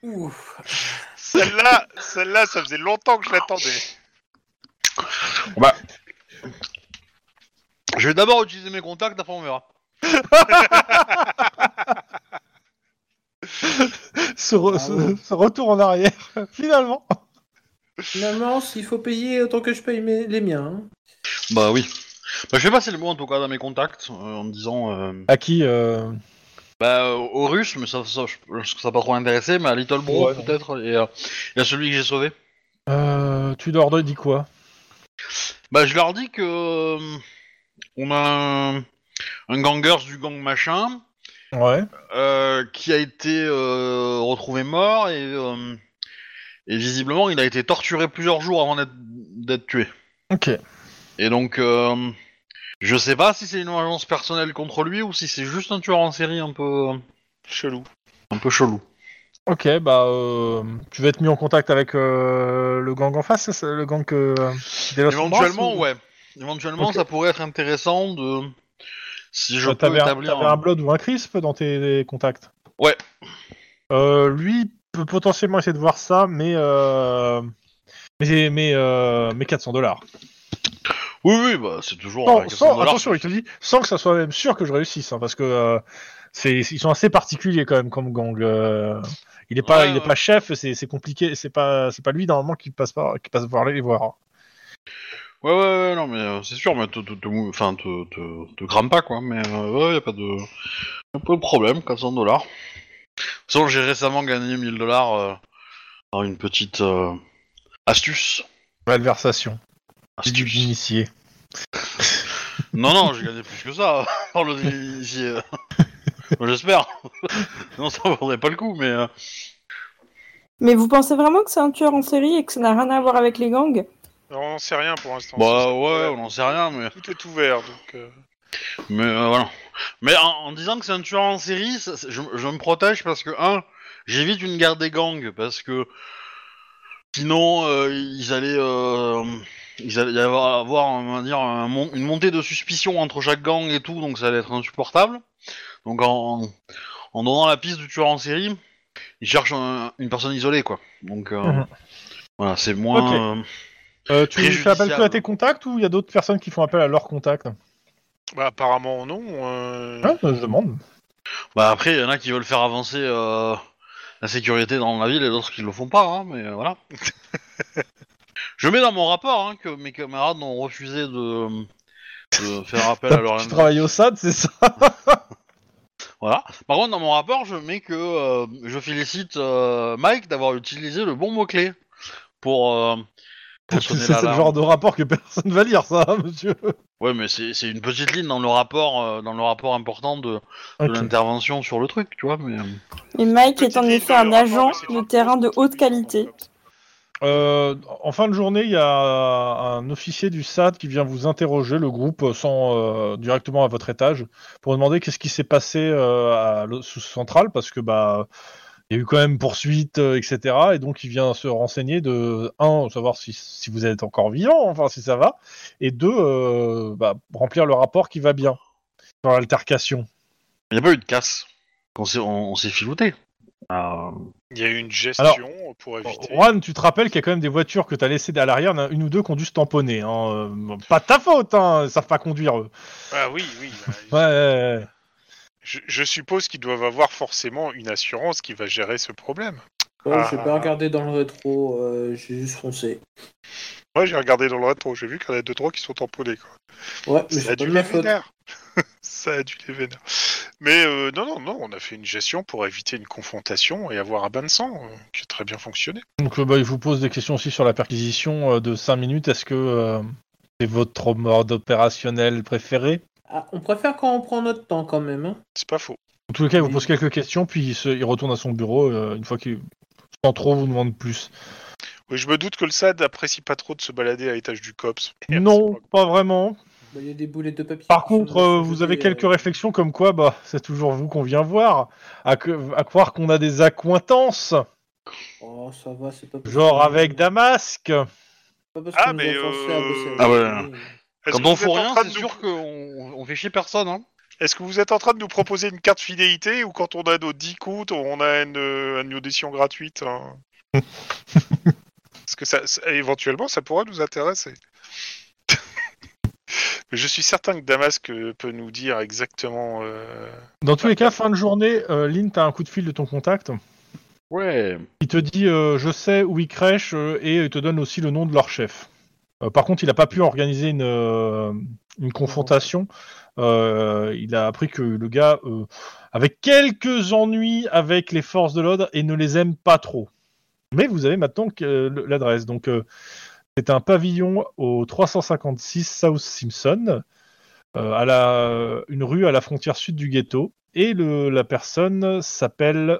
Ouf.
Celle-là, celle-là, ça faisait longtemps que je l'attendais.
Je vais d'abord utiliser mes contacts, après on verra.
ce, re-
Ah
ce-
ouais.
ce retour en arrière, finalement.
Finalement, s'il faut payer autant que je paye mes- les miens. hein.
Bah oui. Bah, je vais passer le mot en tout cas dans mes contacts euh, en me disant euh,
À qui euh,
bah, euh, aux Russes, mais ça, ça, je pense que ça n'a pas trop intéressé, mais à Little Bro
Ouais, non.
peut-être, et, euh, et à celui que j'ai sauvé.
euh, Tu leur dis quoi
Bah, je leur dis que. euh, on a un, un gangers du gang machin
Ouais.
euh, qui a été euh, retrouvé mort et, euh, et visiblement il a été torturé plusieurs jours avant d'être- d'être tué.
Ok.
Et donc, euh, je sais pas si c'est une agence personnelle contre lui ou si c'est juste un tueur en série un peu,
Chelou.
un peu chelou.
Ok, bah euh, tu vas être mis en contact avec euh, le gang en face, c'est ça, le gang que euh, des Los
Éventuellement,
Angeles, ou-
ouais. Éventuellement,
Ok.
ça pourrait être intéressant de. Si je
Euh,
peux
T'avais un,
établir.
t'avais un Blood ou un Crisp dans tes contacts
Ouais.
Euh, lui peut potentiellement essayer de voir ça, mais euh, mais mais, euh, mais 400 dollars.
Oui, oui, bah, c'est toujours.
Non,
avec 400
sans,
dollars.
attention, il te dit sans que ça soit même sûr que je réussisse, hein, parce que euh, c'est ils sont assez particuliers quand même comme gang. euh, il est pas
Ouais,
il est
ouais.
pas chef, c'est c'est compliqué, c'est pas c'est pas lui normalement qui passe par qui passe voir les voir.
Ouais, ouais, ouais, non, mais euh, c'est sûr, mais te, te, te mou- enfin, te, te, te crame pas, quoi. Mais euh, ouais, y a pas de. y a pas de problème, 400 dollars. De toute façon, j'ai récemment gagné 1000 dollars euh, par une petite euh, astuce.
Malversation. C'est du
Astuce.
d'initié.
Non, non, j'ai gagné plus que ça. par le ici, euh. Moi, J'espère. non, ça vaudrait pas le coup, mais. euh,
mais vous pensez vraiment que c'est un tueur en série et que ça n'a rien à voir avec les gangs
Alors, on n'en sait rien pour l'instant.
Bah
Ça,
ouais,
ça,
on n'en sait rien, mais.
Tout est ouvert, donc. euh,
Mais euh, voilà. Mais en, en disant que c'est un tueur en série, ça- c'est- je, je me protège parce que, un, j'évite une guerre des gangs, parce que. Sinon, euh, ils allaient. euh, ils allaient y avoir, avoir, on va dire, un mon- une montée de suspicion entre chaque gang et tout, donc ça allait être insupportable. Donc en, en donnant la piste du tueur en série, ils cherchent un- une personne isolée, quoi. Donc. euh,
Mhm.
Voilà, c'est moins.
Ok.
euh,
Euh, tu fais
Préjudiciable.
appel que à tes contacts ou il y a d'autres personnes qui font appel à leurs contacts
Bah, apparemment, non. euh,
Ah,
Hein, Je demande.
Bah après, il y en a qui veulent faire avancer euh, la sécurité dans la ville et d'autres qui le font pas, hein, mais euh, voilà. Je mets dans mon rapport hein, que mes camarades ont refusé de, de faire appel à leur...
Tu travailles au SAD, c'est ça
Voilà. Par contre, dans mon rapport, je mets que euh, je félicite euh, Mike d'avoir utilisé le bon mot-clé pour... euh, pour
C'est
sonner
c'est le
l'alarme.
genre de rapport que personne va lire, ça, hein, monsieur.
Ouais, mais c'est c'est une petite ligne dans le rapport, euh, dans le rapport important de, de
Ok.
l'intervention sur le truc, tu vois. Mais, euh,
Et Mike
petite
est en
ligne
effet un
dans
hein,
le rapport,
agent
mais c'est
de
pas-
terrain de haute qualité.
Euh, en fin de journée, il y a un officier du SAD qui vient vous interroger, le groupe, sans, euh, directement à votre étage, pour demander qu'est-ce qui s'est passé euh, à l'o- sous centrale, parce que bah il y a eu quand même poursuite, euh, etc. Et donc il vient se renseigner de un, savoir si, si vous êtes encore vivant, enfin si ça va, et deux, euh, bah, remplir le rapport qui va bien dans l'altercation.
Il n'y a pas eu de casse. On s'est, on, on s'est filouté. Euh,
Il y a eu une gestion pour
euh,
éviter.
Juan, tu te rappelles qu'il y a quand même des voitures que t'as laissées à l'arrière, il y en a une ou deux qui ont dû se tamponner. hein. Euh, Pas de ta faute, hein, ils savent pas conduire eux.
Ah oui, oui.
Ouais,
bah,
ouais, ouais.
je, je suppose qu'ils doivent avoir forcément une assurance qui va gérer ce problème.
Bon,
Ah.
j'ai pas regardé dans le rétro, euh, j'ai juste foncé.
Moi, j'ai regardé dans le rétro, j'ai vu qu'il y en a deux trois qui sont tamponnés. Quoi.
Ouais, mais
Ça a
c'est pas
dû
de
les
ma faute.
vénères. Ça a dû les vénères. Mais euh, non, non, non, on a fait une gestion pour éviter une confrontation et avoir un bain de sang euh, qui a très bien fonctionné.
Donc euh, bah, il vous pose des questions aussi sur la perquisition euh, de 5 minutes. Est-ce que euh, c'est votre mode opérationnel préféré
Ah, on préfère quand on prend notre temps quand même. hein.
C'est pas faux.
En tous les cas, il vous pose quelques questions, puis il, se- il retourne à son bureau euh, une fois qu'il sans trop vous demande plus.
Oui, je me doute que le SAD apprécie pas trop de se balader à l'étage du COPS. Et
non,
c'est
pas
pas-
vraiment.
Bah, Il y a des boulettes de papier.
Par
qui sont-
contre, euh,
sont
vous
jetées,
avez quelques
euh,
réflexions comme quoi, bah, c'est toujours vous qu'on vient voir, à, que- à croire qu'on a des accointances,
Oh, ça va, c'est pas possible.
genre avec Damasque.
Pas parce
Ah,
qu'on nous
mais,
a forcés à
euh,
bosser avec
Ah
eux.
ouais. Quand
Est-ce que
on
vous êtes
fout
en
rien,
train
c'est
de nous-
sûr qu'on on fait chier personne. Hein.
Est-ce que vous êtes en train de nous proposer une carte fidélité ou quand on a nos 10 coûts, on a une, euh, une audition gratuite hein Parce que ça, ça- éventuellement, ça pourrait nous intéresser. Mais Je suis certain que Damasque euh, peut nous dire exactement. euh,
Dans tous les cas, fin de journée, euh, Lynn, t'as un coup de fil de ton contact.
Ouais.
Il te dit euh, je sais où ils crèchent euh, et il te donne aussi le nom de leur chef. Euh, par contre, il n'a pas pu organiser une, euh, une confrontation. Euh, il a appris que le gars euh, avait quelques ennuis avec les forces de l'ordre et ne les aime pas trop. Mais vous avez maintenant que, euh, le- l'adresse. Donc, euh, c'est un pavillon au 356 South Simpson, euh, à la, une rue à la frontière sud du ghetto. Et le- la personne s'appelle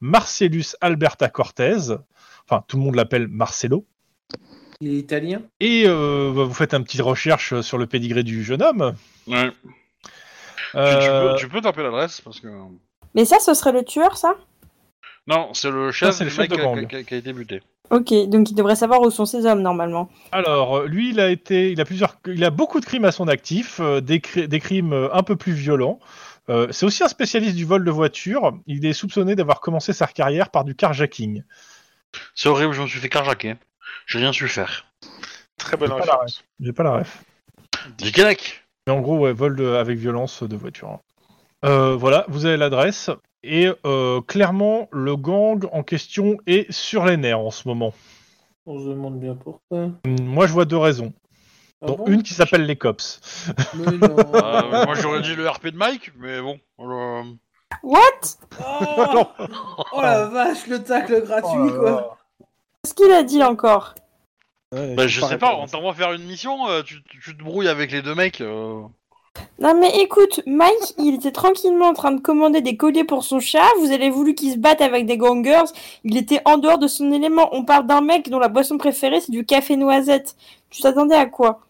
Marcellus Alberta Cortez, enfin tout le monde l'appelle Marcelo,
Il est italien.
et euh, bah, vous faites un petit recherche sur le pédigré du jeune homme.
Ouais. Tu- Tu,
Euh,
peux, tu peux taper l'adresse parce que.
Mais ça, ce serait le tueur, ça
Non, c'est le chef,
c'est le
du
chef
mec
de
qui a-
gang.
qui a- qui a été buté.
Ok, donc il devrait savoir où sont ces hommes, normalement.
Alors, euh, lui, il a été, il a plusieurs, il a beaucoup de crimes à son actif, euh, des, cri- des crimes euh, un peu plus violents. Euh, c'est aussi un spécialiste du vol de voiture. Il est soupçonné d'avoir commencé sa carrière par du carjacking.
C'est horrible, je me suis fait carjacker. J'ai rien su faire.
Très bonne
Voilà,
référence.
J'ai pas la ref.
Du Québec
Mais en gros, ouais, vol de- avec violence de voiture. hein. Euh, voilà, vous avez l'adresse. Et euh, clairement, le gang en question est sur les nerfs en ce moment.
On se demande bien pourquoi.
Hmm, Moi, je vois deux raisons.
Ah
dont
bon
une qui s'appelle les cops.
Mais non. Ah
Euh, Moi j'aurais dit le RP de Mike, mais bon. euh,
Oh, Oh la vache, le tacle
Oh
Oh
gratuit quoi.
Qu'est-ce qu'il a dit encore
Bah, je sais pas, on t'envoie faire une mission, euh, tu, tu- tu te brouilles avec les deux mecs. euh.
Non, mais écoute, Mike, il était tranquillement en train de commander des colliers pour son chat. Vous avez voulu qu'il se batte avec des gangers. Il était en dehors de son élément. On parle d'un mec dont la boisson préférée, c'est du café noisette. Tu t'attendais à quoi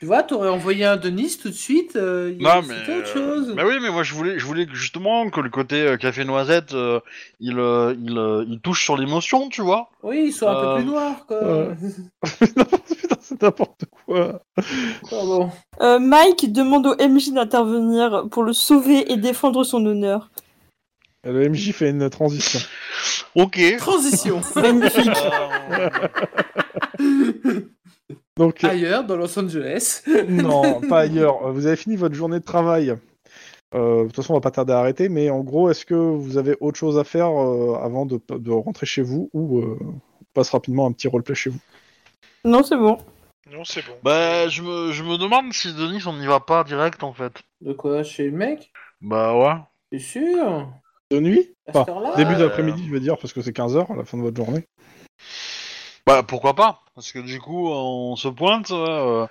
Tu vois, t'aurais envoyé un Denis tout de suite. euh, il
Non, mais.
c'était autre
euh,
chose.
mais oui, mais moi je voulais, je voulais que, justement que le côté euh, café noisette, euh, il, euh, il, euh, il touche sur l'émotion, tu vois.
Oui, ils sont un
Euh,
peu plus noirs quoi.
euh. Putain, c'est n'importe quoi.
Pardon.
Euh, Mike demande au MJ d'intervenir pour le sauver et défendre son honneur.
Ah, Le MJ fait une transition.
Ok.
Transition.
Euh,
Donc,
Ailleurs, dans Los Angeles.
Ah, non, pas ailleurs. Euh, Vous avez fini votre journée de travail. Euh, de toute façon, on va pas tarder à arrêter, mais en gros, est-ce que vous avez autre chose à faire euh, avant de, de rentrer chez vous ou euh, on passe rapidement un petit roleplay chez vous
Non, c'est bon.
Non, c'est bon.
bah, je me, je me demande si Denis on n'y va pas direct en fait.
De quoi Chez le mec
Bah ouais.
T'es sûr
De nuit
À
Pas.
cette heure-là
Début d'après-midi, je veux dire, parce que c'est 15h à la fin de votre journée.
Bah pourquoi pas Parce que du coup on se pointe, ouais, euh,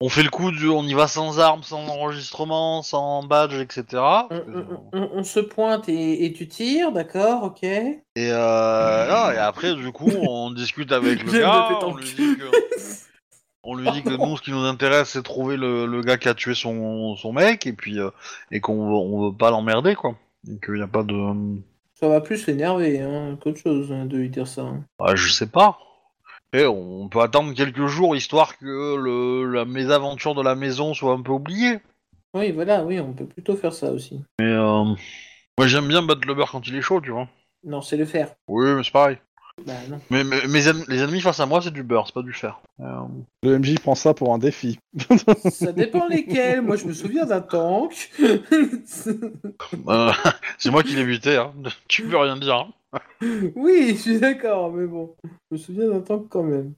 on fait le coup, du, on y va sans armes, sans enregistrement, sans badge, etc.
On, on- on- on se pointe et, et tu tires, d'accord, ok.
Et, euh, non, et après du coup on discute avec le
J'aime
gars,
le
on
pétanque.
lui dit que, on lui dit que nous ce qui nous intéresse c'est trouver le, le gars qui a tué son, son mec et puis euh, et qu'on veut- on veut pas l'emmerder quoi. Et qu'il n'y a pas de...
Ça va plus l'énerver hein, qu'autre chose hein, de lui dire ça. hein.
Ah, je sais pas. Et on peut attendre quelques jours histoire que le, la mésaventure de la maison soit un peu oubliée.
Oui, voilà, oui, on peut plutôt faire ça aussi.
Mais euh, moi j'aime bien battre le beurre quand il est chaud, tu vois.
Non, c'est le faire.
Oui, mais c'est pareil.
Bah non.
Mais, mais- mes en- les ennemis face à moi, c'est du beurre, c'est pas du fer. Euh,
Le MJ prend ça pour un défi.
Ça dépend lesquels. Moi, je me souviens d'un tank.
euh, c'est moi qui l'ai buté, hein. tu peux rien dire. hein.
oui, je suis d'accord, mais bon. Je me souviens d'un tank quand même.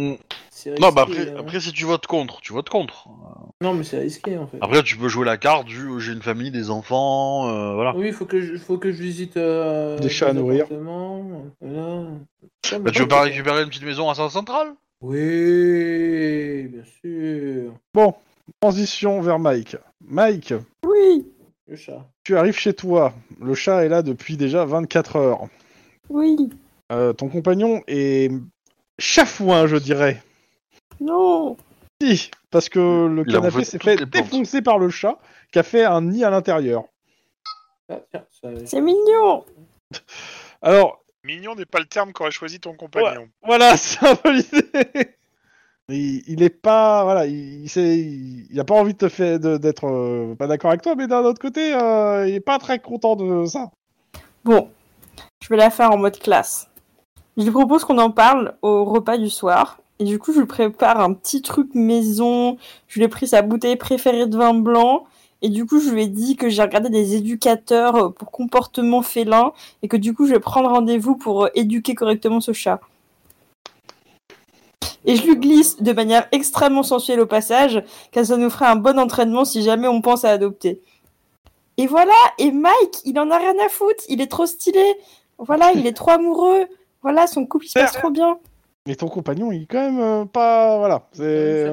Euh... C'est
Non, bah
risqué,
après,
hein.
après, si tu votes contre, tu votes contre.
Non, mais c'est risqué en fait.
Après, tu peux jouer la carte du euh, j'ai une famille, des enfants, euh, voilà.
Oui, il faut que je, faut que je visite. euh,
Des chats à
les
nourrir.
appartements, Voilà.
Bah, tu veux pas récupérer une petite maison à Saint Central
Oui, bien sûr.
Transition vers Mike. Mike,
Oui,
Le chat.
tu arrives chez toi. Le chat est là depuis déjà 24 heures.
oui,
Euh, ton compagnon est chafouin, je dirais.
non.
Si, parce que le
Il a
canapé
bouffé
s'est
toutes
fait
les plantes.
défoncer par le chat qui a fait un nid à l'intérieur.
Ah, tiens, ça...
C'est mignon.
Alors,
Mignon n'est pas le terme qu'aurait choisi ton compagnon.
voilà, c'est un peu l'idée.
Il, il est pas, voilà, il, il, s'est- il- il a pas envie de te faire, de- d'être euh, pas d'accord avec toi, mais d'un autre côté, euh, il est pas très content de ça.
Bon, je vais la faire en mode classe. Je lui propose qu'on en parle au repas du soir. Et du coup, je lui prépare un petit truc maison. Je lui ai pris sa bouteille préférée de vin blanc. Et du coup, je lui ai dit que j'ai regardé des éducateurs euh, pour comportement félin. Et que du coup, je vais prendre rendez-vous pour euh, éduquer correctement ce chat. Et je lui glisse de manière extrêmement sensuelle au passage, car ça nous ferait un bon entraînement si jamais on pense à adopter. Et voilà, et Mike, il en a rien à foutre, il est trop stylé. Voilà, il est trop amoureux. Voilà, son couple, il se passe trop bien.
Mais ton compagnon, il est quand même euh, pas, voilà, c'est.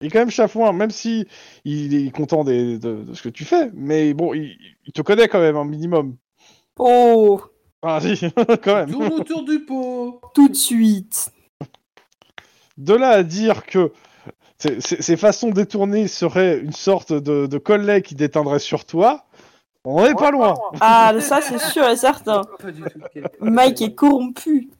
Il est quand même chafouin, même si il est content des- de, de ce que tu fais, mais bon, il, il te connaît quand même un minimum.
Oh,
Ah si, quand même.
Tourne autour du pot.
tout de suite.
De là à dire que ces- ces ces façons détournées seraient une sorte de, de collet qui déteindrait sur toi, on n'est pas loin.
Ah, ça, c'est sûr et certain.
Pas du tout. ok.
Mike est corrompu.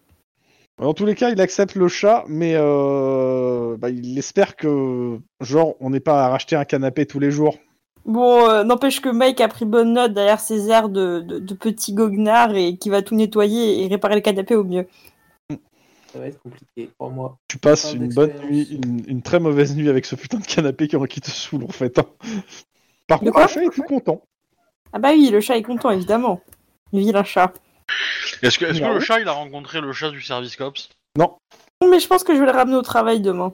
Dans tous les cas, il accepte le chat, mais euh, bah, il espère que, genre, on n'est pas à racheter un canapé tous les jours.
Bon, euh, n'empêche que Mike a pris bonne note derrière ses airs de, de, de petit goguenard et qui va tout nettoyer et réparer le canapé au mieux.
Ça va être compliqué pour moi.
Tu passes
Parle
une bonne
d'expérience.
nuit, une, une très mauvaise nuit avec ce putain de canapé qui, qui te saoule en fait. hein. Par
De
contre,
quoi
le chat est tout content.
Ah bah oui, le chat est content, évidemment. Le vilain chat.
Est-ce que, est-ce que
Bah
Non.
le chat, il a rencontré le chat du service cops
Mais je pense que je vais le ramener au travail demain.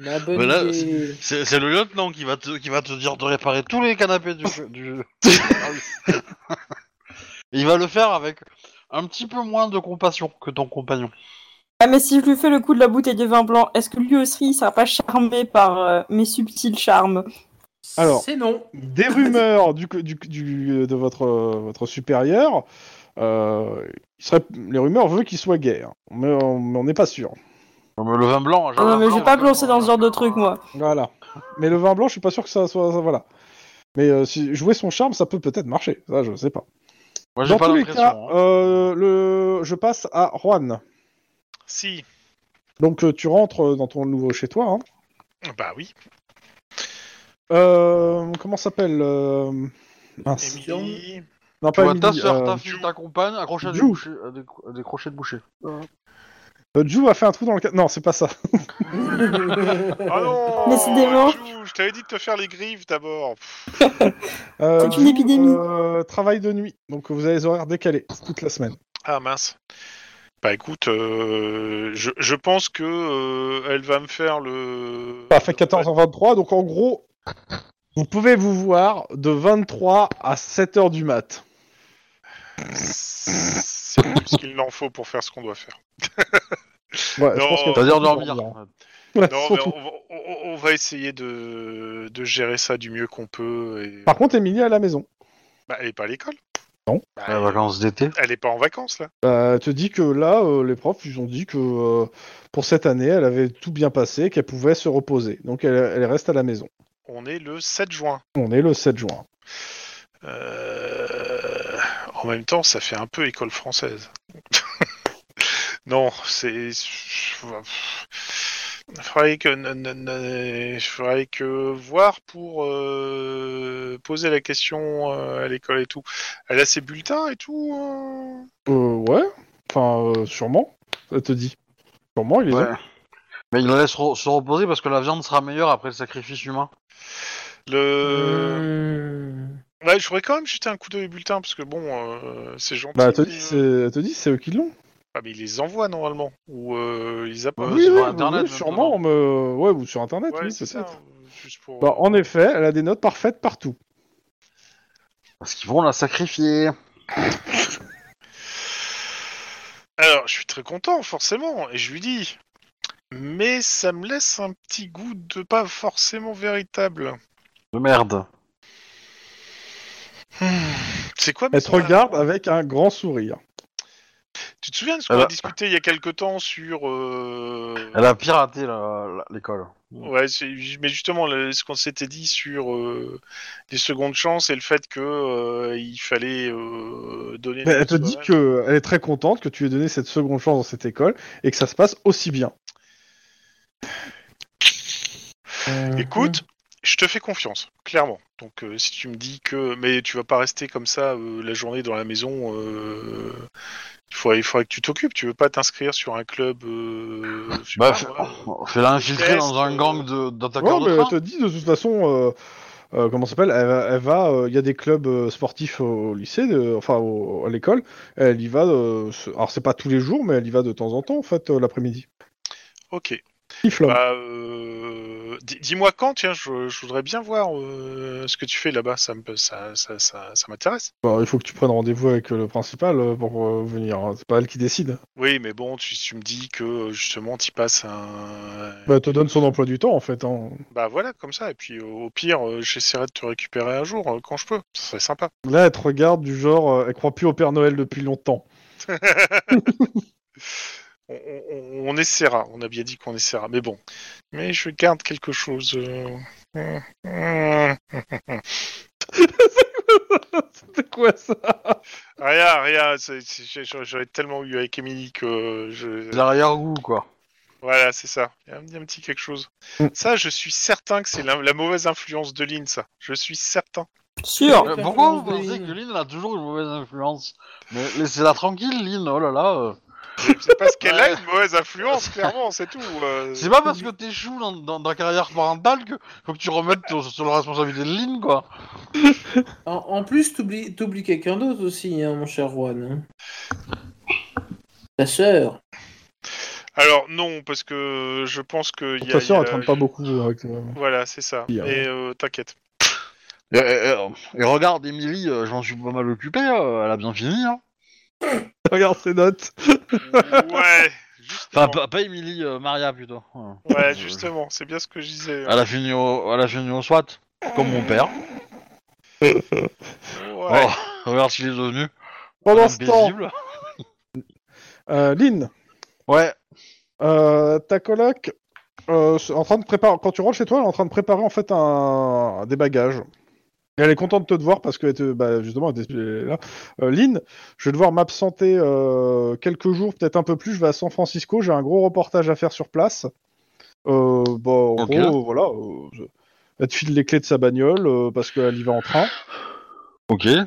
La bonne
Voilà,
idée.
c'est, c'est le lieutenant qui va, te, qui va te dire de réparer tous les canapés du. du... Ah il va le faire avec un petit peu moins de compassion que ton compagnon.
Ah mais si je lui fais le coup de la bouteille de vin blanc, est-ce que lui aussi il sera pas charmé par euh, mes subtils charmes
Alors.
C'est non.
Des rumeurs du, du, du- euh, de votre, euh, votre supérieur, euh, il serait, les rumeurs veulent qu'il soit gay, hein. mais on mais on n'est pas sûr.
Non, mais le vin blanc. j'ai
Ah Non
un
mais je
blanc,
vais pas
c'est
me lancer dans ce genre de truc moi.
Voilà. Mais le vin blanc, je suis pas sûr que ça soit. ça- voilà. Mais euh, si- jouer son charme, ça peut peut-être marcher. Ça, je sais pas.
Moi, j'ai
Dans
pas
tous les
l'impression.
cas,
hein.
euh, le... je passe à Juan.
Si.
Donc euh, tu rentres euh, dans ton nouveau chez toi. hein.
Bah oui.
Euh, comment ça s'appelle euh, Mince.
Émilie.
Non,
Tu
pas
vois ta
Emily,
soeur,
euh,
ta fille, ta compagne accrochée à des,
Jou.
bouchées- à des- à des crochets de boucher.
euh, Ju a fait un trou dans le. ca- Non, c'est pas ça.
Ah non
Décidément.
Jou, Je t'avais dit de te faire les griffes d'abord. Pff,
Euh,
C'est une
Ju,
épidémie.
euh, travail de nuit. Donc vous avez les horaires décalés toute la semaine.
Ah mince. Bah écoute, euh, je, je pense que euh, elle va me faire le.
Ça Bah, fait 14h23. Donc en gros, vous pouvez vous voir de 23 à 7h du mat.
C'est plus qu'il n'en faut pour faire ce qu'on doit faire.
Ouais, je
Non,
pense que-
C'est-à-dire dormir.
Voilà,
Non, mais
Bah, surtout.
on, va- on- on va essayer de, de gérer ça du mieux qu'on peut. Et...
Par contre, Emilie est à la maison.
Bah, elle est pas à l'école.
Non.
Bah,
Les vacances d'été.
elle est pas en vacances là.
Euh, elle te dit que là, euh, les profs, ils ont dit que euh, pour cette année, elle avait tout bien passé, qu'elle pouvait se reposer. Donc elle, elle reste à la maison.
On est le 7 juin.
On est le 7 juin.
Euh, En même temps, ça fait un peu école française. non, c'est. Il faudrait que, non, non, non, faudrait que voir pour euh, poser la question euh, à l'école et tout. Elle a ses bulletins et tout. hein
Euh, ouais. Enfin, euh, sûrement. Elle te dit. Sûrement, il est
Ouais.
là.
Mais il la laisse re- se reposer parce que la viande sera meilleure après le sacrifice humain.
Le.
Mmh.
Hmm.
Ouais, je voudrais quand même jeter un coup d'œil au bulletin parce que bon, euh, c'est gentil.
Bah, elle te
mais,
dit,
euh,
c'est, elle te dit, c'est eux qui l'ont.
ah, mais ils les envoient normalement ou euh, ils appellent.
Oui,
Bah oui,
sur
oui,
Internet,
oui,
maintenant.
sûrement. Mais... euh, Ouais, ou sur Internet,
Ouais,
oui,
c'est
c'est
ça.
ça.
euh, Juste pour.
Bah, en effet, elle a des notes parfaites partout.
Parce qu'ils vont la sacrifier.
Alors, je suis très content, forcément, et je lui dis. Mais ça me laisse un petit goût de pas forcément véritable.
De merde.
Hmm. C'est quoi mais
Elle te regarde avec un grand sourire.
Tu te souviens de ce
Ah
qu'on
Elle
bah.
a
a-
discuté il y a quelque temps sur. euh,
Elle a piraté la- la- l'école.
bah.
Ouais, c'est- mais justement, le- ce qu'on s'était dit sur euh, les secondes chances et le fait que euh, il fallait euh, donner.
Mais
une
elle te
chance
dit
à-
que elle est très contente que tu aies donné cette seconde chance dans cette école et que ça se passe aussi bien.
Écoute, je te fais confiance, clairement. Donc euh, si tu me dis que... Mais tu vas pas rester comme ça euh, la journée dans la maison. euh, Il, faudrait, il faudrait que tu t'occupes. Tu veux pas t'inscrire sur un club... euh, je sais
Bah,
pas,
fais-
moi,
fais-la infiltrer
Test,
dans un
euh,
gang de- d'attaquants
Ouais,
de,
mais elle
train.
te dit de toute façon, euh, euh, comment ça s'appelle Elle va, elle va, euh, il y a des clubs euh, sportifs au au lycée, de- enfin au- à l'école. Elle y va, euh, ce- alors c'est pas tous les jours, mais elle y va de temps en temps en fait euh, l'après-midi.
euh, Ok.
Siffle.
Bah, euh, di- Dis-moi quand, tiens, je, je voudrais bien voir euh, ce que tu fais là-bas, ça me- ça, ça, ça, ça m'intéresse.
Bah, il faut que tu prennes rendez-vous avec euh, le principal euh, pour euh, venir. hein. C'est pas elle qui décide.
Oui, mais bon, tu, tu me dis que euh, justement, tu passes un.
Bah, elle te donne son emploi du temps en fait. hein.
Bah voilà, comme ça. Et puis euh, au pire, euh, j'essaierai de te récupérer un jour euh, quand je peux. Ça serait sympa.
Là, elle te regarde du genre, euh, elle croit plus au Père Noël depuis longtemps.
On, on- on essaiera. On a bien dit qu'on essaiera. Mais bon. Mais je garde quelque chose. euh, Rien,
C'était quoi ça
rien. c'est- c'est- j'a- J'aurais tellement eu avec Émilie que je.
L'arrière-goût, quoi.
Voilà, c'est ça. Il y a un, il y a un petit quelque chose.
Mm.
Ça, je suis certain que c'est la, la mauvaise influence de Lynn, ça. Je suis certain.
Sûr.
Euh,
Avec
pourquoi vous
l'influence de
pensez
Lynn.
que Lynn elle a toujours une mauvaise influence Mais laissez-la tranquille, Lynn, oh là là. euh.
C'est parce qu'elle a
Ouais.
une mauvaise influence, clairement, c'est tout. euh.
C'est pas parce que t'échoues dans, dans ta carrière parentale que faut que tu remettes ton- sur la responsabilité de Lynn, quoi.
euh, En, en plus, t'oublies t'oublies quelqu'un d'autre aussi, hein, mon cher Juan. hein. Ta sœur.
Alors non, parce que je pense que il y a-
Ta sœur,
il y
elle
a-
traîne pas beaucoup. avec, euh,
Voilà, c'est ça.
Il y a-
Et euh, t'inquiète.
Et, et- et- et regarde, Emily, euh, je m'en suis pas mal occupé, euh, elle a bien fini. Hein.
Regarde ses notes.
Ouais, justement.
Enfin, pas, pas Emily, euh, Maria plutôt. Ouais.
Ouais, justement, c'est bien ce que je
Ah,
disais.
Elle a fini au, elle a fini au SWAT, comme mon père.
Ouais.
Oh, regarde ce qu'il est devenu.
Pendant
Homme
ce temps,
paisible.
euh, Lynn,
Ouais.
Euh, ta coloc, euh, est en train de préparer, quand tu rentres chez toi, elle est en train de préparer en fait un... des bagages. Et elle est contente de te devoir parce que elle te- bah, justement, elle t'explique- elle est là. Euh, Lynn, je vais devoir m'absenter euh, quelques jours, peut-être un peu plus. Je vais à San Francisco, j'ai un gros reportage à faire sur place. Euh, bah, en
Ok.
gros, euh, voilà. euh, je- elle te file les clés de sa bagnole euh, parce qu'elle y va en train.
Ok. Euh...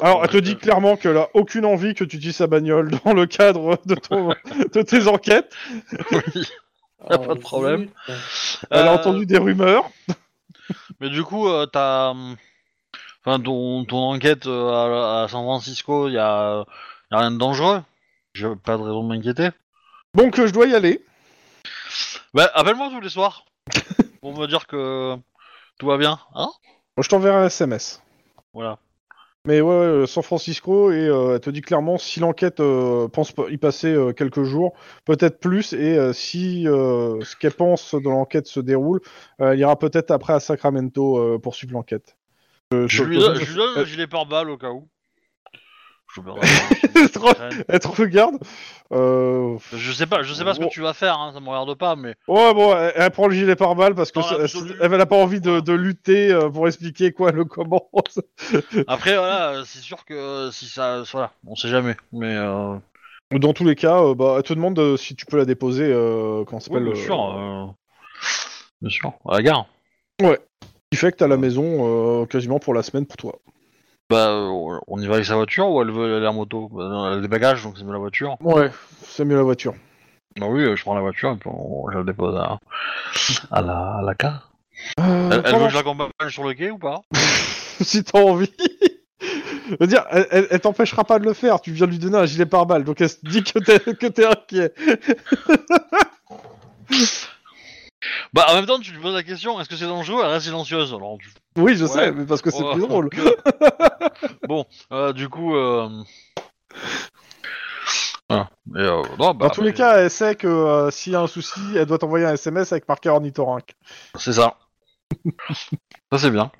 Alors, elle te dit clairement qu'elle a aucune envie que tu utilises sa bagnole dans le cadre de, ton... de tes enquêtes.
Oui.
Ah,
pas de problème.
zut.
Elle a
Euh,
entendu des rumeurs.
Mais du coup, euh, t'as. hum, Enfin, ton, ton enquête euh, à, à San Francisco, il y a, y a rien de dangereux. J'ai pas de raison de m'inquiéter.
Donc euh, je dois y aller.
Bah, appelle-moi tous les soirs pour me dire que tout va bien, hein
Je t'enverrai un SMS.
Voilà.
Mais ouais, ouais, euh, San Francisco, et euh, elle te dit clairement si l'enquête euh, pense pas- y passer euh, quelques jours, peut-être plus, et euh, si euh, ce qu'elle pense de l'enquête se déroule, euh, elle ira peut-être après à Sacramento euh, poursuivre l'enquête. Euh,
Je
sur-
lui, donne- je lui donne le gilet pare-balles au cas où. Je, me-
Elle te re- elle te regarde. Euh,
je sais pas, je sais pas ce que tu vas faire, hein, ça me regarde pas, mais
Ouais, bon, elle, elle prend le gilet pare-balles parce que
Dans
ça-
l'absolu.
elle n'a pas envie de, de lutter euh, pour expliquer quoi, le comment.
après voilà, euh, c'est sûr que euh, si ça, voilà, on sait jamais. Mais euh,
Dans tous les cas, euh, bah, elle te demande euh, si tu peux la déposer, euh, comment ça
oui,
s'appelle
bien
euh,
sûr, euh, bien sûr, à la gare.
qui fait que t'as la maison euh, quasiment pour la semaine pour toi.
Bah, euh, on y va avec sa voiture ou elle veut aller en moto Bah, non, Elle a des bagages, donc c'est mieux la voiture.
Ouais. C'est mieux la voiture.
Bah oui, euh, je prends la voiture et puis on, je la dépose à, à la, à la gare. Elle, elle veut que je l'accompagne sur le quai ou pas
Euh, si t'as envie. Je veux dire, elle, elle- elle t'empêchera pas de le faire. Tu viens de lui donner un gilet pare-balles, donc elle se dit que t'es, que t'es inquiet.
Bah, en même temps, tu lui poses la question est-ce que c'est dangereux Elle reste silencieuse. Alors, tu-
Oui, je
Ouais.
sais, mais parce que c'est
Oh,
plus drôle.
que- bon, euh, du coup. euh, voilà. Et, euh, non, bah,
Dans tous les
mais-
cas, elle sait que euh, s'il y a un souci, elle doit t'envoyer un SMS avec marqué ornithorynque.
C'est ça. ça, c'est bien.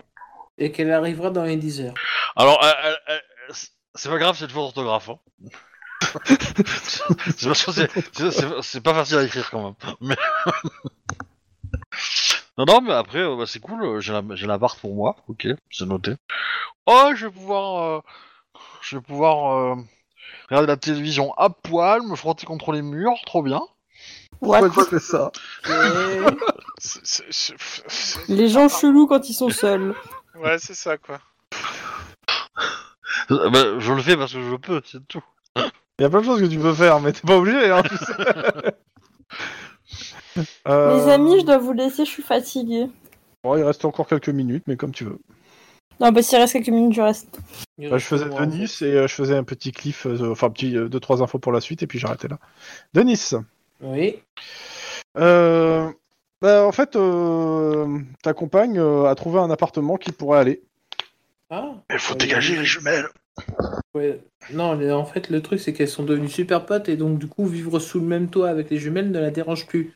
Et qu'elle arrivera dans les 10 heures.
Alors, euh, euh, euh, c'est- c'est pas grave, c'est une faute d'orthographe. hein. c'est parce que c'est- c'est- c'est- c'est pas facile à écrire quand même. Mais- non, non, mais après, euh, bah, c'est cool, euh, j'ai la, j'ai la barre pour moi, ok, c'est noté. Oh, je vais pouvoir, euh, je vais pouvoir euh, regarder la télévision à poil, me frotter contre les murs, trop bien.
What
Pourquoi tu fais ça Bah,
C'est- c'est- c'est- c'est-
Les gens chelous quand ils sont seuls.
Ouais, c'est ça, quoi.
Euh, bah, je le fais parce que je peux, c'est tout.
Il y a plein de choses que tu peux faire, mais t'es pas obligé. Hein, tu sais. Euh,
Les amis, je dois vous laisser, je suis fatiguée.
bon, il reste encore quelques minutes, mais comme tu veux.
Non, bah s'il reste quelques minutes, je reste.
Bah, je faisais Denis et euh, je faisais un petit cliff, euh, enfin petit euh, deux trois infos pour la suite et puis j'arrêtais là. Denis.
Oui.
Euh, bah, en fait, euh, ta compagne euh, a trouvé un appartement qui pourrait aller.
Ah,
Il faut
Ouais,
dégager
oui.
les jumelles.
ouais. Non, mais en fait, le truc, c'est qu'elles sont devenues super potes et donc, du coup, vivre sous le même toit avec les jumelles ne la dérange plus.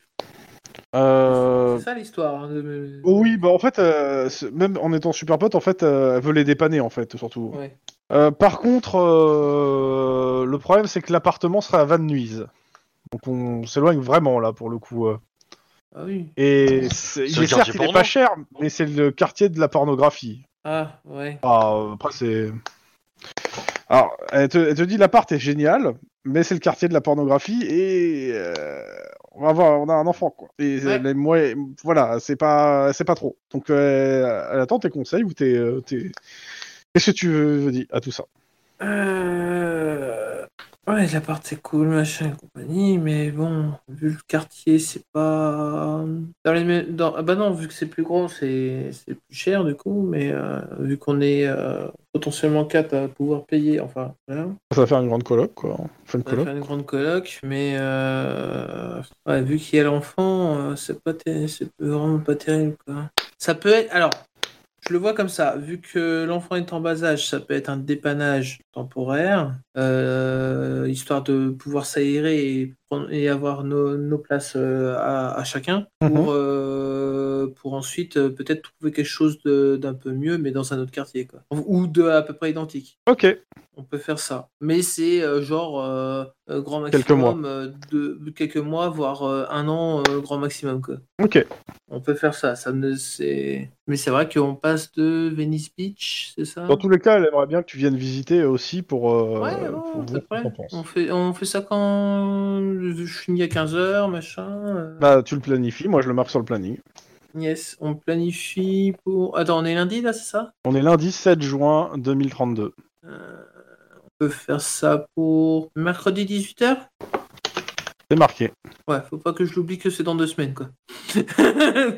Euh,
C'est ça l'histoire. hein, de-
oh oui, bah en fait, euh, c'est- même en étant super pote, en fait, euh, elle veut les dépanner en fait, surtout.
Ouais.
Euh, par contre, euh, le problème c'est que l'appartement sera à Van Nuys. Donc on s'éloigne vraiment là pour le coup. euh.
Ah oui.
Et c'est-
C'est
il
le
est certes
quartier
il est
porno.
pas cher, mais c'est le quartier de la pornographie.
Ah, ouais.
Ah, euh, après, c'est. Alors, elle te, elle te dit l'appart est génial, mais c'est le quartier de la pornographie et euh, on va voir, on a un enfant quoi. Et
Ouais.
les mois- voilà, c'est pas, c'est pas trop. Donc, euh, elle attend tes conseils ou tes, euh, tes- Qu'est-ce que tu veux, veux dire à tout ça
Euh... Ouais, l'appart c'est cool, machin et compagnie, mais bon, vu le quartier, c'est pas. Dans les mêmes- dans- Ah bah non, vu que c'est plus grand, c'est c'est plus cher du coup, mais euh, vu qu'on est euh, potentiellement quatre à pouvoir payer, enfin, voilà,
Ça va faire une grande coloc quoi. On fait une
on va
coloc.
faire une grande coloc, mais euh, ouais, vu qu'il y a l'enfant, euh, c'est pas ter- c'est vraiment pas terrible quoi. Ça peut être. Alors, je le vois comme ça. Vu que l'enfant est en bas âge, ça peut être un dépannage temporaire, euh, histoire de pouvoir s'aérer et, prendre- et avoir nos, nos places euh, à, à chacun,
Mhm.
pour, euh, pour ensuite euh, peut-être trouver quelque chose de- d'un peu mieux, mais dans un autre quartier quoi. Ou de à peu près identique.
Ok.
On peut faire ça. Mais c'est euh, genre euh, euh, grand maximum
Quelques mois.
euh, de quelques mois, voire euh, un an euh, grand maximum. Quoi.
Ok.
On peut faire ça. ça ne, c'est... Mais c'est vrai qu'on passe de Venice Beach, c'est ça
Dans tous les cas, elle aimerait bien que tu viennes visiter aussi pour. euh,
Ouais, ouais,
pour
ouais,
voir
pas de
ce que
problème.
t'en penses.
on, fait, on fait ça quand je finis à 15h, machin. euh.
Bah, tu le planifies. Moi, je le marque sur le planning.
Yes, on planifie pour. Attends, on est lundi là, c'est ça
On est lundi 7 juin 2032.
Euh, On peut faire ça pour mercredi 18h
C'est marqué.
Ouais, faut pas que je l'oublie que c'est dans deux semaines, quoi.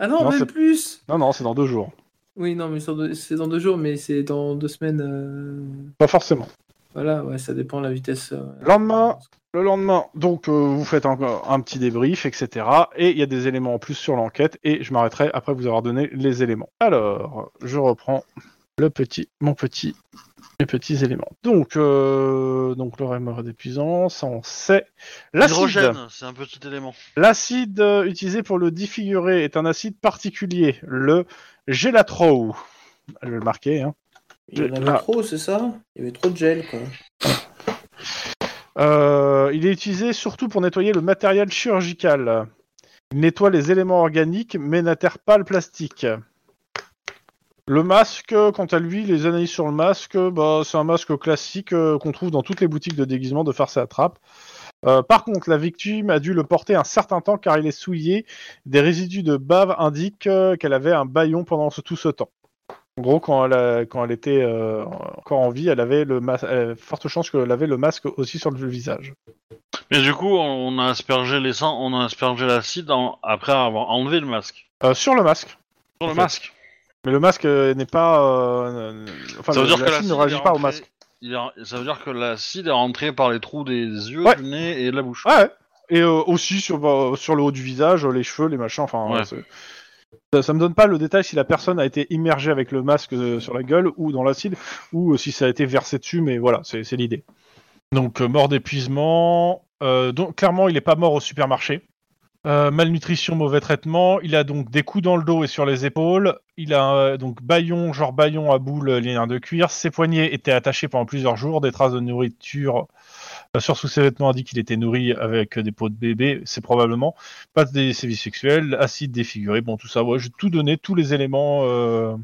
ah non,
Non,
même
c'est-
plus
Non, non, c'est dans deux jours.
Oui, non, mais sur deux- c'est dans deux jours, mais c'est dans deux semaines. euh,
Pas forcément.
Voilà, ouais, ça dépend de la vitesse. euh,
Lendemain. Le lendemain, donc, euh, vous faites un, un petit débrief, etc. Et il y a des éléments en plus sur l'enquête. Et je m'arrêterai après vous avoir donné les éléments. Alors, je reprends le petit, mon petit, mes petits éléments. Donc, euh, donc le remords des puissances, ça, on sait. L'acide.
L'hydrogène, c'est un petit élément.
L'acide euh, utilisé pour le défigurer est un acide particulier, le gélatrou. Je vais le marquer. Hein.
Il y en avait
Là.
trop, c'est ça Il y avait trop de gel, quoi.
Euh, il est utilisé surtout pour nettoyer le matériel chirurgical. Il nettoie les éléments organiques mais n'atterre pas le plastique. Le masque, quant à lui, les analyses sur le masque, bah, c'est un masque classique euh, qu'on trouve dans toutes les boutiques de déguisement de farce et attrape. Euh, par contre, la victime a dû le porter un certain temps car il est souillé. Des résidus de bave indiquent euh, qu'elle avait un baillon pendant ce- tout ce temps. En gros, quand elle, a- quand elle était euh, encore en vie, elle avait le mas- elle avait forte chance qu'elle avait le masque aussi sur le visage.
Mais du coup, on a aspergé les sang, on a aspergé l'acide en- après avoir enlevé le masque.
Euh, sur le masque.
Sur le
En fait,
masque.
Mais le masque euh, n'est pas. euh, euh, enfin,
ça veut
le-
dire que
l'acide
l'acide
ne
est
réagit pas au
rentré-
masque.
il est- ça veut dire que l'acide est rentré par les trous des yeux,
Ouais.
du nez et de la bouche.
Ouais, ouais. Et euh, aussi sur, bah, sur le haut du visage, euh, les cheveux, les machins. Enfin,
Ouais.
euh, c'est- ça, ça me donne pas le détail si la personne a été immergée avec le masque euh, sur la gueule ou dans l'acide ou euh, si ça a été versé dessus, mais voilà, c'est c'est l'idée.
Donc euh, mort d'épuisement. Euh, donc clairement, il n'est pas mort au supermarché. Euh, malnutrition, mauvais traitement. Il a donc des coups dans le dos et sur les épaules. Il a euh, donc baillon, genre baillon à boule, euh, linéaire de cuir. Ses poignets étaient attachés pendant plusieurs jours. Des traces de nourriture euh, sur sous ses vêtements indiquent qu'il était nourri avec euh, des peaux de bébé. C'est probablement pas des sévices sexuels, acide défiguré. Bon, tout ça, ouais, j'ai tout donné, tous les éléments. euh,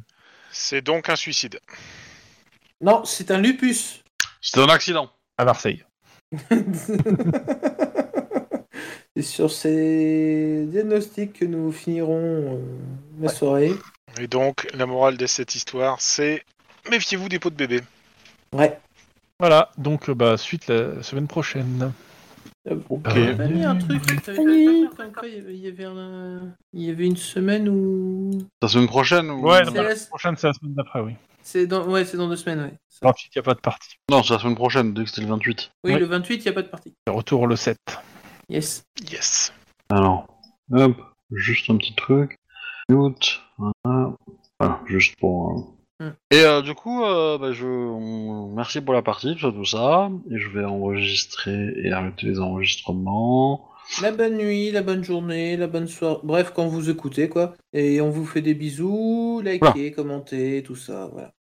C'est donc un suicide.
Non, c'est un lupus
C'était un accident.
à Marseille.
C'est sur ces diagnostics que nous finirons euh, la soirée.
Et donc, la morale de cette histoire, c'est méfiez-vous des pots de bébé.
Ouais.
Voilà, donc euh, bah, suite la semaine prochaine.
Ok.
Euh,
T'avais mis un truc, là, que t'avais pas
Salut.
fait, enfin, quoi, il y avait- il y avait un- il y avait une semaine où
La semaine prochaine ou...
Ouais,
C'est
bah,
la-
la prochaine, c'est la semaine d'après, oui.
c'est dans ouais, c'est dans deux semaines, ouais. Ça-
Alors, il n'y a pas de partie.
Non, c'est la semaine prochaine, dès que c'était le 28.
Ah, Oui,
Ouais.
le 28, il n'y a pas de partie.
Retour le 7.
Yes.
Yes.
Alors, hop, juste un petit truc. Mute, voilà. Voilà, juste pour. euh.
Mm.
Et euh, du coup, euh, bah, je on- merci pour la partie, tout ça, tout ça. Et je vais enregistrer et arrêter les enregistrements.
La bonne nuit, la bonne journée, la bonne soirée. Bref, quand vous écoutez, quoi. Et on vous fait des bisous, likez, commentez, tout ça, voilà.